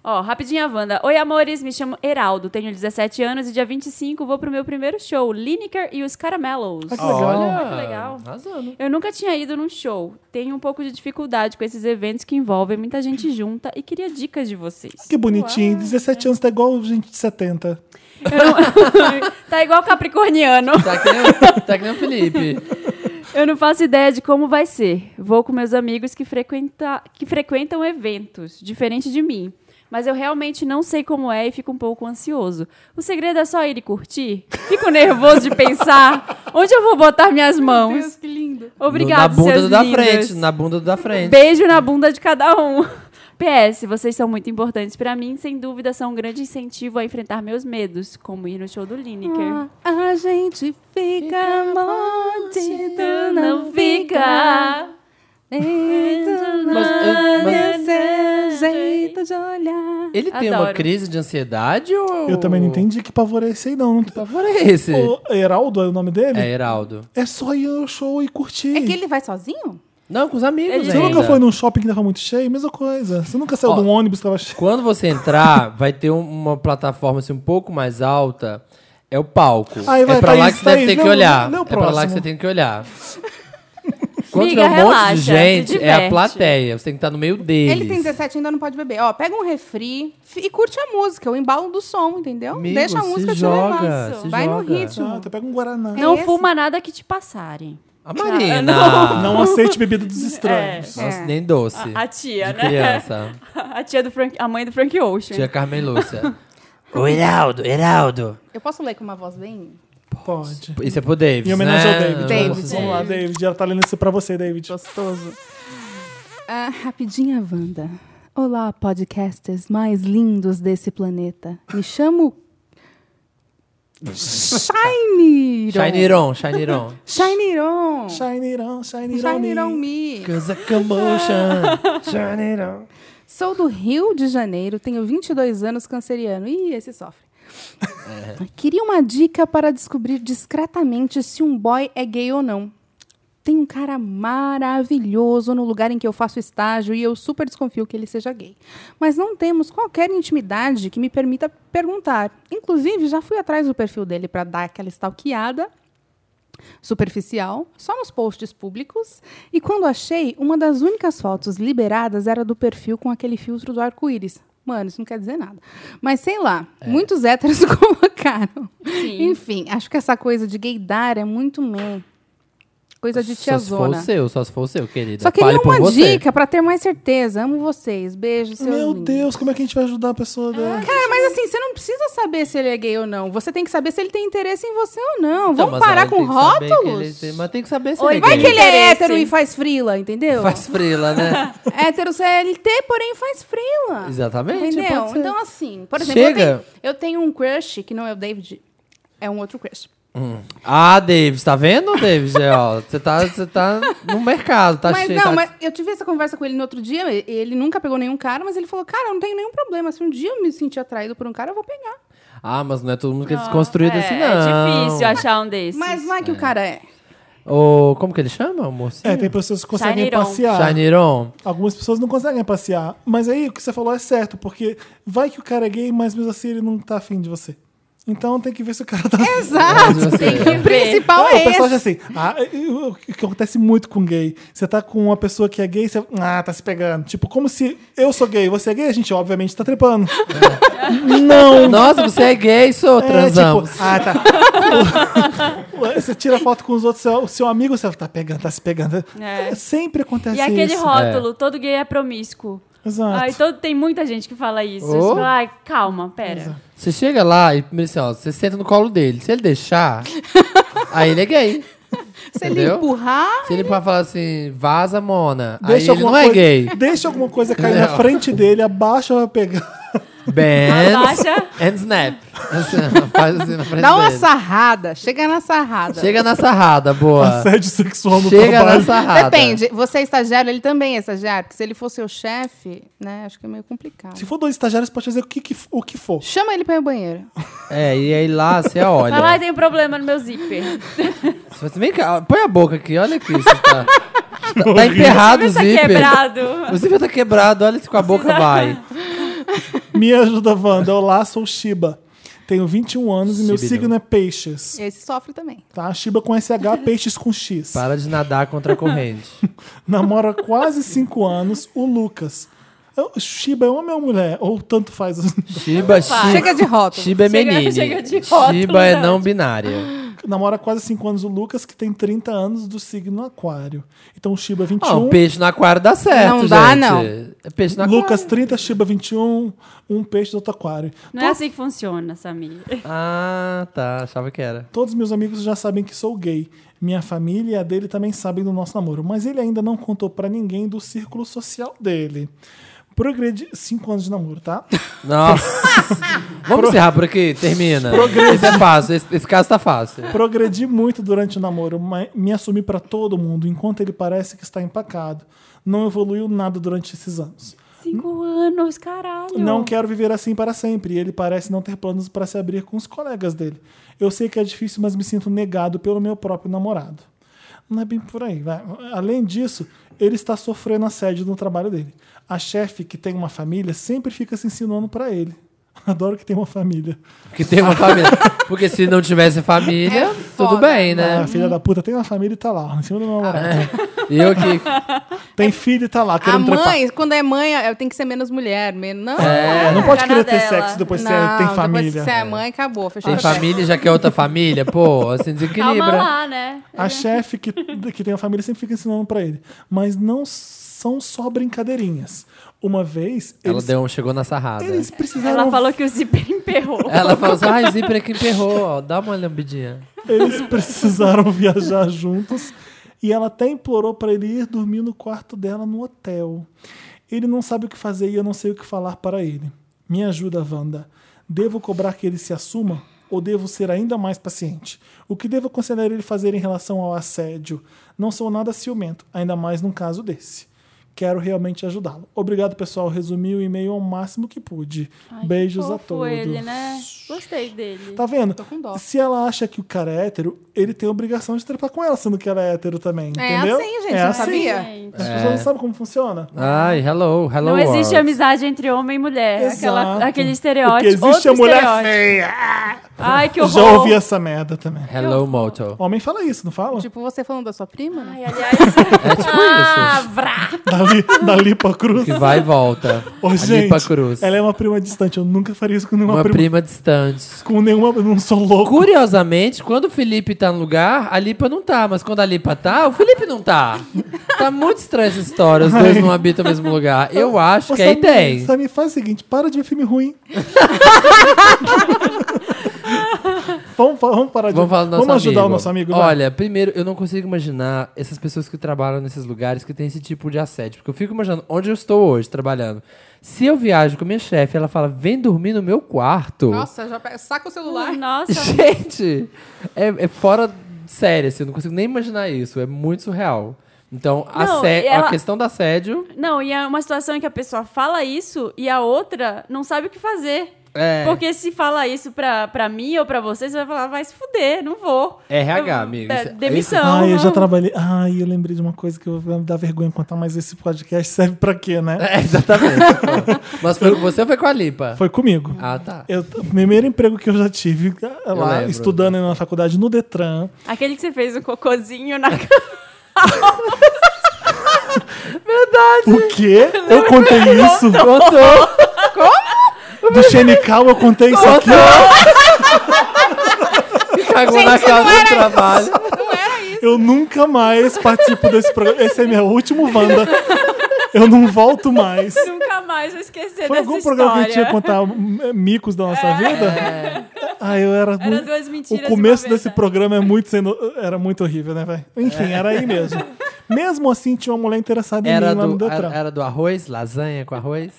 S3: Ó, rapidinho a Wanda. Oi, amores, me chamo Heraldo, tenho 17 anos e dia 25 vou pro meu primeiro show, Lineker e os Caramelos.
S1: Ah, que legal.
S3: que legal.
S4: Arrasando.
S3: Eu nunca tinha ido num show. Tenho um pouco de dificuldade com esses eventos que envolvem muita gente junta e queria dicas de vocês.
S1: Que bonitinho. 17 anos tá igual gente de 70.
S3: Eu não- tá igual capricorniano.
S4: Tá que, nem, tá que nem o Felipe.
S3: Eu não faço ideia de como vai ser. Vou com meus amigos que, frequenta, que frequentam eventos, diferente de mim. Mas eu realmente não sei como é e fico um pouco ansioso. O segredo é só ir e curtir? Fico nervoso de pensar onde eu vou botar minhas
S2: Meu
S3: mãos.
S2: Deus, que lindo.
S3: Obrigado,
S4: na bunda
S3: seus
S4: do da
S3: lindos.
S4: frente. né? Na bunda do da frente.
S3: Beijo na bunda de cada um. PS, vocês são muito importantes pra mim, sem dúvida são um grande incentivo a enfrentar meus medos, como ir no show do Lineker.
S2: Ah. A gente fica mordido, não fica. Dentro
S4: Mas eu- mas-
S2: do seu jeito de olhar.
S4: Ele tem uma
S3: Adoro.
S4: crise de ansiedade ou.
S1: Eu também não entendi que pavor é esse aí, não.
S4: Que pavor é esse?
S1: O Heraldo é o nome dele?
S4: É,
S1: É,
S4: Heraldo.
S1: só ir ao show e curtir.
S2: É que ele vai sozinho?
S4: Não, com os amigos,
S3: Ele-
S1: Você
S4: ainda.
S1: nunca foi num shopping que tava muito cheio? Mesma coisa. Você nunca saiu
S4: né? Ó.
S1: de um ônibus que tava cheio?
S4: Quando você entrar, vai ter um- uma plataforma assim, um pouco mais alta. É o palco.
S1: Ai, vai, tá
S4: é pra lá
S1: Thaís,
S4: que você deve
S1: Thaís,
S4: ter que
S1: não,
S4: olhar.
S1: não, não,
S4: é pra lá que
S1: próximo.
S4: você tem que olhar. Quando
S3: Miga,
S4: tiver um monte
S3: relaxa,
S4: de
S3: se
S4: gente, é a
S3: diverte.
S4: plateia. Você tem que estar no meio deles.
S2: Ele tem 17 ainda não pode beber. Ó, pega um refri fi- e curte a música, o embalo do som, entendeu?
S4: Amigo,
S2: Deixa a
S4: se
S2: música te
S4: joga,
S2: levar.
S4: se
S2: vai
S4: joga.
S2: no ritmo.
S1: Ah, até pega um Guaraná.
S2: É
S3: Não
S2: esse?
S3: fuma nada que te passarem.
S4: A Marina. Ah.
S1: Não é. aceite bebida dos estranhos.
S4: Nossa,
S2: É.
S4: nem doce.
S3: A, a tia, né?
S4: Criança.
S3: A tia do Frank, a mãe do Frank Ocean.
S4: Tia Carmen Lúcia. o Heraldo, Heraldo.
S2: Eu posso ler com uma voz bem?
S1: Pode.
S4: Isso é pro David.
S1: Em homenagem
S4: né?
S1: ao David.
S3: é.
S2: David.
S1: Vamos lá, David. Ela tá lendo isso pra você, David.
S2: Gostoso. Ah, rapidinha, Wanda. Olá, podcasters mais lindos desse planeta. Me chamo.
S4: Shiniron,
S2: Shiniron.
S4: Shiniron.
S2: Shiniron.
S1: Shine it on, shine it on.
S2: Shiniron Me.
S4: Cause a commotion. Shiniron.
S2: Sou do Rio de Janeiro, tenho 22 anos, canceriano. Ih, esse sofre. Queria uma dica para descobrir discretamente se um boy é gay ou não. Tem um cara maravilhoso no lugar em que eu faço estágio e eu super desconfio que ele seja gay. Mas não temos qualquer intimidade que me permita perguntar. Inclusive, já fui atrás do perfil dele para dar aquela stalkeada superficial, só nos posts públicos, e quando achei, uma das únicas fotos liberadas era do perfil com aquele filtro do arco-íris. Mano, isso não quer dizer nada. Mas sei lá, muitos héteros colocaram. Enfim, acho que essa coisa de gaydar é muito meh. Coisa
S4: Só
S2: de
S4: se for o
S2: tiazona.
S4: seu, só se for o seu, querida.
S2: Só queria
S4: Fale por
S2: uma
S4: você.
S2: dica pra ter mais certeza. Amo vocês. Beijo, seu
S1: Meu Deus, como é que a gente vai ajudar a pessoa dela?
S2: Cara, mas assim, você não precisa saber se ele é gay ou não. Você tem que saber se ele tem interesse em você ou não.
S4: Então,
S2: Vamos
S4: mas
S2: parar
S4: ela
S2: com
S4: tem que saber que ele
S2: rótulos?
S4: tem- Mas tem que saber se
S3: Oi,
S4: ele é
S2: Vai
S4: gay.
S2: que ele é
S3: Interesse.
S2: hétero e faz frila, entendeu?
S4: Faz frila, né?
S2: Hétero CLT, porém faz frila.
S4: Exatamente.
S2: Entendeu?
S4: pode ser.
S2: Então, assim, por exemplo, eu
S4: Chega.
S2: tenho, eu tenho um crush, que não é o David, é um outro crush.
S4: Ah, Davis, tá vendo, Davis? É, ó, Você tá, você tá no mercado, tá
S2: mas
S4: cheio.
S2: não,
S4: tá-
S2: mas eu tive essa conversa com ele no outro dia, e- ele nunca pegou nenhum cara, mas ele falou, cara, eu não tenho nenhum problema. Se um dia eu me sentir atraído por um cara, eu vou pegar.
S4: Ah, mas não é todo mundo que é desconstruído
S3: é,
S4: assim,
S3: é
S4: não.
S3: difícil achar um desses.
S2: Mas não é que o cara é.
S4: Ô, como que ele chama, o mocinho?
S1: É, tem pessoas que conseguem
S3: Shiniron.
S1: passear.
S4: Shaniron.
S1: Algumas pessoas não conseguem passear. Mas aí o que você falou é certo, porque vai que o cara é gay, mas mesmo assim ele não tá afim de você. Então tem que ver se o cara tá afim.
S2: Exato.
S4: Mas você-
S2: O principal
S1: Ah, o
S2: é esse.
S1: pessoal já assim, ah, eu- o que acontece muito com gay. Você tá com uma pessoa que é gay, você. Ah, tá se pegando. Tipo, como se eu sou gay, você é gay, a gente obviamente tá trepando. Não!
S4: Nossa, você é gay, sou transamos.
S1: É, tipo, ah, tá. você tira foto com os outros, seu- o seu amigo, você tá pegando, tá se pegando.
S3: É.
S1: Sempre acontece
S3: E aquele
S1: isso.
S3: rótulo, todo gay é promíscuo.
S1: Exato.
S3: Ai, tá. todo, tem muita gente que fala isso.
S4: Oh.
S3: Isso, Ai, calma, pera.
S4: Você chega lá e assim, ó, você senta no colo dele. Se ele deixar, aí ele é gay.
S2: Se ele
S4: Entendeu?
S2: empurrar,
S4: Se ele pra falar assim, vaza, mona,
S1: Deixa
S4: aí ele
S1: alguma
S4: não é
S1: coisa,
S4: gay.
S1: Deixa alguma coisa cair na
S4: Não.
S1: frente dele, abaixa vai pegar.
S4: Bands
S3: Abaixa.
S4: and snap. Assim, ó, faz assim na frente
S2: dá uma
S4: dele.
S2: sarrada. Chega na sarrada.
S4: Chega na sarrada, boa.
S1: Assédio sexual no
S4: Ah. Chega na
S1: trabalho.
S4: sarrada.
S2: Depende. Você é estagiário, ele também é estagiário. Porque se ele for seu chefe, né, acho que é meio complicado.
S1: Se for dois estagiários, pode fazer o que, que- o que for.
S2: Chama ele pra ir ao banheiro.
S4: É, e aí lá você olha.
S3: Vai lá e tem um problema no meu zíper.
S4: Ah, Você fala assim, Vem cá, põe a boca aqui, olha aqui. Você tá, tá, tá emperrado o
S3: Tá
S4: zíper.
S3: quebrado.
S4: O zíper tá quebrado, olha se com a boca vai.
S1: Me ajuda, Wanda. Olá, sou Shiba. Tenho 21 anos e meu
S4: Shibidão.
S1: signo é peixes.
S2: Esse sofre também.
S1: Tá? Shiba com SH, peixes com X.
S4: Para de nadar contra a corrente.
S1: Namora há quase 5 anos o Lucas. Eu- Shiba é homem ou mulher? Ou tanto faz.
S4: Shiba, Shiba.
S2: Chega de rótulo.
S4: Shiba é
S3: Chega-
S4: menine.
S3: chega de rótulo,
S4: Shiba é
S3: né?
S4: não binária.
S1: Namora há quase 5 anos o Lucas, que tem 30 anos do signo aquário. Então o Shiba
S4: Ah,
S1: 21.
S4: um peixe no aquário dá certo,
S2: Não dá,
S4: gente.
S2: não.
S4: É peixe no aquário.
S1: Lucas 30, Shiba 21, um peixe do outro aquário.
S3: Não é assim que funciona, Samir.
S4: Ah, tá. Achava que era.
S1: Todos meus amigos já sabem que sou gay. Minha família e a dele também sabem do nosso namoro, mas ele ainda não contou pra ninguém do círculo social dele. Progredi... Cinco anos de namoro, tá?
S4: Nossa. Vamos encerrar por aqui. Termina. Esse é fácil. Esse, esse caso tá fácil.
S1: Progredi muito durante o namoro, mas me assumi pra todo mundo, enquanto ele parece que está empacado. Não evoluiu nada durante esses anos.
S3: Cinco anos, caralho.
S1: Não quero viver assim para sempre. E ele parece não ter planos para se abrir com os colegas dele. Eu sei que é difícil, mas me sinto negado pelo meu próprio namorado. Não é bem por aí. vai. Além disso, ele está sofrendo assédio no trabalho dele. A chefe, que tem uma família, sempre fica se insinuando para ele. Adoro que tem uma família.
S4: Porque tem uma família. Porque se não tivesse família,
S2: É foda.
S4: tudo bem,
S1: A
S4: né?
S1: filha da puta tem uma família e tá lá, em cima do meu namorado.
S4: E eu que.
S1: Tem filho e tá lá,
S2: A
S1: querendo trepar.
S2: mãe, quando é mãe, eu tenho que ser menos mulher. Menos... Não,
S1: É, não pode
S3: Fica
S1: querer
S3: na
S1: ter
S3: dela.
S1: sexo depois que
S2: não,
S1: tem
S2: Depois que
S1: família.
S2: você é mãe, acabou. Fechou
S4: Tem
S2: o cheque.
S4: família, já que é outra família, pô, assim desequilibra.
S3: Calma lá, né?
S1: A chefe que, que tem a família sempre fica ensinando pra ele. Mas não são só brincadeirinhas. Uma vez,
S4: Ela
S1: eles,
S4: deu um, chegou na sarrada.
S1: eles precisaram.
S3: Ela falou que o zíper emperrou.
S4: Ela falou assim: ai, zíper aqui emperrou, ó, dá uma lambidinha.
S1: Eles precisaram viajar juntos. E ela até implorou pra ele ir dormir no quarto dela no hotel. Ele não sabe o que fazer e eu não sei o que falar para ele. Me ajuda, Wanda. Devo cobrar que ele se assuma ou devo ser ainda mais paciente? O que devo aconselhar ele fazer em relação ao assédio? Não sou nada ciumento, ainda mais num caso desse. Quero realmente ajudá-lo. Obrigado, pessoal. Resumi o e-mail ao máximo que pude. Beijos a
S3: Fofo
S1: todos.
S3: ele, né? Gostei dele.
S1: Tá vendo?
S2: Tô com dó.
S1: Se ela acha que o cara é hétero, ele tem a obrigação de trepar com ela, sendo que ela é hétero também.
S9: É
S1: entendeu?
S9: assim, gente,
S1: É
S9: não
S1: assim.
S9: sabia?
S3: Gente,
S1: As pessoas
S4: É.
S1: não sabem como funciona.
S4: Ai, hello, hello.
S3: Não existe
S4: world.
S3: amizade entre homem e mulher.
S1: Exato.
S3: Aquela, aquele
S1: Porque
S3: estereótipo.
S1: existe
S3: outro
S1: a mulher
S3: estereótipo.
S1: feia.
S3: Ai, que
S1: Eu
S3: horror.
S1: já ouvi essa merda também.
S4: Hello, Moto.
S1: Homem fala isso, não fala?
S2: Tipo, você falando da sua prima, né?
S3: Ai, aliás,
S4: É tipo
S3: ah,
S4: isso.
S3: vrá.
S1: Dali, dali pra cruz.
S4: Que vai e volta.
S1: Ô,
S4: Ali
S1: gente,
S4: pra cruz.
S1: ela é uma prima distante. Eu nunca faria isso com nenhuma
S4: Uma
S1: prima.
S4: prima distante.
S1: Com nenhuma. eu Não sou louco.
S4: Curiosamente, quando o Felipe tá no lugar, a Lipa não tá. Mas quando a Lipa tá, o Felipe não tá. Tá muito estranha essa história. Os dois
S1: Ai.
S4: não habitam o mesmo lugar. Eu acho
S1: Ô,
S4: que aí
S1: Samir,
S4: tem.
S1: Samir, faz o seguinte: para de ver filme ruim. vamos, pa- vamos parar de
S4: Vamos falar do nosso
S1: Vamos ajudar
S4: amigo.
S1: o nosso amigo. vai.
S4: Olha, primeiro, eu não consigo imaginar essas pessoas que trabalham nesses lugares que tem esse tipo de assédio. Porque eu fico imaginando onde eu estou hoje trabalhando. Se eu viajo com minha chefe, ela fala, vem dormir no meu quarto.
S1: Ah,
S2: Nossa, já pe- saca o celular.
S3: Nossa.
S4: Gente, é, é fora de série, assim, eu não consigo nem imaginar isso. É muito surreal. Então,
S3: Não,
S4: assé-
S3: e ela-
S4: a questão do assédio.
S3: Não, e é uma situação em que a pessoa fala isso e a outra não sabe o que fazer.
S4: É.
S3: Porque se fala isso pra, pra mim ou pra você, você vai falar, vai se fuder, não vou.
S4: RH,
S3: Eu-
S4: amigo,
S3: é,
S4: isso-
S3: demissão.
S1: Ai, eu já
S3: não.
S1: trabalhei. Ai, eu lembrei de uma coisa que eu vou me dar vergonha contar, mas esse podcast serve pra quê, né?
S4: É, exatamente. Mas foi com você ou foi com a Lipa?
S1: Foi comigo.
S4: Ah, tá.
S1: Eu, o primeiro emprego que eu já tive é, lá,
S4: lembro.
S1: estudando na faculdade no Detran.
S3: Aquele que você fez um cocôzinho na
S1: O quê? Eu contei isso?
S4: Contou!
S1: Do Xenical eu contei isso aqui?
S4: Cagou na casa do trabalho.
S1: Eu nunca mais participo desse programa. Esse é meu último Wanda. Eu não volto mais.
S3: Nunca mais vou esquecer
S1: Foi
S3: dessa
S1: algum
S3: história.
S1: programa que a gente ia contar m- micos da nossa vida? Ah, eu era, muito.
S3: duas mentiras
S1: O
S3: e
S1: começo
S3: uma
S1: desse
S2: né?
S3: verdade.
S1: programa é muito sendo, era muito horrível, né, velho? Enfim, era aí mesmo. Mesmo assim, tinha uma mulher interessada em
S4: Era
S1: mim lá no
S4: do,
S1: Detran.
S4: era, era do arroz, lasanha com arroz.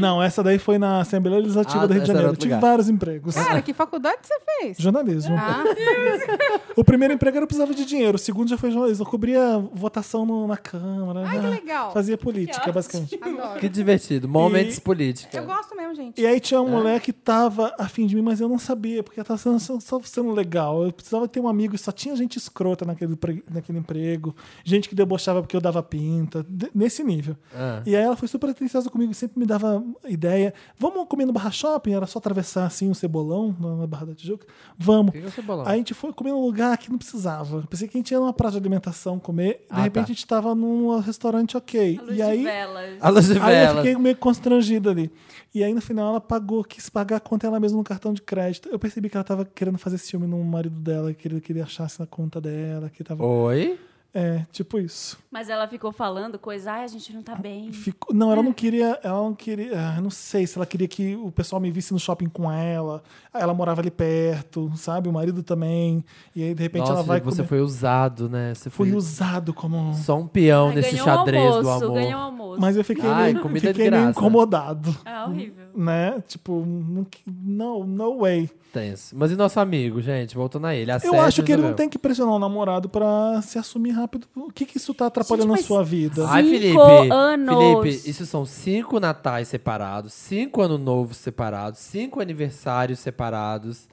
S1: Não, essa daí foi na Assembleia Legislativa
S4: Ah,
S1: do Rio de
S4: essa era
S1: Janeiro. Eu
S4: outro
S1: tive
S4: lugar.
S1: vários empregos.
S2: Cara, que faculdade você fez?
S1: Jornalismo.
S2: Ah.
S1: o primeiro emprego era eu precisava de dinheiro. O segundo já foi jornalismo. Eu cobria votação no- na Câmara. Ah,
S2: Ai, que legal.
S1: Fazia política, basicamente.
S2: Adoro.
S4: Que divertido. Momentos
S1: E-
S4: política.
S2: Eu gosto mesmo, gente.
S1: E aí tinha
S4: É?
S1: uma mulher que tava afim de mim, mas eu não sabia, porque ela tava sendo, só, só sendo legal. Eu precisava ter um amigo e só tinha gente escrota naquele, pre- naquele emprego. Gente que debochava porque eu dava pinta. de- nesse nível.
S4: É.
S1: E aí ela foi super atenciosa comigo, sempre me dava ideia. Vamos comer no Barra Shopping? Era só atravessar assim um cebolão na na Barra da Tijuca. Vamos.
S4: que é o cebolão?
S1: Aí a gente foi comer num lugar que não precisava. Pensei que a gente ia numa praça de alimentação comer. De
S4: Ah,
S1: repente
S4: tá.
S1: a gente tava num restaurante ok.
S3: Luz
S1: e aí...
S3: de velas.
S4: A luz de
S1: Aí eu
S4: vela.
S1: fiquei meio constrangida ali. E aí no final ela pagou, quis pagar a conta ela mesma no cartão de crédito. Eu percebi que ela tava querendo fazer ciúme no marido dela, que ele, que ele achasse na conta dela, que
S4: Oh.
S1: tava.
S4: Oi?
S1: É, tipo isso.
S3: Mas ela ficou falando coisa, ai, a gente não
S1: Ah,
S3: tá bem.
S1: Ficou- Não, ela não queria. Ela não queria. ah, eu não sei se ela queria que o pessoal me visse no shopping com ela. Aí Ela morava ali perto, sabe? O marido também. E aí, de repente,
S4: Nossa,
S1: ela vai.
S4: você
S1: comer-
S4: foi usado, né? Você
S1: Fui
S4: foi
S1: usado como. um-
S4: só um peão
S3: Ai,
S4: nesse
S3: ganhou
S4: xadrez
S3: um
S4: do
S3: almoço,
S4: amor.
S3: ganhou um almoço.
S1: Mas eu fiquei,
S4: Ai,
S1: meio,
S4: comida de
S1: fiquei meio
S4: graça.
S1: incomodado.
S3: É horrível.
S1: Né? Tipo, não, não, no way.
S4: Tenso. Mas e nosso amigo, gente? Voltando a ele.
S1: Eu
S4: assédio,
S1: acho que ele não
S4: Isabel.
S1: tem que pressionar o namorado pra se assumir rápido. O que que isso tá atrapalhando
S3: Gente,
S1: a
S3: mas-
S1: sua vida?
S4: Ai,
S3: Cinco
S4: Felipe,
S3: anos.
S4: Felipe, isso são cinco natais separados, cinco ano novos separados, cinco aniversários separados.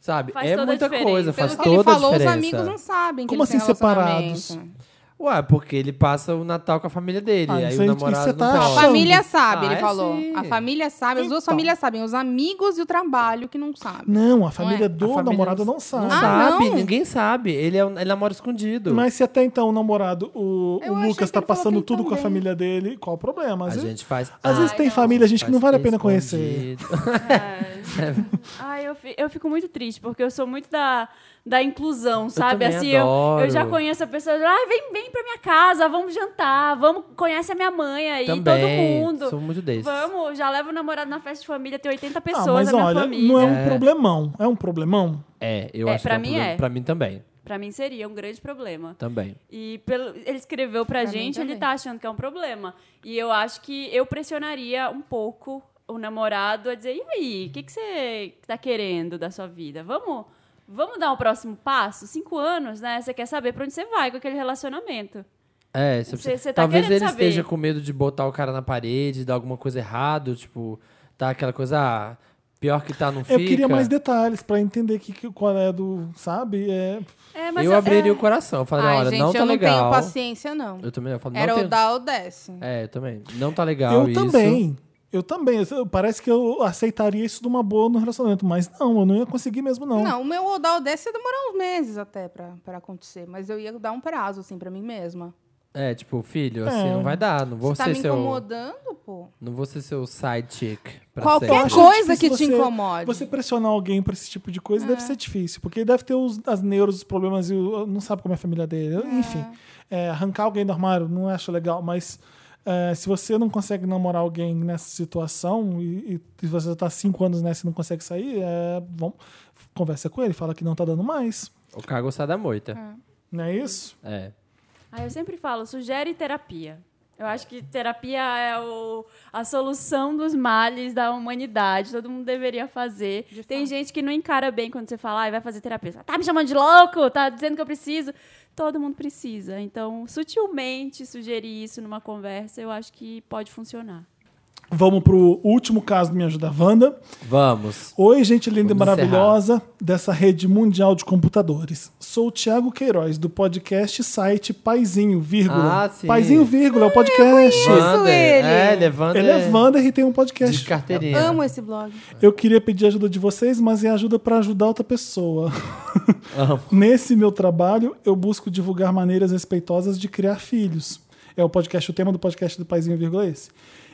S4: Sabe?
S3: Faz
S4: é
S3: toda a
S4: muita
S3: diferença.
S4: coisa,
S2: Pelo
S4: faz
S2: que
S4: toda
S2: ele falou,
S4: a diferença.
S2: os amigos não sabem que
S1: Como
S2: eles têm
S1: assim separados?
S2: relacionamento.
S4: Ué, porque ele passa o Natal com a família dele.
S1: Ah,
S4: aí
S1: isso
S4: o
S1: aí-
S4: namorado
S1: isso você tá
S4: não
S2: A
S1: achando.
S4: pode.
S2: família sabe,
S4: Ah,
S2: ele
S4: é
S2: falou.
S4: sim.
S2: A família sabe, as duas
S1: Então.
S2: famílias sabem, os amigos e o trabalho que não sabem.
S1: Não, a família do
S4: A família
S1: namorado não sabe.
S4: Não
S2: Ah,
S4: sabe,
S2: não?
S4: ninguém sabe. Ele, é um, ele namora escondido.
S1: Mas se até então o namorado, o,
S2: Eu
S1: o
S2: achei
S1: Lucas
S2: que
S1: tá
S2: ele falou
S1: passando
S2: que ele
S1: tudo com a
S2: também.
S1: família dele, qual o problema?
S4: a
S1: Às, vezes,
S4: gente faz.
S1: às vezes
S3: Ai,
S1: tem
S3: não.
S1: família, gente, que não
S4: faz
S1: vale a pena conhecer.
S4: escondido.
S3: Ai, eu, fi- eu fico muito triste, porque eu sou muito da, da inclusão, sabe?
S4: também
S3: assim, eu, eu
S4: adoro.
S3: já conheço a pessoa, ai, vem, vem pra minha casa, vamos jantar, vamos, conhece a minha mãe aí,
S4: Também.
S3: todo mundo.
S4: Sou muito desses.
S3: Vamos, já levo o namorado na festa de família, tem 80 pessoas
S1: um Ah, mas
S3: na minha
S1: olha,
S3: família.
S1: não é um problemão. É um problemão?
S4: É, eu
S3: É,
S4: acho
S3: pra
S4: que é um
S3: mim
S4: problema.
S3: é.
S4: Pra mim também.
S3: Pra mim seria um grande problema.
S4: Também.
S3: E pelo, ele escreveu pra,
S2: Pra mim
S3: gente, ele
S2: também.
S3: tá achando que é um problema. E eu acho que eu pressionaria um pouco o namorado a dizer: e aí, o que, que você tá querendo da sua vida? Vamos, vamos dar um próximo passo? Cinco anos, né? Você quer saber pra onde você vai com aquele relacionamento.
S4: É, você
S3: Cê-
S4: precisa-
S3: cê tá
S4: talvez
S3: querendo
S4: ele
S3: saber.
S4: esteja com medo de botar o cara na parede, dar alguma coisa errado, tipo, tá aquela coisa, ah, pior que tá, não fica.
S1: Eu queria mais detalhes pra entender que, que- qual é do. Sabe? É,
S3: É,
S4: eu abriria o coração, eu falaria,
S2: Ai,
S4: olha,
S2: gente,
S4: não tá
S2: eu
S4: legal.
S2: não tenho paciência, não.
S4: Eu também, eu falo,
S2: Era
S4: não
S2: o
S4: tenho...
S2: dar ou desce.
S4: É, eu também. Não tá legal
S1: eu
S4: isso.
S1: também. Eu também. Eu- Parece que eu aceitaria isso de uma boa no relacionamento, mas não, eu não ia conseguir mesmo, não.
S2: Não, o meu ou dar ou desce demorou uns meses até pra, pra acontecer. Mas eu ia dar um prazo, assim, pra mim mesma.
S4: É, tipo, filho, assim, não vai dar, não vou
S2: Você tá
S4: ser
S2: me
S4: seu...
S2: incomodando, pô?
S4: Não vou ser seu side chick pra
S2: Qualquer
S1: Eu
S4: sempre.
S1: acho
S2: coisa
S1: difícil
S2: que te incomode.
S1: Você pressionar alguém pra esse tipo de coisa deve ser difícil, porque deve ter os, as neuras, os problemas e o, não sabe como é a família dele. Enfim, é, arrancar alguém do armário não acho legal, mas é, se você não consegue namorar alguém nessa situação e, e- e você tá cinco anos nessa e não consegue sair, é, vamos, conversa com ele, fala que não tá dando mais.
S4: O cara gostar da
S2: Ah.
S4: moita.
S1: Não é isso?
S4: É.
S3: Ah, eu sempre falo, sugere terapia. Eu acho que terapia é o- a solução dos males da humanidade. Todo mundo deveria fazer. Tem gente que não encara bem quando você fala, ah, vai fazer terapia. Você fala, tá me chamando de louco, tá dizendo que eu preciso. Todo mundo precisa. Então, sutilmente sugerir isso numa conversa, eu acho que pode funcionar.
S1: Vamos pro último caso do Me Ajuda Wanda.
S4: Vamos.
S1: Oi, gente linda
S4: Vamos
S1: e maravilhosa dessa rede mundial de computadores. Sou o Thiago Queiroz, do podcast site Paizinho, vírgula.
S4: Ah, sim.
S1: Paizinho, vírgula, é o podcast.
S4: Wander.
S2: ele.
S4: É, ele é Wander.
S1: Ele é Wander e tem um
S4: De
S1: podcast.
S4: carteirinha.
S2: Amo esse blog.
S1: Eu queria pedir ajuda de vocês, mas é ajuda para ajudar outra pessoa.
S4: Ah.
S1: Nesse meu trabalho, eu busco divulgar maneiras respeitosas de criar filhos. É o podcast, o tema do podcast do Paizinho vírgula é esse.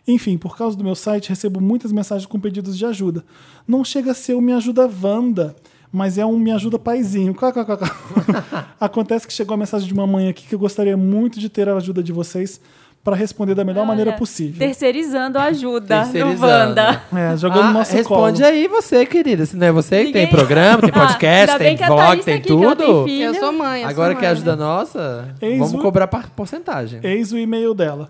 S1: Enfim, por causa do meu site, recebo muitas mensagens com pedidos de ajuda. Não chega a ser o Me Ajuda Wanda, mas é um Me Ajuda Paizinho. KKKK. Acontece que chegou a mensagem de uma mãe aqui que eu gostaria muito de ter a ajuda de vocês para responder da melhor
S4: É
S1: maneira
S3: Olha,
S1: possível.
S3: Terceirizando a ajuda do
S4: Terceirizando.
S3: Wanda.
S1: É, jogando
S4: Ah,
S1: no nosso
S4: responde
S1: colo.
S4: aí você, querida. Se não é você que tem
S3: Ninguém-
S4: programa, tem
S3: Ah,
S4: podcast,
S3: ainda bem
S4: tem
S3: que a
S4: vlog,
S3: Thaís tá
S4: tem
S3: aqui, que ela tem
S4: tudo.
S3: filho.
S2: Eu sou mãe, eu
S4: Agora
S2: sou
S4: que é
S2: mãe,
S4: ajuda
S2: né?
S4: nossa,
S1: Eis
S4: vamos
S1: o-
S4: cobrar par- porcentagem.
S1: Eis o e-mail dela.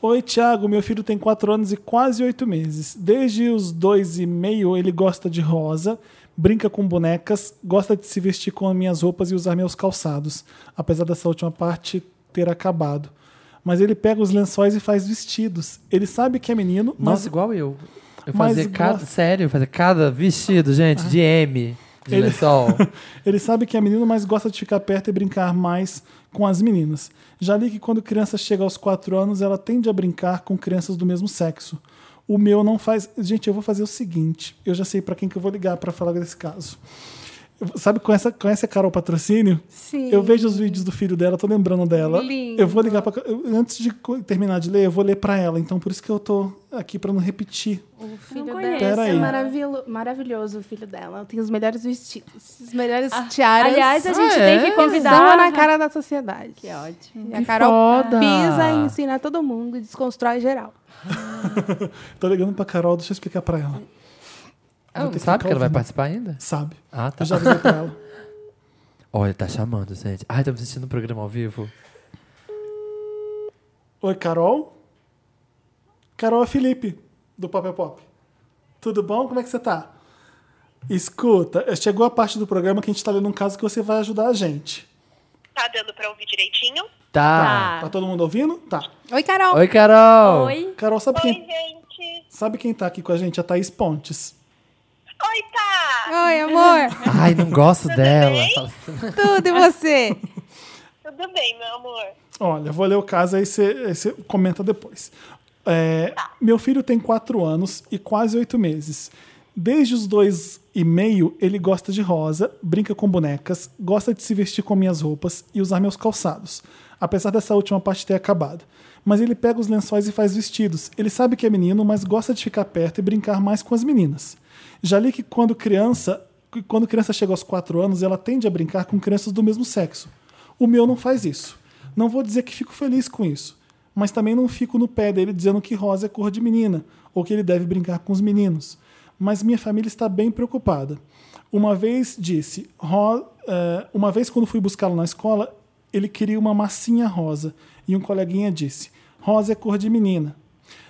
S1: Oi, Thiago, meu filho tem 4 anos e quase 8 meses. Desde os dois e meio, ele gosta de rosa, brinca com bonecas, gosta de se vestir com minhas roupas e usar meus calçados, apesar dessa última parte ter acabado. Mas ele pega os lençóis e faz vestidos. Ele sabe que é menino,
S4: Nossa,
S1: mas
S4: igual eu. Eu
S1: Mas
S4: fazia
S1: igual-
S4: cada. Sério, eu fazia cada vestido, gente, de M. De
S1: Ah. Ele-
S4: lençol.
S1: Ele sabe que é menino, mas gosta de ficar perto e brincar mais com as meninas. Já li que quando criança chega aos 4 anos, ela tende a brincar com crianças do mesmo sexo. O meu não faz. Gente, eu vou fazer o seguinte: eu já sei pra quem que eu vou ligar pra falar desse caso. Eu- Sabe, conhece, conhece a Carol Patrocínio?
S2: Sim.
S1: Eu vejo os vídeos do filho dela, tô lembrando dela.
S2: Lindo.
S1: Eu vou ligar pra. eu- Antes de co- terminar de ler, eu vou ler pra ela. Então, por isso que eu tô aqui pra não repetir.
S2: O filho
S3: conheço.
S2: dela é
S1: Peraí.
S2: maravilo- maravilhoso, o filho dela. Tem os melhores vestidos, os melhores
S3: Ah,
S2: tiaras.
S3: Aliás, a gente
S4: Ah,
S3: tem
S4: é?
S3: que
S2: pisão
S3: convidar. né?
S2: na cara da sociedade.
S3: Que ótimo.
S2: E a
S4: Que
S2: Carol
S4: foda.
S2: pisa
S1: Ah.
S2: e ensina todo mundo e desconstrói geral.
S1: Tô ligando pra Carol, deixa eu explicar pra ela.
S3: É um
S4: Ela não
S1: ter que
S4: sabe
S1: ficar
S4: que ela vai
S1: ouvindo.
S4: participar ainda?
S1: Sabe?
S4: Ah, tá.
S1: Eu já avisei pra ela.
S4: Olha, tá chamando, gente. Ai, estamos assistindo um programa ao vivo.
S1: Oi, Carol? Carol é Felipe, do Pop é Pop. Tudo bom? Como é que você tá? Escuta, chegou a parte do programa que a gente tá lendo um caso que você vai ajudar a gente.
S10: Tá dando pra ouvir direitinho?
S4: Tá.
S10: Ah.
S1: Tá
S3: Tá.
S1: todo mundo ouvindo? Tá.
S2: Oi, Carol.
S4: Oi, Carol.
S3: Oi.
S1: Carol, sabe
S10: Oi,
S1: quem,
S10: gente.
S1: sabe quem tá aqui com a gente? A Thaís Pontes.
S10: Oi, tá.
S2: Oi, amor.
S4: Ai, não gosto dela. Tá,
S10: bem?
S4: Fala-
S2: Tudo, e você?
S10: Tudo bem, meu amor?
S1: Olha, vou ler o caso aí você, aí você comenta depois. É, meu filho tem 4 anos e quase 8 meses. Desde os dois e meio, ele gosta de rosa, brinca com bonecas, gosta de se vestir com minhas roupas e usar meus calçados, apesar dessa última parte ter acabado. Mas ele pega os lençóis e faz vestidos. Ele sabe que é menino, mas gosta de ficar perto e brincar mais com as meninas. Já li que quando criança, que quando criança chega aos 4 anos, ela tende a brincar com crianças do mesmo sexo. O meu não faz isso. Não vou dizer que fico feliz com isso, mas também não fico no pé dele dizendo que rosa é cor de menina ou que ele deve brincar com os meninos. Mas minha família está bem preocupada. Uma vez disse, ro- eh, uma vez quando fui buscá-lo na escola, ele queria uma massinha rosa e um coleguinha disse: rosa é cor de menina.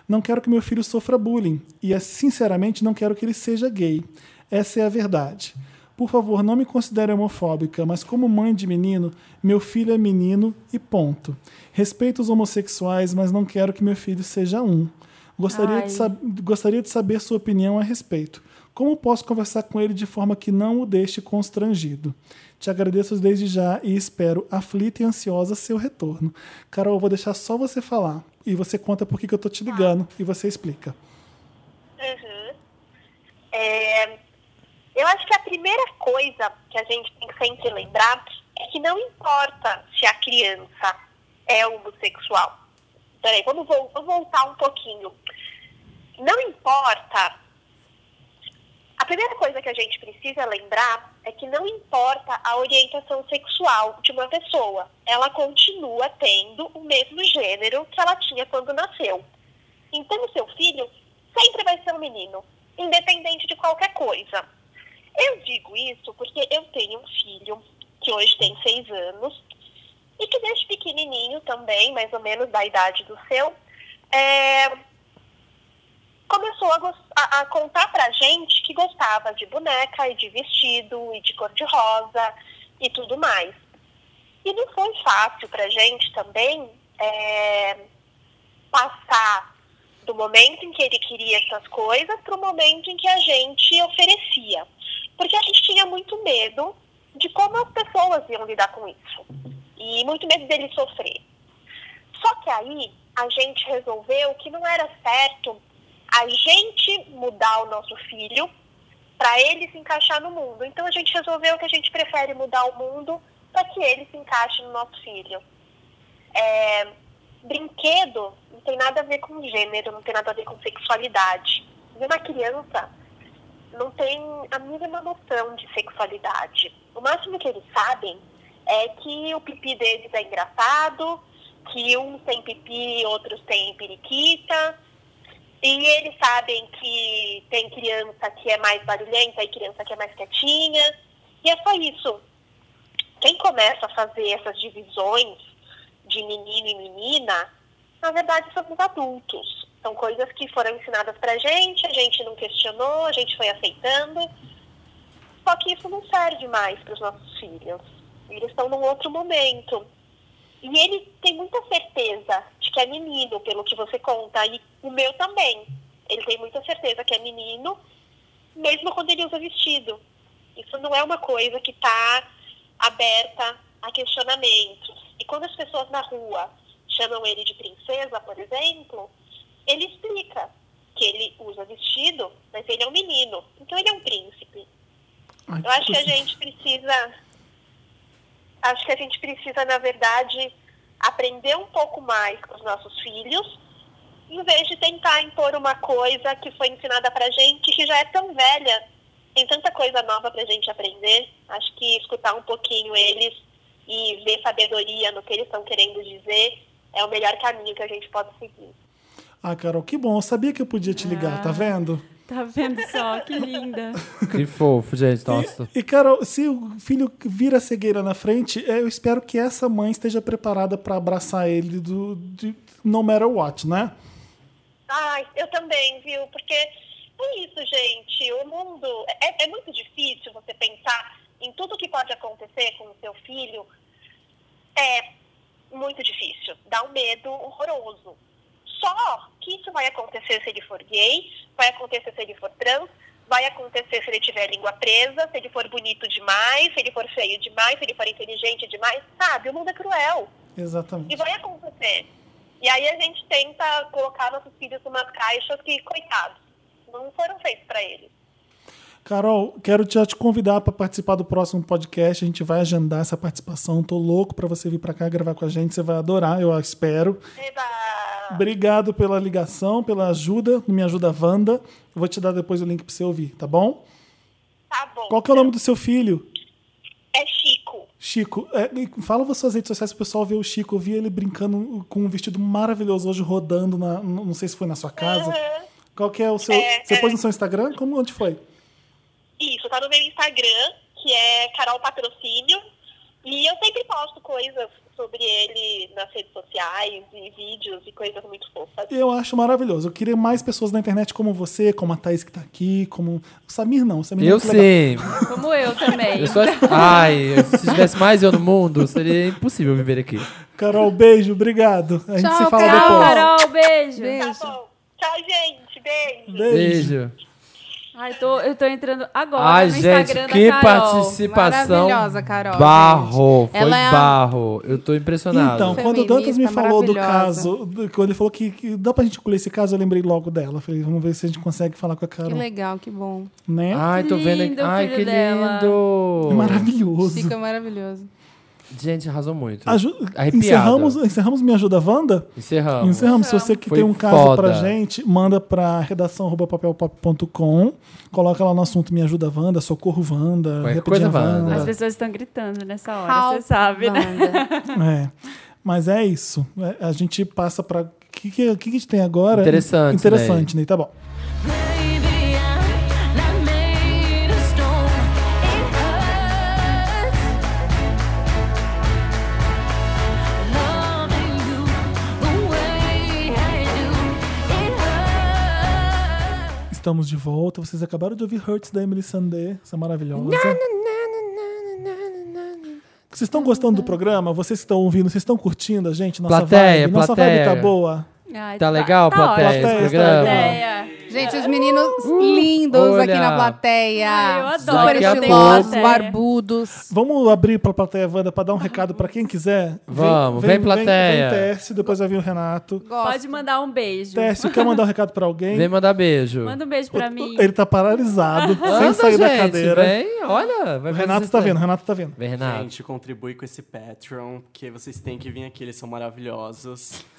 S1: Não quero que meu filho sofra bullying e, eh, sinceramente, não quero que ele seja gay. Essa é a é verdade. Por favor, não me considere homofóbica, mas como mãe de menino, meu filho é menino e ponto. Respeito os homossexuais, mas não quero que meu filho seja um. Gostaria, de, sab- gostaria de saber sua opinião a respeito. Como posso conversar com ele de forma que não o deixe constrangido? Te agradeço desde já e espero, aflita e ansiosa, seu retorno. Carol, eu vou deixar só você falar. E você conta por que, que eu tô te ligando e você explica.
S10: Uhum. É, eu acho que a primeira coisa que a gente tem que sempre lembrar é que não importa se a criança é homossexual. Peraí, vamos, vol- vamos voltar um pouquinho. Não importa. A primeira coisa que a gente precisa lembrar é que não importa a orientação sexual de uma pessoa, ela continua tendo o mesmo gênero que ela tinha quando nasceu. Então, o seu filho sempre vai ser um menino, independente de qualquer coisa. Eu digo isso porque eu tenho um filho que hoje tem seis anos e que desde pequenininho também, mais ou menos da idade do seu, é, começou a, gos- a- a contar pra gente que gostava de boneca e de vestido e de cor de rosa e tudo mais. E não foi fácil pra gente também é, passar do momento em que ele queria essas coisas para o momento em que a gente oferecia. Porque a gente tinha muito medo de como as pessoas iam lidar com isso. E muito medo dele sofrer. Só que aí a gente resolveu que não era certo a gente mudar o nosso filho para ele se encaixar no mundo. Então a gente resolveu que a gente prefere mudar o mundo para que ele se encaixe no nosso filho. É, brinquedo não tem nada a ver com gênero, não tem nada a ver com sexualidade. E uma criança não tem a mínima noção de sexualidade. O máximo que eles sabem é que o pipi deles é engraçado, que uns tem pipi, outros têm periquita. E eles sabem que tem criança que é mais barulhenta e criança que é mais quietinha. E é só isso. Quem começa a fazer essas divisões de menino e menina, na verdade somos adultos. São coisas que foram ensinadas pra gente, a gente não questionou, a gente foi aceitando. Só que isso não serve mais para os nossos filhos. Eles estão num outro momento. E ele tem muita certeza de que é menino, pelo que você conta. E o meu também. Ele tem muita certeza que é menino, mesmo quando ele usa vestido. Isso não é uma coisa que está aberta a questionamentos. E quando as pessoas na rua chamam ele de princesa, por exemplo, ele explica que ele usa vestido, mas ele é um menino. Então ele é um príncipe.
S1: Ai,
S10: Eu acho que a
S1: coisa-
S10: gente precisa. Acho que a gente precisa, na verdade, aprender um pouco mais com os nossos filhos, em vez de tentar impor uma coisa que foi ensinada pra gente, que já é tão velha. Tem tanta coisa nova pra gente aprender. Acho que escutar um pouquinho eles e ver sabedoria no que eles estão querendo dizer é o melhor caminho que a gente pode seguir.
S1: Ah, Carol, que bom. Eu sabia que eu podia te ligar,
S10: Ah.
S1: tá vendo?
S3: Tá vendo só? Que linda.
S4: Que fofo, gente. Nossa.
S1: E, Carol, se o filho vira cegueira na frente, eh, eu espero que essa mãe esteja preparada pra abraçar ele do, de no matter what, né?
S10: Ai, eu também, viu? Porque é isso, gente. O mundo. É, é muito difícil você pensar em tudo que pode acontecer com o seu filho. É muito difícil. Dá um medo horroroso. Só que isso vai acontecer se ele for gay, vai acontecer se ele for trans, vai acontecer se ele tiver a língua presa, se ele for bonito demais, se ele for feio demais, se ele for inteligente demais. Sabe? O mundo é cruel. E
S1: Exatamente.
S10: vai acontecer. E aí a gente tenta colocar nossos filhos numa caixa que, coitados, não foram feitos para eles.
S1: Carol, quero já te convidar pra participar do próximo podcast. A gente vai agendar essa participação. Tô louco pra você vir pra cá gravar com a gente. Você vai adorar, eu espero.
S10: Eba!
S1: Obrigado pela ligação, pela ajuda. Me ajuda, Wanda. Eu vou te dar depois o link pra você ouvir, tá bom?
S10: Tá bom.
S1: Qual que é o nome do seu filho?
S10: É Chico.
S1: Chico, é, e fala as suas redes sociais pro pessoal ver o Chico. Eu vi ele brincando com um vestido maravilhoso hoje, rodando na. n- Não sei se foi na sua casa.
S10: Uhum.
S1: Qual que é o seu.
S10: É,
S1: você
S10: é.
S1: pôs no seu Instagram? Como, onde foi?
S10: Isso, tá no meu Instagram, que é Carol Patrocínio. E eu sempre posto coisas sobre ele nas redes sociais e vídeos e coisas muito fofas.
S1: Eu acho maravilhoso. Eu queria mais pessoas na internet como você, como a Thaís que tá aqui, como. O Samir não. O Samir é
S4: Eu
S1: muito legal.
S4: sei.
S3: Como eu também.
S4: Eu sou... Ai, se tivesse mais eu no mundo, seria impossível viver aqui.
S1: Carol, beijo, obrigado. A gente
S2: Tchau,
S1: se fala
S2: Carol.
S1: depois.
S3: Carol, beijo.
S10: Tá
S2: Beijo.
S10: bom. Tchau, gente. Beijo.
S4: Beijo.
S3: Ai, tô, eu tô entrando agora
S4: Ai,
S3: no
S4: gente,
S3: Instagram
S4: que
S3: da Carol.
S4: participação.
S2: Maravilhosa, Carol, gente.
S4: Barro, foi
S2: Ela é a-
S4: barro. Eu tô impressionado.
S1: Então, quando o
S2: Feminista
S1: Dantas me falou do
S2: maravilhosa.
S1: caso, do- quando ele falou que, que dá pra gente colher esse caso, eu lembrei logo dela. Falei, vamos ver se a gente consegue falar com a
S2: Que
S1: Carol.
S2: legal, que bom.
S1: Né?
S4: Ai, tô vendo aqui.
S3: Lindo o
S4: Ai,
S3: filho
S4: que
S3: dela.
S4: lindo.
S1: Maravilhoso.
S2: Fica maravilhoso.
S4: Gente, arrasou muito.
S1: Aju-
S4: Arrepiado.
S1: encerramos, encerramos Me Ajuda Wanda?
S4: Encerramos.
S1: Encerramos. Se você que
S4: Foi
S1: tem um caso
S4: foda.
S1: pra gente, manda pra redação@papelpop.com. Coloca lá no assunto Me Ajuda Wanda, Socorro Wanda,
S4: Qualquer
S1: Repetir
S4: coisa, Wanda.
S3: As
S1: Wanda.
S3: pessoas estão gritando nessa hora,
S2: How
S3: você sabe, né?
S2: Wanda.
S1: É. Mas é isso. É, A gente passa pra. O que, que, o que que a gente tem agora?
S4: Interessante,
S1: Interessante, né? Tá bom.
S5: Baby, I'm not made of stone. It hurts. Loving you the way I do. It hurts.
S1: Estamos de volta. Vocês acabaram de ouvir Hurts da Emily Sandé, essa maravilhosa. Vocês estão gostando do programa? Vocês que estão ouvindo? Vocês estão curtindo a gente? Nossa
S4: Plateia,
S1: vibe? Nossa
S4: plateia.
S1: vibe tá boa?
S3: Ai,
S4: Tá legal,
S3: tá
S4: plateia,
S3: ótimo.
S4: esse
S1: Plateia,
S4: programa?
S1: tá legal.
S3: Plateia.
S2: Gente, os meninos lindos aqui
S4: olha.
S2: na plateia.
S3: Ai, eu adoro.
S2: Super
S4: Daqui a
S2: estilosos,
S3: pouco.
S2: barbudos.
S1: Vamos abrir pra plateia Wanda pra dar um recado pra quem quiser?
S4: Vamos, vem, plateia.
S1: Vem, Tércio, depois vai vir o Renato.
S2: Gosto.
S3: Pode mandar um beijo.
S1: Tércio, quer mandar um recado pra alguém?
S4: Vem mandar beijo.
S3: Manda um beijo pra mim.
S1: Ele tá paralisado, sem
S4: Manda,
S1: sair da
S4: gente,
S1: cadeira.
S4: Vem, Uh, olha. Vai
S1: O
S4: fazer
S1: Renato
S4: isso
S1: tá
S4: aí.
S1: vendo, o Renato tá vendo.
S4: Vem, Renato.
S8: Gente, contribui com esse Patreon, porque vocês têm que vir aqui, eles são maravilhosos.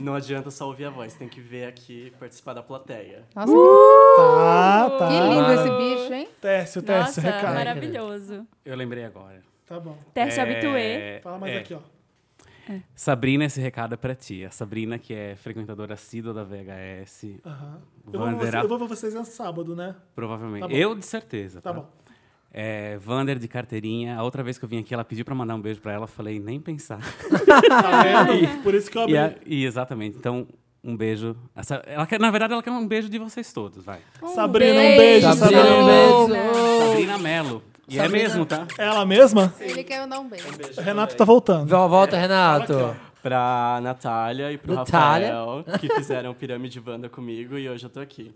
S8: Não adianta só ouvir a voz, tem que ver aqui e participar da plateia.
S2: Nossa,
S1: Tá, tá.
S2: que lindo esse bicho, hein?
S1: Tércio, Tércio,
S3: Nossa,
S1: recado.
S3: maravilhoso.
S8: Eu lembrei agora.
S1: Tá bom.
S3: Tércio Habitué.
S8: É,
S1: Fala mais
S8: é,
S1: aqui, ó.
S8: Sabrina, esse recado é pra ti. A Sabrina, que é frequentadora assídua da VHS,
S1: Eu vou, ver
S8: Wanderer-
S1: vocês- eu vou ver vocês no sábado, né?
S8: provavelmente.
S1: Tá bom.
S8: eu, de certeza.
S1: Tá bom.
S8: É, Vander de carteirinha. A outra vez que eu vim aqui, ela pediu pra mandar um beijo pra ela. Eu falei, nem pensar.
S1: Tá vendo? Por isso que eu abri.
S8: e, a- e exatamente. Então, um beijo. Essa- ela quer- na verdade, ela quer um beijo de vocês todos, vai.
S1: Sabrina, um beijo,
S3: beijo.
S1: Sabrina.
S4: Sabrina, um beijo.
S8: Sabrina Mello. E é mesmo, tá?
S1: Ela mesma?
S2: Ele quer dar um beijo.
S1: Renato tá voltando.
S4: Vol- Volta, Renato.
S8: Pra Natália e pro
S4: Natália.
S8: Rafael, que fizeram pirâmide banda comigo e hoje eu tô aqui.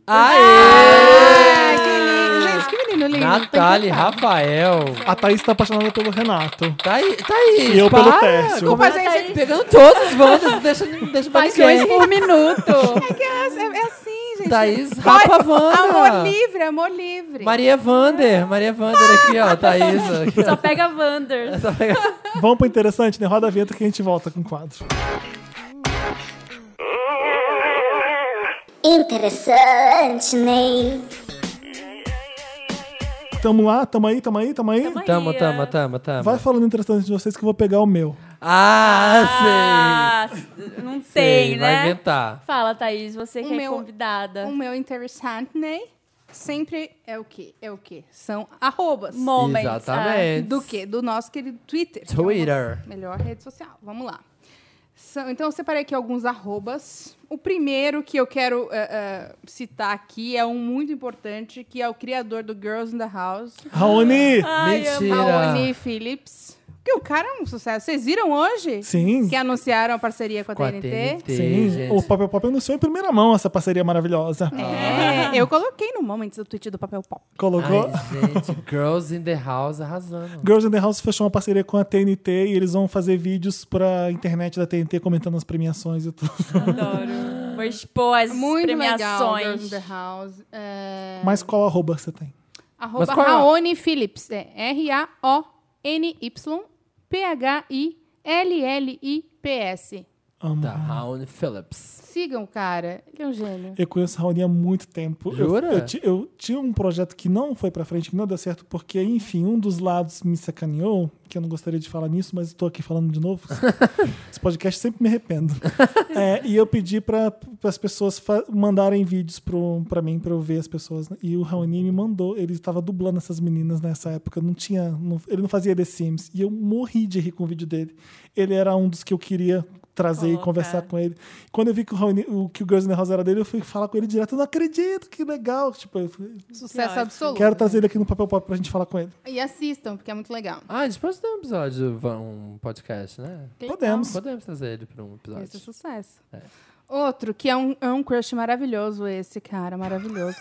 S2: Ai, que lindo. Gente, que menino lindo.
S4: Natália, e Rafael.
S1: A Thaís tá apaixonada pelo Renato.
S4: Tá aí, tá aí.
S1: E eu pelo
S4: para.
S1: Tércio.
S4: Como é tá a gente pegando todos os bandas, não deixa, não deixa pra
S3: Paixões
S4: ninguém.
S3: por minuto.
S2: É, que é, é assim, gente.
S4: Thaís Rafa
S2: Amor
S4: Wanda.
S2: livre, amor livre.
S4: Maria Vander. Maria Vander aqui, ó. Tá Thaís. Aqui,
S3: Só pega Wander.
S4: ó. Só pega-
S1: Vamos pro interessante, né? Roda a vinheta que a gente volta com o quadro.
S7: Interessante, Ney.
S1: Tamo lá, tamo aí, tamo aí, tamo aí.
S4: Tamo, tamo, tamo, tamo.
S1: Vai falando interessante de vocês que eu vou pegar o meu.
S4: Ah,
S3: Ah, não
S4: sei.
S3: tem,
S4: Vai
S3: né?
S4: inventar.
S3: Fala, Thaís, você que
S2: O meu-
S3: é convidada.
S2: O meu interessante, né? Sempre é o quê? É o quê? São arrobas.
S3: Moments.
S4: Exatamente.
S2: Do quê? Do nosso querido Twitter. que é uma
S4: Twitter.
S2: melhor rede social. Vamos lá. São- Então, eu separei aqui alguns arrobas. O primeiro que eu quero eh, eh, citar aqui é um muito importante, que é o criador do Girls in the House,
S1: Raoni!
S4: Ah.
S2: Raoni
S4: Mentira.
S2: Phillips. Porque o cara é um sucesso. Vocês viram hoje?
S1: Sim.
S2: Que anunciaram a parceria com a,
S4: Com a
S2: TNT?
S4: TNT,
S1: Sim,
S4: gente.
S1: o Papel Pop anunciou em primeira mão essa parceria maravilhosa.
S2: É, eu coloquei no Moments o tweet do Papel Pop.
S1: Colocou.
S4: Ai, gente, Girls in the House arrasando.
S1: Girls in the House fechou uma parceria com a TNT e eles vão fazer vídeos pra internet da TNT comentando as premiações e tudo.
S3: Adoro. Vou expor as
S2: um Muito legal, Girls in
S3: premiações.
S2: the House. É,
S1: Mas qual arroba que você tem?
S2: Arroba
S4: Mas qual é?
S2: Raoni Phillips. É R-A-O-N-Y P-H-I-L-L-I-P-S.
S1: Amo.
S4: Da Raul Tá, Phillips.
S2: Sigam, cara. Ele é um gênio.
S1: Eu conheço a Raoni há muito tempo. Eu-
S4: Jura?
S1: Eu, ti- eu tinha um projeto que não foi pra frente, que não deu certo, porque, enfim, um dos lados me sacaneou, que eu não gostaria de falar nisso, mas estou aqui falando de novo. Esse podcast sempre me arrependo. É, e eu pedi para as pessoas fa- mandarem vídeos para mim, para eu ver as pessoas. né? E o Raoni me mandou. Ele estava dublando essas meninas nessa época. Não tinha, não- ele não fazia The Sims. E eu morri de rir com o vídeo dele. Ele era um dos que eu queria trazer e
S3: Colocar.
S1: conversar com ele. Quando eu vi que o, Raoni, o, que o Girls in the House era dele, eu fui falar com ele direto. Eu não acredito, que legal. Tipo, eu falei,
S2: Sucesso
S3: Que ótimo.
S2: absoluto.
S1: quero trazer ele aqui no Papel Pop pra gente falar com ele.
S2: E assistam, porque é muito legal.
S4: Ah, a gente pode ter um episódio, um podcast, né?
S1: Podemos.
S4: Podemos trazer ele pra um
S2: Esse é
S4: episódio.
S2: sucesso. Outro, que é um, é um crush maravilhoso esse, cara. Maravilhoso.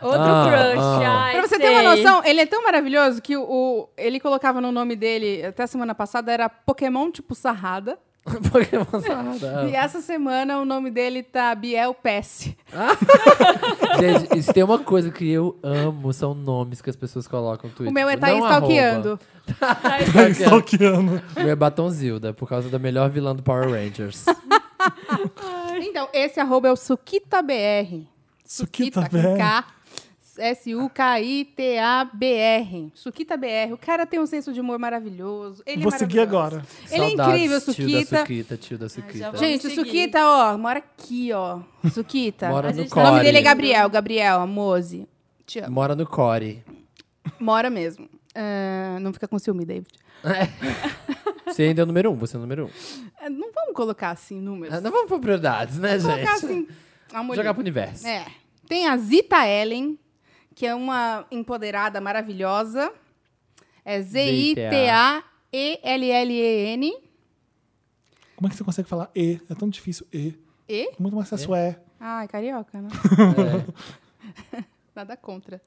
S3: Outro
S4: Ah,
S3: crush.
S4: ah.
S3: Ai,
S2: pra você ter
S3: sei.
S2: uma noção, ele é tão maravilhoso que o, o- ele colocava no nome dele, até semana passada, era Pokémon tipo Sarrada.
S4: Pokémon Sarada.
S2: E essa semana o nome dele tá Biel Pesce.
S4: Gente, isso tem uma coisa que eu amo, são nomes que as pessoas colocam no Twitter.
S2: O meu é
S4: Tipo, não
S2: Thaís
S4: arroba.
S2: Stalkeando.
S4: Stalkeando.
S1: Stalkeando.
S4: O meu é Batonzilda, por causa da melhor vilã do Power Rangers.
S2: Então, esse arroba é o SuquitaBR.
S1: Suquita,
S2: tá com
S1: velho.
S2: K. S-U-K-I-T-A-B-R. Suquita BR. O cara tem um senso de humor maravilhoso. Ele
S1: Vou
S2: é
S1: seguir
S2: maravilhoso.
S1: agora.
S2: Ele é
S4: Saudades,
S2: incrível,
S4: Tio da
S2: Suquita.
S4: Suquita, tio da Suquita.
S3: vou-
S2: Gente, o
S3: Vamos seguir.
S2: Suquita, ó, mora aqui, ó. Suquita.
S4: Mora
S3: A
S4: no
S3: gente
S2: o
S3: tá-
S4: Core.
S2: nome dele é Gabriel. Gabriel, Amose. Te amo.
S4: Mora no Core.
S2: Mora mesmo. Ah, não fica com ciúme, David.
S4: Você ainda é o número um, você é o número um.
S2: Ah, Não vamos colocar assim números.
S4: Ah, Não vamos por prioridades, né,
S2: vamos colocar
S4: gente?
S2: assim. A mulher.
S4: Jogar pro universo.
S2: É. Tem a Zita Ellen, que é uma empoderada maravilhosa. É Z-I-T-A-E-L-L-E-N.
S1: Como é que você consegue falar E? É tão difícil E.
S2: E?
S1: Muito mais fácil é.
S2: Ah, é carioca, né?
S4: É.
S2: Nada contra.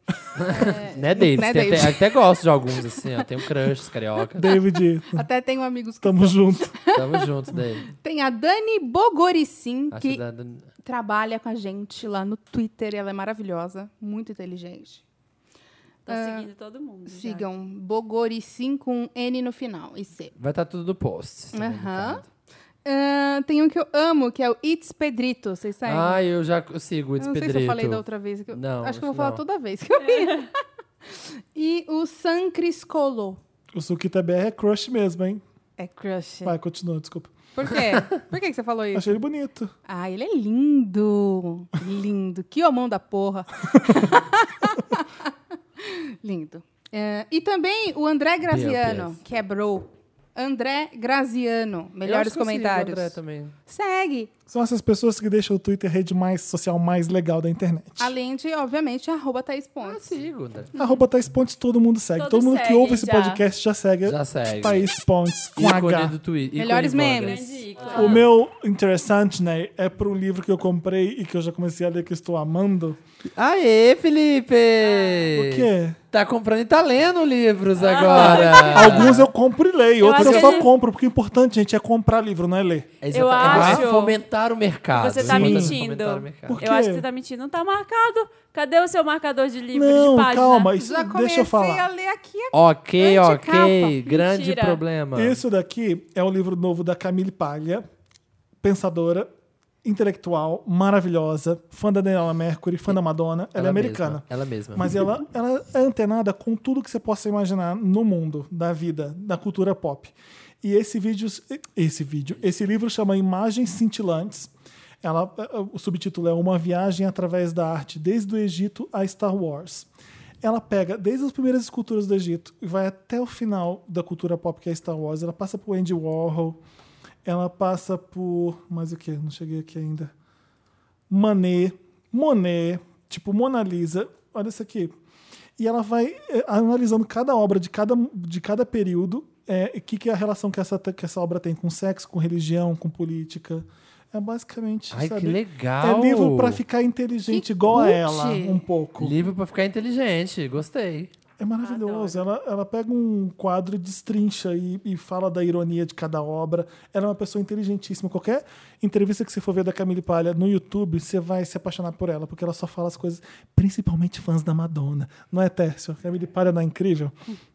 S4: Né, David?
S2: Né,
S4: Tem até-
S2: Davis?
S4: até gosto de alguns, assim, ó. Tem um crush, carioca.
S1: David,
S2: Até tenho amigos que
S1: tamo junto.
S4: Tamo junto, David.
S2: Tem a Dani Bogoricin,
S4: Acho
S2: que
S4: da- da-
S2: trabalha com a gente lá no Twitter. Ela é maravilhosa, muito inteligente.
S3: Tô
S2: ah,
S3: seguindo todo mundo. já.
S2: Sigam Bogoricin com um N no final e C.
S4: Vai estar tudo no post. né,
S2: Aham.
S4: Ricardo?
S2: Ah, tem um que eu amo, que é o It's Pedrito. Vocês seguem?
S4: Ah, eu já eu sigo o
S2: Eu não sei se eu falei da
S4: Expedrito.
S2: outra vez. que eu-
S4: Não,
S2: acho que eu
S4: acho
S2: vou
S4: que
S2: falar
S4: não.
S2: toda vez que eu vi. e o San Criscolo.
S1: O Suquita BR é crush mesmo, hein?
S2: É crush.
S1: Vai, continua, desculpa.
S2: Por quê? Por que, que você falou isso?
S1: Achei ele bonito.
S2: Ah, ele é lindo. Lindo. Que homão da porra. lindo. É, e também o André Graziano,
S4: Deus.
S2: que é bro. André Graziano.
S4: Eu
S2: Melhores
S4: acho que eu sigo o
S2: comentários.
S4: André também.
S2: Segue.
S1: São essas pessoas que deixam o Twitter a rede mais social mais legal da internet.
S2: Além de, obviamente, arroba Thaís
S4: Ah,
S2: Pontes.
S4: sigo, André.
S1: Arroba Thaís Pontes, todo mundo segue.
S3: Todos
S1: todo mundo que
S3: seguem
S1: ouve esse
S3: já.
S1: podcast já segue.
S4: Já
S3: É
S4: segue.
S1: Thaís Pontes com
S4: Ícone
S1: H.
S4: do Twitter.
S2: Melhores
S4: Ivanga.
S2: memes.
S3: Grande ícone.
S1: O meu interessante, né, é para um livro que eu comprei e que eu já comecei a ler que eu estou amando.
S4: Aê, Felipe!
S1: Ah, O quê?
S4: Tá comprando e tá lendo livros agora.
S1: Alguns eu compro e
S3: Ah.
S1: leio,
S3: Eu
S1: outros
S3: acho
S1: eu
S3: que
S1: só
S3: ele-
S1: compro, porque o importante, gente, é comprar livro, não é ler.
S4: É
S3: Eu
S4: exatamente-
S3: acho
S4: Fomentar o mercado.
S3: Você tá
S4: Sim.
S3: mentindo.
S4: Fomentar o mercado.
S1: Por quê?
S3: Eu acho que você tá mentindo. Não tá marcado. Cadê o seu marcador de livro
S1: não,
S3: de página?
S1: calma, isso,
S2: Já
S1: deixa
S2: comecei
S1: eu falar.
S2: a ler aqui
S4: Ok,
S2: Grande
S4: ok.
S2: capa.
S4: Grande
S3: Mentira.
S4: problema.
S1: Isso daqui é um livro novo da Camille Palha, pensadora, intelectual, maravilhosa, fã da Daniela Mercury, fã da Madonna. Ela, é americana.
S4: Mesma, ela mesma.
S1: Mas ela, ela é antenada com tudo que você possa imaginar no mundo, da vida, da cultura pop. E esse vídeo, esse vídeo, esse livro chama Imagens Cintilantes. Ela, o subtítulo é Uma Viagem através da arte, desde o Egito a Star Wars. Ela pega desde as primeiras esculturas do Egito e vai até o final da cultura pop, que é Star Wars. Ela passa por Andy Warhol, ela passa por. Mais o que? Não cheguei aqui ainda. Manet, Monet, tipo Mona Lisa. Olha isso aqui. E ela vai eh, analisando cada obra de cada, de cada período, eh, o que, que é a relação que essa, que essa obra tem com sexo, com religião, com política. É basicamente.
S4: Ai,
S1: sabe?
S4: que legal.
S1: É livro pra ficar inteligente
S2: Que
S1: igual a
S2: cult.
S1: ela, um pouco.
S4: Livro pra ficar inteligente. Gostei.
S1: É maravilhoso. Ela, ela pega um quadro e destrincha e, e fala da ironia de cada obra. Ela é uma pessoa inteligentíssima. Qualquer entrevista que você for ver da Camille Palha no YouTube, você vai se apaixonar por ela, porque ela só fala as coisas, principalmente fãs da Madonna. Não é, Tércio? Camille Palha não é incrível?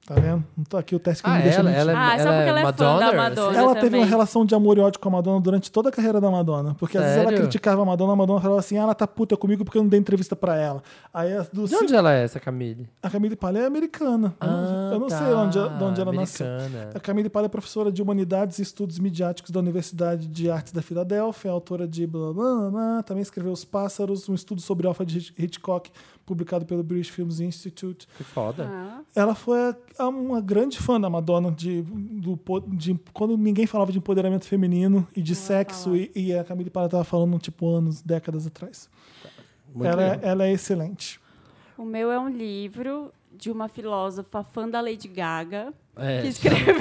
S1: Tá vendo? Não tá aqui o Tércio que
S4: Ah,
S1: me deixa
S4: ela-
S1: mentir.
S4: ela é- Ah, só ela é porque ela é fã Madonna? da Madonna
S1: Ela teve
S4: também.
S1: uma relação de amor e ódio com a Madonna durante toda a carreira da Madonna, porque às vezes ela
S4: Sério?
S1: criticava a Madonna, a Madonna falava assim, ah, ela tá puta comigo porque eu não dei entrevista pra ela. Aí as do
S4: De onde ela é, essa Camille?
S1: a Camille Palha é americana. Eu não- eu não
S4: tá,
S1: sei onde, de onde ela nasceu.
S4: americana.
S1: A Camille Palha é professora de Humanidades e Estudos Midiáticos da Universidade de Artes da Filadélfia, é autora de blá blá blá, blá, também escreveu Os Pássaros, um estudo sobre Alfred Hitch- Hitchcock, publicado pelo British Films Institute.
S4: Que foda.
S3: Ah.
S1: Ela foi a- a- uma grande fã da Madonna, de, do, po- de- quando ninguém falava de empoderamento feminino e de sexo, e, e a Camille Palha estava falando, tipo, anos, décadas atrás.
S4: Muito
S1: Ela, é-
S4: legal.
S1: ela é excelente.
S3: O meu é um livro de uma filósofa fã da Lady Gaga
S4: É.
S3: que escreveu.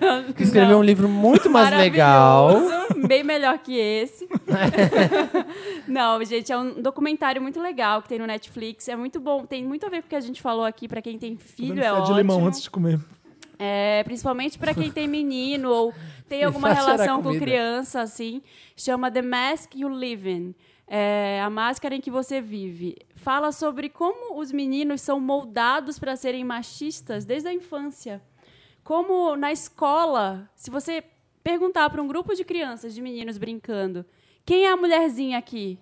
S3: Não,
S4: Que escreveu
S3: não.
S4: um livro muito mais legal.
S3: Maravilhoso, Bem melhor que esse. não, gente, é um documentário muito legal que tem no Netflix. É muito bom. Tem muito a ver com o que a gente falou aqui. Pra quem tem filho,
S1: Podemos
S3: é
S1: falar
S3: ótimo.
S1: de limão antes de comer.
S3: É, principalmente para quem tem menino ou tem
S4: Me
S3: alguma
S4: faz cheirar
S3: relação com
S4: comida.
S3: criança, assim. Chama The Mask You Live In. É, a máscara em que você vive. Fala sobre como os meninos são moldados para serem machistas desde a infância. Como na escola, se você perguntar para um grupo de crianças, de meninos brincando, quem é a mulherzinha aqui?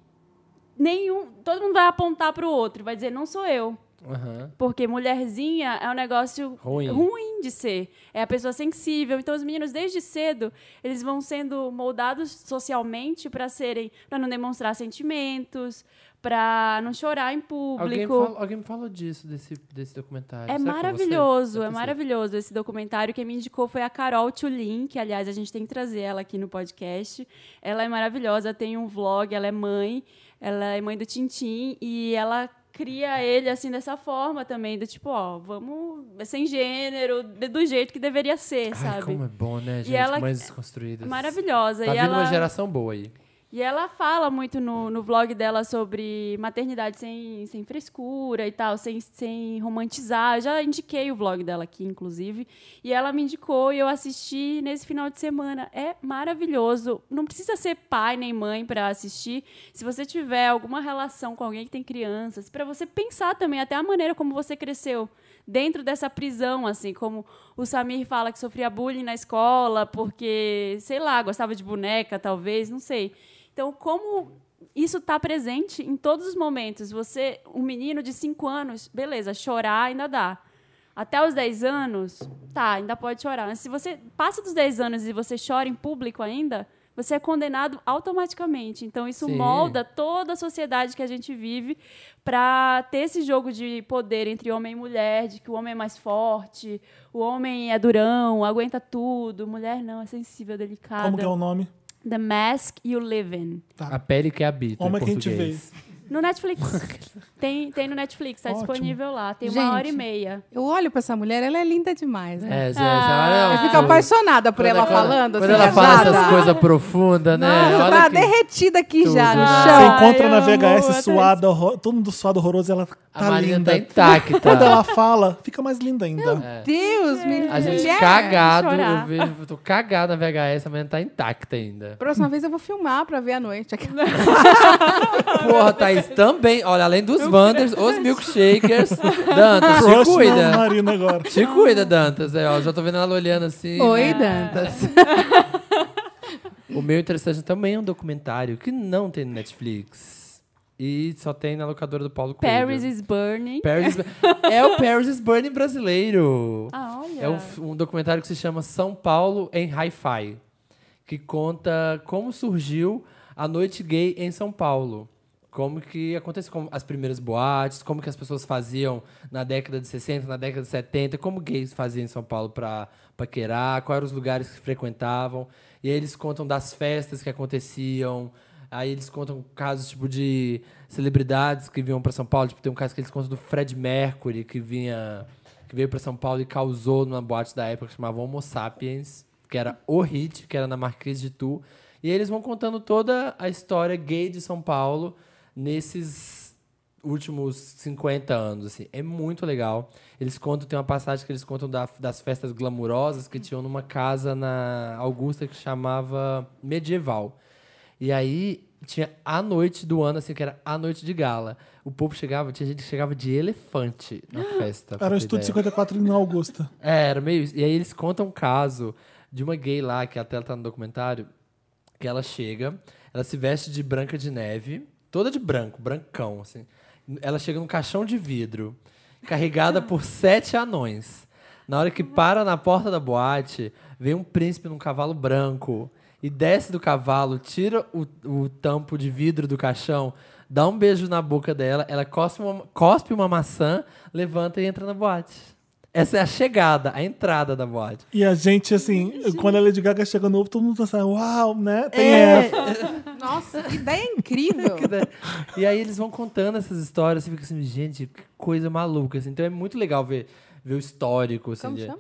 S3: Nenhum, todo mundo vai apontar para o outro, e vai dizer não sou eu.
S4: Aham.
S3: Porque mulherzinha é um negócio
S4: Ruim.
S3: de ser. É a pessoa sensível. Então, os meninos, desde cedo, eles vão sendo moldados socialmente para serem. para não demonstrar sentimentos, para não chorar em público.
S4: Alguém, falou, alguém me falou disso, desse, desse documentário.
S3: É
S4: Será que foi você?
S3: maravilhoso,
S4: Deve
S3: é
S4: ter sido.
S3: maravilhoso esse documentário. Quem me indicou foi a Carol Tulin, que aliás a gente tem que trazer ela aqui no podcast. Ela é maravilhosa, tem um vlog, ela é mãe, ela é mãe do Tintim e ela cria ele assim dessa forma também, do tipo, ó, vamos é sem gênero, de- do jeito que deveria ser,
S4: Ai,
S3: sabe?
S4: como é bom, né,
S3: E
S4: gente?
S3: ela-
S4: Mães desconstruídas.
S3: Maravilhosa.
S4: Tá
S3: e
S4: vindo
S3: ela
S4: uma geração boa aí.
S3: e ela fala muito no, no vlog dela sobre maternidade sem, sem frescura e tal, sem, sem romantizar. Eu já indiquei o vlog dela aqui, inclusive. E ela me indicou e eu assisti nesse final de semana. É maravilhoso. Não precisa ser pai nem mãe para assistir. Se você tiver alguma relação com alguém que tem crianças, para você pensar também até a maneira como você cresceu dentro dessa prisão, assim, como o Samir fala que sofria bullying na escola porque, sei lá, gostava de boneca, talvez, não sei. Então, como isso está presente em todos os momentos. Você, um menino de 5 anos, beleza, chorar ainda dá. Até os 10 anos, tá, ainda pode chorar. Mas se você passa dos 10 anos e você chora em público ainda, você é condenado automaticamente. Então, isso
S11: Sim.
S3: molda toda a sociedade que a gente vive para ter esse jogo de poder entre homem e mulher, de que o homem é mais forte, o homem é durão, aguenta tudo, mulher não, é sensível, delicada.
S1: Como que é o nome?
S3: The Mask You Live In.
S4: A pele que habita.
S1: Homem
S4: em
S1: que a gente vê.
S4: português.
S3: No Netflix. tem, tem no Netflix, tá
S2: Ótimo.
S3: disponível lá. Tem
S2: Gente,
S3: uma hora e meia.
S2: Eu olho pra essa mulher, ela é linda demais. Né?
S3: Ah.
S4: É, já- já-
S2: eu
S4: olha,
S2: fico apaixonada por
S4: quando-
S2: ela
S4: quando-
S2: falando.
S4: Quando
S2: assim,
S4: ela fala
S2: engajada.
S4: essas coisas profundas, né?
S2: Nossa,
S4: Olha
S2: tá
S4: que-
S2: derretida aqui já né? no
S1: Você
S2: chão.
S1: encontra na
S2: Ai, amor,
S1: VHS
S2: tá
S1: suada, horror- todo mundo suado horroroso, ela tá
S4: Marina
S1: linda.
S4: tá intacta.
S1: Quando ela fala, fica mais linda ainda.
S4: É.
S2: Deus, menina.
S4: A gente
S2: Mulher,
S4: cagado,
S2: chorar.
S4: eu vejo, eu tô cagado na VHS, a menina tá intacta ainda.
S2: Próxima vez eu vou filmar pra ver à noite. Aquela-
S4: Porra, Thaís também. Olha, além dos Wanders, os milkshakers. Dantas,
S1: Crush
S4: te cuida.
S1: na Marina agora.
S4: Te cuida, Dantas. É, ó, já tô vendo ela olhando assim.
S2: Oi,
S4: né?
S2: Dantas.
S4: O meu interessante também é um documentário que não tem no Netflix. E só tem na locadora do Paulo Coelho.
S3: Paris is Burning.
S4: Paris is- É o Paris is Burning brasileiro.
S3: Ah, olha.
S4: É um, f- um documentário que se chama São Paulo em Hi-Fi, que conta como surgiu a noite gay em São Paulo. Como que aconteceu, como as primeiras boates, como que as pessoas faziam na década de 60, na década de 70, como gays faziam em São Paulo pra paquerar, quais eram os lugares que frequentavam. E aí eles contam das festas que aconteciam, Aí eles contam casos tipo de celebridades que vinham pra São Paulo, tipo tem um caso que eles contam do Fred Mercury que vinha que veio pra São Paulo e causou numa boate da época que chamava Homo Sapiens, que era o hit, que era na Marquês de Tu. E eles vão contando toda a história gay de São Paulo nesses últimos 50 anos, assim. É muito legal. Eles contam, tem uma passagem que eles contam da- das festas glamurosas que tinham numa casa na Augusta que chamava Medieval. E aí tinha a noite do ano, assim, que era a noite de gala. O povo chegava, tinha gente que chegava de elefante na festa. pra
S1: Era o
S4: ter
S1: Estúdio
S4: ideia.
S1: 54 em Augusta.
S4: um É, era meio isso. E aí eles contam um caso de uma gay lá, que até ela tá no documentário, que ela chega, ela se veste de branca de neve, toda de branco, brancão, assim. Ela chega num caixão de vidro, carregada por sete anões. Na hora que para na porta da boate, vem um príncipe num cavalo branco e desce do cavalo, tira o, o tampo de vidro do caixão, dá um beijo na boca dela, ela cospe uma, cospe uma maçã, levanta e entra na boate. Essa é a chegada, a entrada da boate.
S1: E a gente, assim, quando a Lady Gaga chega no todo mundo pensa, uau, né? Tem
S4: É.
S1: essa.
S2: Nossa, que ideia incrível.
S4: Que ideia. E aí eles vão contando essas histórias, você fica assim, gente, que coisa maluca. assim. Então é muito legal ver, ver o histórico. Assim,
S3: Como
S4: de-
S3: chama?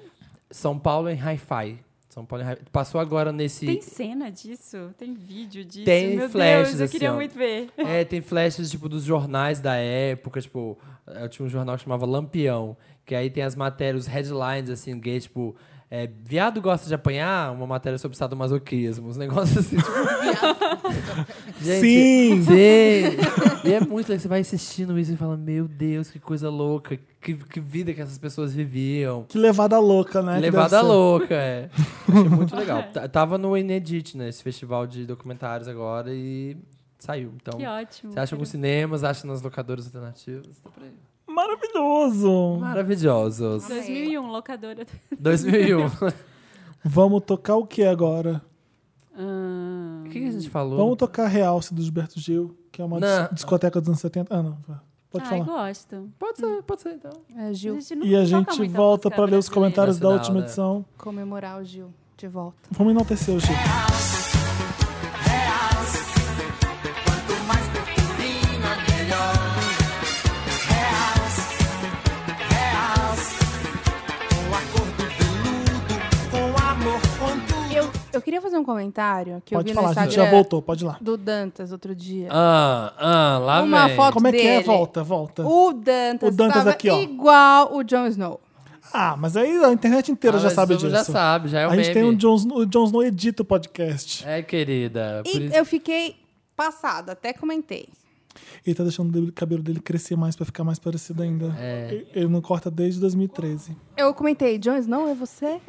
S4: São Paulo em Hi-Fi. São Paulo em Hi-Fi. Passou agora nesse.
S3: Tem cena disso? Tem vídeo disso?
S4: Tem
S3: Meu
S4: flashes,
S3: Deus, eu queria
S4: assim, ó.
S3: muito ver.
S4: É, tem flashes, tipo, dos jornais da época, tipo, eu tinha um jornal que chamava Lampião, que aí tem as matérias, os headlines, assim, gay, tipo, é, viado gosta de apanhar, uma matéria sobre sadomasoquismo, uns negócios assim, tipo,
S1: Sim!
S4: Sim! E é muito legal, você vai assistindo isso e fala, meu Deus, que coisa louca, que, que vida que essas pessoas viviam.
S1: Que levada louca, né? Que
S4: Levada
S1: deve ser.
S4: louca, é. Achei muito legal.
S1: É.
S4: T- Tava no Inedit, né? Esse festival de documentários agora e saiu. Então,
S3: Que ótimo.
S4: você acha nos cinemas, acha nas locadoras alternativas. Tá por aí.
S1: Maravilhoso.
S4: Hum. Maravilhosos.
S3: 2001, locadora.
S4: 2001.
S1: Vamos tocar o que agora?
S3: Ah,
S4: O que, que a gente falou?
S1: Vamos tocar Realce do Gilberto Gil, que é uma
S4: Não.
S1: dis- discoteca dos anos 70. Ah, não. Pode
S3: ai,
S1: falar.
S3: gosto.
S4: Pode ser, pode ser então.
S2: É, Gil,
S3: gente não
S1: E a
S3: toca
S1: gente
S3: muita
S1: volta
S3: música né?
S1: pra ler os
S3: brasileira.
S1: comentários da
S4: Nacional,
S1: última
S4: né?
S1: edição.
S2: comemorar o Gil de volta.
S1: Vamos enaltecer o Gil.
S2: Eu, eu queria fazer um comentário que eu
S1: Pode
S2: vi
S1: falar,
S2: no
S1: a gente
S2: Instagram
S1: já voltou, pode ir lá.
S2: do Dantas outro dia.
S4: Ah, ah, lá
S2: Uma
S4: vem.
S2: foto
S1: Como é que é?
S2: dele.
S1: Volta, volta.
S2: O Dantas,
S1: O Dantas
S2: tava
S1: aqui, ó.
S2: igual o Jon Snow.
S1: Ah, mas aí a internet inteira
S4: Ah,
S1: já
S4: mas
S1: sabe
S4: o povo
S1: disso.
S4: Já sabe, já é o
S1: a gente
S4: meme.
S1: tem um Jones, o Jones Snow edita o podcast.
S4: É, querida. Por
S2: E
S1: Então,
S4: isso...
S2: eu fiquei passada, até comentei.
S1: Ele tá deixando o cabelo dele crescer mais pra ficar mais parecido ainda.
S4: É.
S1: Ele- Ele não corta desde 2013.
S2: Eu comentei, Jon Snow é você?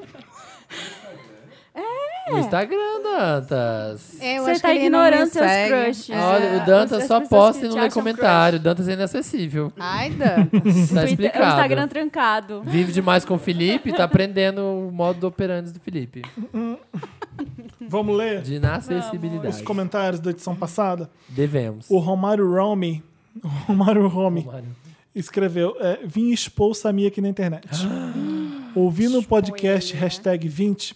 S3: É.
S4: O Instagram, Dantas.
S2: É, Eu
S3: Você
S2: acho
S3: tá
S2: que ele não me
S3: ignorando seus
S2: segue.
S3: crushes.
S4: Olha,
S3: Ah,
S4: o Dantas
S3: as
S4: só
S3: pessoas
S4: posta
S3: que
S4: e não
S3: te
S4: lê
S3: acham
S4: comentário. Dantas é inacessível.
S2: Ai, Dantas.
S4: Tá
S3: Twitter-
S4: explicado.
S3: Tipo, O Instagram trancado.
S4: Vive demais com o Felipe, tá aprendendo o modo operandi do Felipe.
S1: Vamos ler
S4: De inacessibilidade.
S1: os comentários da edição passada?
S4: Devemos.
S1: O Romário Romy. O Romário Romy.
S4: Romário.
S1: escreveu: é, Vim expor Samir aqui na internet. Ouvi no podcast hashtag 20,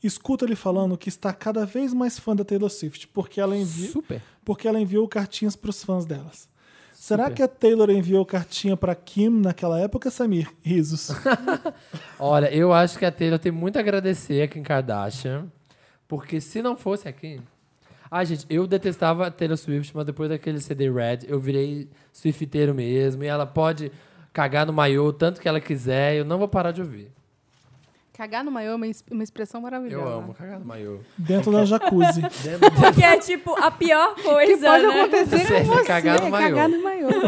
S1: escuto ele falando que está cada vez mais fã da Taylor Swift, porque ela, envi
S4: Super.
S1: porque ela enviou cartinhas para os fãs delas. Será que a Taylor enviou cartinha para Kim naquela época, Samir? Risos.
S4: Olha, eu acho que a Taylor tem muito a agradecer a Kim Kardashian, porque se não fosse a Kim... Ah, gente, eu detestava a Taylor Swift, mas depois daquele CD Red, eu virei swifteiro mesmo, e ela pode cagar no maiô tanto que ela quiser, eu não vou parar de ouvir.
S2: Cagar no maiô é uma, ex- uma expressão maravilhosa.
S4: Eu amo cagar no maiô.
S1: Dentro da jacuzzi.
S3: Porque é tipo a pior
S2: Que
S3: coisa,
S2: pode
S3: né?
S2: acontecer
S4: Você é
S2: com você,
S4: cagar
S2: cagar
S4: no
S2: no
S4: maiô.
S2: maiô.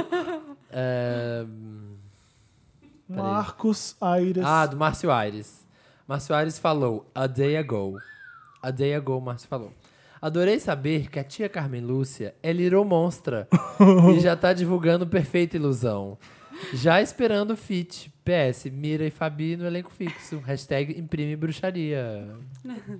S4: É,
S1: Marcos Aires.
S4: Ah, do Márcio Aires. Márcio Aires falou, a day ago. A day ago, Márcio falou. Adorei saber que a tia Carmen Lúcia é Little Monstra e já tá divulgando Perfeita Ilusão. Já esperando o fit. PS, Mira e Fabi no elenco fixo. Hashtag imprime bruxaria.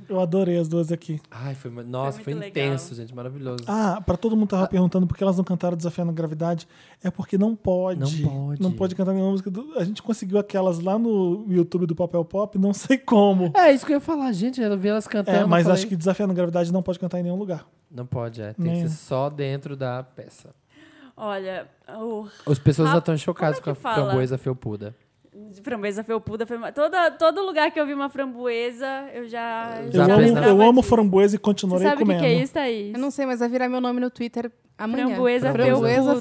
S1: Eu adorei as duas aqui.
S4: Ai, foi. ma- Nossa, foi,
S3: Foi muito legal.
S4: intenso, gente. Maravilhoso.
S1: Ah, pra todo mundo que tava perguntando por que elas não cantaram Desafiando a Gravidade, é porque não pode.
S4: Não pode.
S1: Não pode cantar nenhuma música. do- A gente conseguiu aquelas lá no YouTube do Papel Pop, não sei como.
S4: É, isso que eu ia falar, gente. Então, Eu vi elas cantando.
S1: É, mas
S4: falei,
S1: acho que Desafiando a Gravidade não pode cantar em nenhum lugar.
S4: Não pode, é. Tem
S1: Nem.
S4: que ser só dentro da peça.
S3: Olha, o
S4: As pessoas
S3: Ah,
S4: já estão chocadas
S3: como é
S4: com a
S3: que fala?
S4: framboesa felpuda.
S3: de framboesa felpuda, framboesa- toda, todo lugar que eu vi uma framboesa, eu já.
S1: Eu
S3: já
S1: amo,
S3: lembrava
S1: eu amo
S3: disso.
S1: framboesa e continuarei
S3: Você sabe o que
S1: comendo.
S3: que é isso, Thaís?
S2: Eu não sei, mas vai virar meu nome no Twitter amanhã.
S3: Framboesa,
S2: Framboesa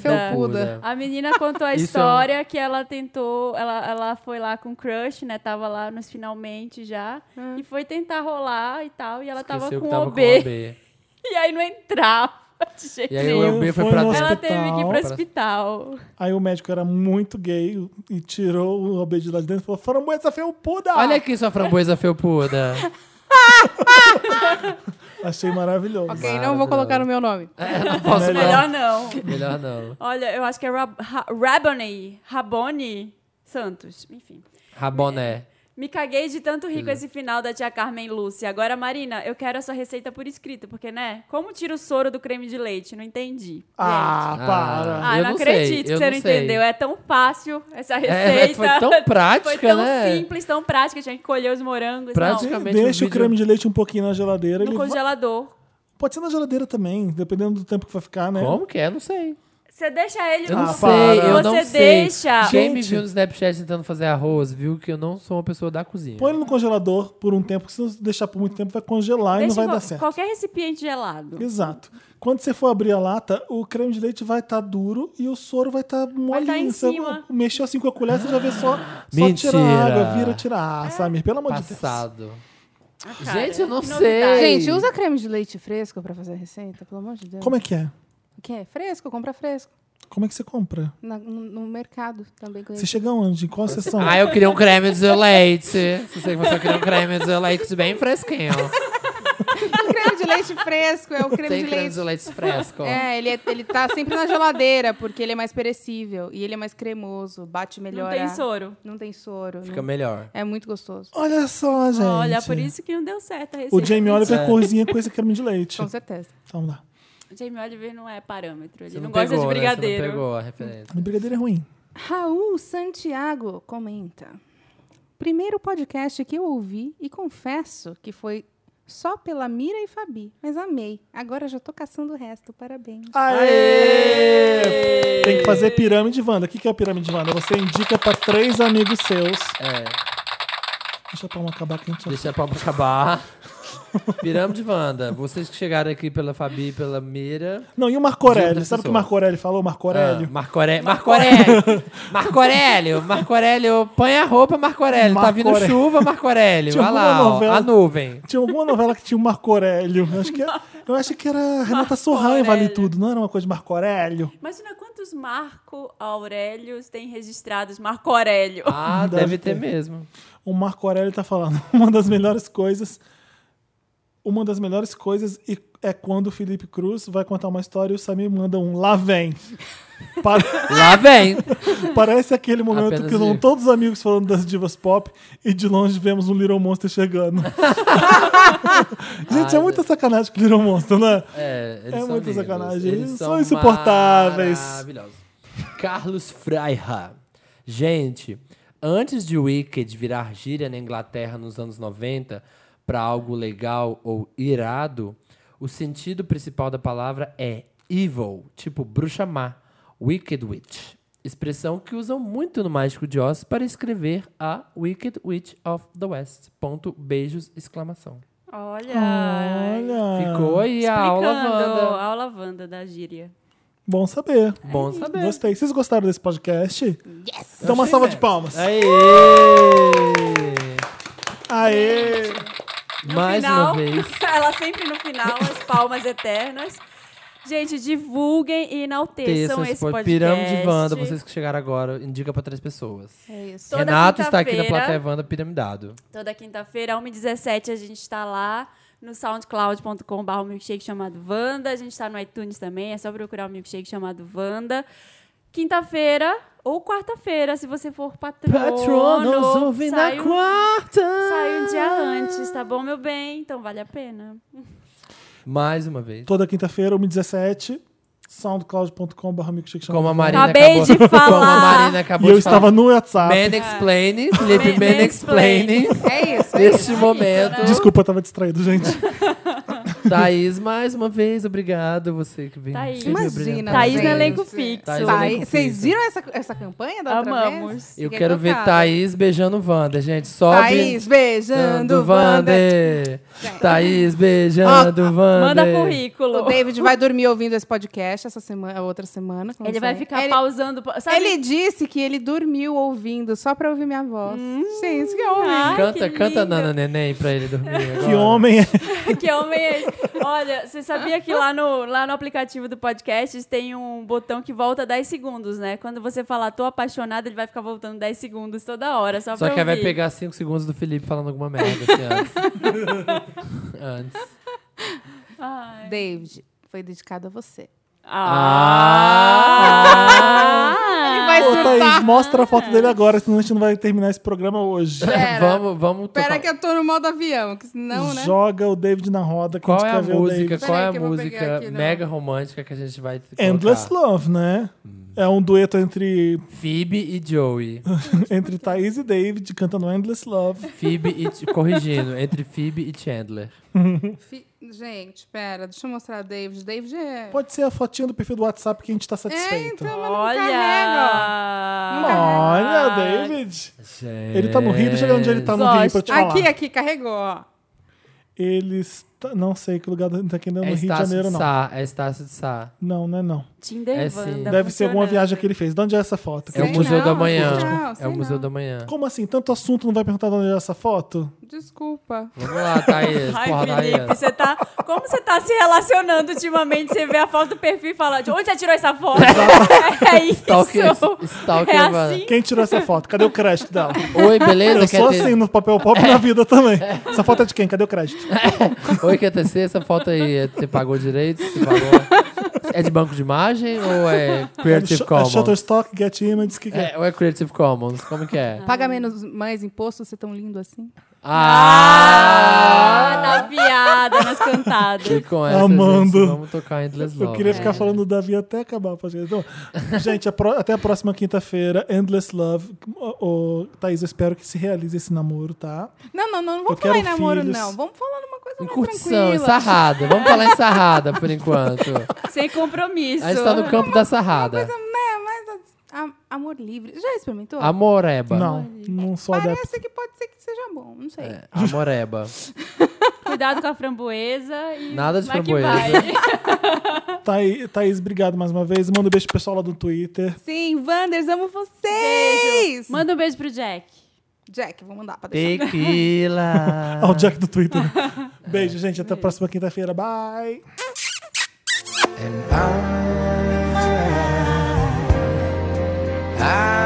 S3: felpuda.
S2: felpuda.
S3: A menina contou a
S4: Isso é um-
S3: história que ela tentou, ela, ela foi lá com o crush, né? Tava lá nos finalmente já.
S1: Ah.
S3: E foi tentar rolar e tal. E ela tava
S4: Esqueceu
S3: com um
S4: que
S3: o
S4: tava
S3: OB.
S4: com um o OB.
S3: E aí não entrava de jeito
S4: E aí o
S3: nenhum.
S4: OB foi
S1: Foi
S4: pra
S1: no
S4: dentro.
S3: Ela teve que ir pro
S1: hospital.
S3: hospital.
S1: Aí o médico era muito gay e tirou o OB de lá de dentro e falou: Framboesa felpuda!
S4: Olha aqui sua framboesa felpuda.
S1: Achei maravilhoso.
S2: Ok, não vou colocar o meu nome.
S4: É, não posso
S3: Melhor não.
S4: Melhor não.
S3: Olha, eu acho que é Rab Ra- Rabone, Rabone Santos, enfim.
S4: Raboné.
S3: Me caguei de tanto rico esse final da tia Carmen Lúcia. Agora, Marina, eu quero a sua receita por escrito, porque, né? Como tira o soro do creme de leite? Não entendi.
S1: Ah, para.
S3: Ah,
S4: eu
S3: não
S4: não sei,
S3: acredito que
S4: eu
S3: você não,
S4: não sei.
S3: entendeu. É tão fácil essa
S4: É,
S3: receita.
S4: foi tão prática,
S3: Foi tão
S4: né?
S3: simples, tão prática. Tinha que colher os morangos.
S4: Prática.
S3: não,
S4: Praticamente
S1: Deixa
S4: no
S1: o
S4: vídeo-
S1: creme de leite um pouquinho na
S3: no
S1: geladeira. ele vai-
S3: congelador.
S1: Pode ser na geladeira também, dependendo do tempo que vai ficar, né?
S4: Como que é? Não sei.
S3: Você deixa ele
S4: Eu
S3: no
S4: não
S1: Ah,
S4: sei,
S1: para.
S4: eu
S3: Você
S4: não
S3: deixa.
S4: sei. Quem me
S1: Gente.
S4: viu no Snapchat tentando fazer arroz, viu que eu não sou uma pessoa da cozinha.
S1: Põe ele no congelador por um tempo, que se você deixar por muito tempo vai congelar e
S3: Deixa
S1: não vai
S3: em
S1: dar
S3: qual-
S1: certo.
S3: Qualquer recipiente gelado.
S1: Exato. Quando você for abrir a lata, o creme de leite vai estar duro e o soro vai estar molinho.
S3: tá em
S1: Você
S3: cima.
S1: mexeu assim com a colher, você já vê só, só
S4: Mentira.
S1: tira a água, vira, tira. Ah, Samir, pelo amor de
S4: Passado.
S3: Ah, cara,
S4: Gente, eu não
S3: que
S4: sei.
S2: Gente, usa creme de leite fresco pra fazer receita, pelo amor de Deus.
S1: Deus. Como é que é?
S2: O que é? Fresco, compra fresco.
S1: Como é que você compra?
S2: Na- no, no mercado também.
S1: Você chega onde? Em qual sessão?
S4: Ah, eu queria um creme de leite. Se você você queria um creme de leite bem fresquinho.
S2: O creme de leite fresco é o creme
S4: Tem
S2: de
S4: creme
S2: leite.
S4: de leite fresco.
S2: É, ele, é- ele tá sempre na geladeira, porque ele é mais perecível. E ele é mais cremoso, bate melhor.
S3: Não tem
S2: a-
S3: soro.
S2: Não tem soro.
S4: Fica
S2: não-
S4: melhor.
S2: É muito gostoso.
S1: Olha só, é, gente.
S3: Olha, por isso que não deu certo a receita.
S1: O Jamie Oliver
S4: É.
S1: cozinha com esse creme de leite.
S2: Com certeza.
S1: Então lá.
S3: O Jamie Oliver não é parâmetro. Ele
S4: Você
S3: não, gosta de
S4: pegou, né? Você
S3: brigadeiro.
S4: não pegou a referência.
S1: O brigadeiro é ruim.
S2: Raul Santiago comenta. Primeiro podcast que eu ouvi e confesso que foi só pela Mira e Fabi, mas amei. Agora já tô caçando o resto, parabéns.
S3: Ah,
S1: Aê! Tem que fazer pirâmide Wanda. O que que é a pirâmide Wanda? Você indica pra três amigos seus.
S4: É,
S1: Deixa a palma acabar que a gente já
S4: deixa a palma acabar. Pirâmide Wanda, vocês que chegaram aqui pela Fabi e pela Mira.
S1: Não, e o Marco Aurélio?
S4: Diga
S1: Sabe o que
S4: pra
S1: o Marco Aurélio falou? Marco
S4: Ah,
S1: Aurélio?
S4: Marco Aurélio. Marco Aurélio. Marco Aurélio. Marco Aurélio. Põe a roupa, Marco Aurélio. tá
S1: Marco
S4: vindo
S1: Aurélio.
S4: chuva, Marco Aurélio.
S1: Tinha
S4: Olha lá,
S1: alguma
S4: ó,
S1: novela-
S4: a nuvem.
S1: Tinha alguma novela que tinha o Marco Aurélio. Eu acho que era, eu acho que era Renata Sorran em Vale
S3: Aurélio.
S1: Tudo. Não era uma coisa de Marco Aurélio?
S3: Imagina quantos Marco Aurélios tem registrados Marco Aurélio.
S4: Ah,
S1: Deve
S4: deve ter
S1: ter.
S4: mesmo.
S1: O Marco Aurélio tá falando uma das melhores coisas. Uma das melhores coisas e- é quando o Felipe Cruz vai contar uma história e o Samir manda um lá vem. Para-
S4: Lá vem.
S1: Parece aquele momento
S4: Apenas
S1: que vão
S4: de-
S1: todos os amigos falando das divas pop e de longe vemos um Little Monster chegando. gente, é
S4: Ai,
S1: muita sacanagem com o Little Monster, né?
S4: É, eles
S1: É
S4: são
S1: muita
S4: lindos.
S1: sacanagem,
S4: Eles
S1: eles
S4: são,
S1: são insuportáveis.
S4: Maravilhosos. Carlos Freira. Gente, antes de Wicked virar gíria na Inglaterra nos anos 90 para algo legal ou irado, o sentido principal da palavra é evil, tipo bruxa má, Wicked Witch. Expressão que usam muito no Mágico de Oz para escrever a Wicked Witch of the West. Ponto, beijos, exclamação.
S3: Olha.
S1: Ah. Olha.
S4: Ficou aí a
S3: Explicando
S4: aula, Wanda.
S3: a aula Wanda da gíria.
S1: Bom saber.
S4: Bom saber. né?
S1: Gostei. Vocês gostaram desse podcast? Yes! Então uma
S4: Achei
S1: salva de
S4: mesmo.
S1: palmas.
S4: Aê!
S1: Aê!
S3: No
S4: Mais
S3: final,
S4: uma vez.
S3: ela sempre no final, as palmas eternas. Gente, divulguem e enalteçam
S4: Terça,
S3: é um esse
S4: esse
S3: podcast.
S4: podcast. Pirâmide Wanda, vocês que chegaram agora, indica pra três pessoas.
S2: É isso.
S3: Toda
S4: Renato está aqui na
S3: quinta-feira-
S4: plateia Wanda Piramidado.
S3: Toda quinta-feira, 1h17, a gente está lá no soundcloud.com.br, o milkshake chamado Wanda. A gente está no iTunes também, é só procurar o milkshake chamado Wanda. Quinta-feira ou quarta-feira, se você for patrono. sai, um,
S4: quarta!
S3: sai um dia antes, tá bom, meu bem? Então vale a pena.
S4: Mais uma vez.
S1: Toda quinta-feira, 1h17, soundcloud.com.br milkshake chamado
S4: Como a
S1: Wanda.
S4: Marina
S3: Acabei
S4: acabou,
S3: de falar.
S4: Como a Marina acabou
S1: E eu
S4: de falar.
S1: estava no WhatsApp.
S4: Man explaining, Felipe
S3: Man-
S4: Man explaining.
S2: É isso.
S3: né?
S4: Neste momento.
S1: Desculpa, eu tava distraído, gente.
S4: Thaís, mais uma vez, obrigado. Você que vem.
S3: Thaís.
S4: sempre
S3: Imagina,
S4: brilhante.
S3: Thaís no elenco fixo.
S4: Thaís no
S3: Thaís-
S4: elenco
S3: vocês
S4: fixo.
S2: Viram essa, essa campanha da outra
S3: Amamos.
S2: vez?
S4: Eu
S2: Fiquei
S4: quero ver
S2: encantada.
S4: Thaís beijando Wanda, gente. Sobe.
S2: Thaís beijando
S4: Wander. Thaís beijando Wander.
S2: O David vai dormir ouvindo esse podcast essa semana, a outra semana. quando
S3: Ele vai
S2: sair.
S3: ficar pausando. Sabe?
S2: Ele disse que ele dormiu ouvindo só pra ouvir minha voz.
S3: Hum.
S2: Gente, que é homem.
S4: Canta, canta Nana Neném pra ele dormir.
S1: Que homem é.
S3: que homem é esse? Olha, você sabia que lá no, lá no aplicativo do podcast tem um botão que volta 10 segundos, né? Quando você falar tô apaixonada, ele vai ficar voltando 10 segundos toda hora, só,
S4: Só
S3: pra
S4: que aí vai
S3: ouvir.
S4: pegar 5 segundos do Felipe falando alguma merda. Assim, antes. antes.
S3: Ah.
S2: David, foi dedicado a você.
S4: Ah!
S2: Ele vai
S1: Ô, Thaís,
S2: surtar.
S1: mostra a foto dele agora, senão a gente não vai terminar esse programa hoje.
S2: Pera. Vamos-
S4: vamos
S2: Espera que eu tô no modo avião, que senão, né?
S1: Joga o David na roda. que
S4: Qual
S1: gente
S4: é
S1: quer
S4: a
S1: ver o
S4: música,
S1: David.
S4: qual é a
S2: que eu vou pegar
S4: música
S2: aqui, não.
S4: mega romântica que a gente vai colocar? Hum.
S1: Endless Love, né? É um dueto entre
S4: Phoebe e Joey.
S1: entre Thaís e David cantando Endless Love.
S4: Phoebe e... Corrigindo, entre Phoebe e Chandler.
S2: Fi- Gente, pera, deixa eu mostrar a David. David é.
S1: Pode ser a fotinha do perfil do WhatsApp que a gente tá satisfeito.
S2: Carrega, ó. Não
S1: Olha, David. Ele tá no Rio, deixa eu ver onde ele tá no Rio pra eu te falar.
S2: Aqui, aqui, carregou, ó.
S1: Ele está... Não sei que lugar não tá aqui, não,
S4: É
S1: no Rio de
S4: Estácio de,
S1: Janeiro, não.
S4: Sá, é Estácio de Sá.
S1: Não, não é não.
S3: Tinder
S4: É sim.
S2: Tá
S4: Wanda
S1: Deve ser alguma
S3: funcionando.
S1: viagem que ele fez. De onde é essa foto?
S4: É o Museu
S2: não,
S4: da
S2: sei
S4: Manhã.
S2: não, sei
S4: é o Museu
S2: não.
S4: da Manhã.
S1: Como assim? Tanto assunto, não vai perguntar de onde é essa foto?
S2: Desculpa.
S4: Vamos lá, Thaís.
S3: Ai,
S4: Porra,
S3: Felipe,
S4: Thaís.
S3: você tá. Como você tá se relacionando ultimamente? Você vê a foto do perfil e fala, de onde você tirou essa foto? é isso.
S4: Stalker- stalker,
S3: é
S4: mano.
S3: assim.
S1: Quem tirou essa foto? Cadê o crédito dela?
S4: Oi, beleza?
S1: Eu
S4: Quer
S1: sou
S4: ter-
S1: assim no papel pop e na vida também. Essa foto é de quem? Cadê o crédito?
S4: Oi, QTC, essa foto aí, é- você pagou direito? Você pagou... É de banco de imagem ou é Creative
S1: É
S4: Commons?
S1: Shutterstock, Get Images, o que, que é?
S4: É, ou é Creative Commons? Como que é?
S3: Ah.
S2: Paga menos mais imposto, você tão lindo assim.
S4: Ah!
S3: Ah, tá piada nas
S4: E
S3: cantadas.
S4: com essa,
S1: Ah. Amando.
S4: gente, vamos tocar Endless Love.
S1: Eu queria ficar falando do Davi até acabar o podcast. Então, gente, a pró- até a próxima quinta-feira, Endless Love. O, o, Thaís, eu espero que se realize esse namoro, tá?
S2: Não, não, não, não vou
S1: Eu
S2: falar em
S1: quero
S2: namoro,
S1: filhos.
S2: não. Vamos falar numa coisa
S4: Em
S2: mais
S4: curtição, em
S2: tranquila.
S4: sarrada. Vamos falar em sarrada, por enquanto.
S3: Sem compromisso.
S4: A gente tá no campo da sarrada.
S2: Né, mas a- amor livre. Já experimentou?
S4: Amoreba.
S1: Não, não sou
S2: Parece
S1: adepto.
S2: que pode ser que seja bom, não sei.
S4: É, amoreba.
S3: Cuidado com a framboesa e.
S4: Nada de
S3: vai que
S4: framboesa.
S3: vai.
S1: Thaí- Thaís, obrigado mais uma vez. Manda um beijo pro pessoal lá do Twitter.
S2: Sim, Wanders, amo vocês!
S3: Beijo. Manda um beijo pro Jack.
S2: Jack, vou mandar pra deixar.
S4: Tequila.
S1: Ao Jack do Twitter. Beijo, gente. Até a próxima quinta-feira. Bye.
S11: I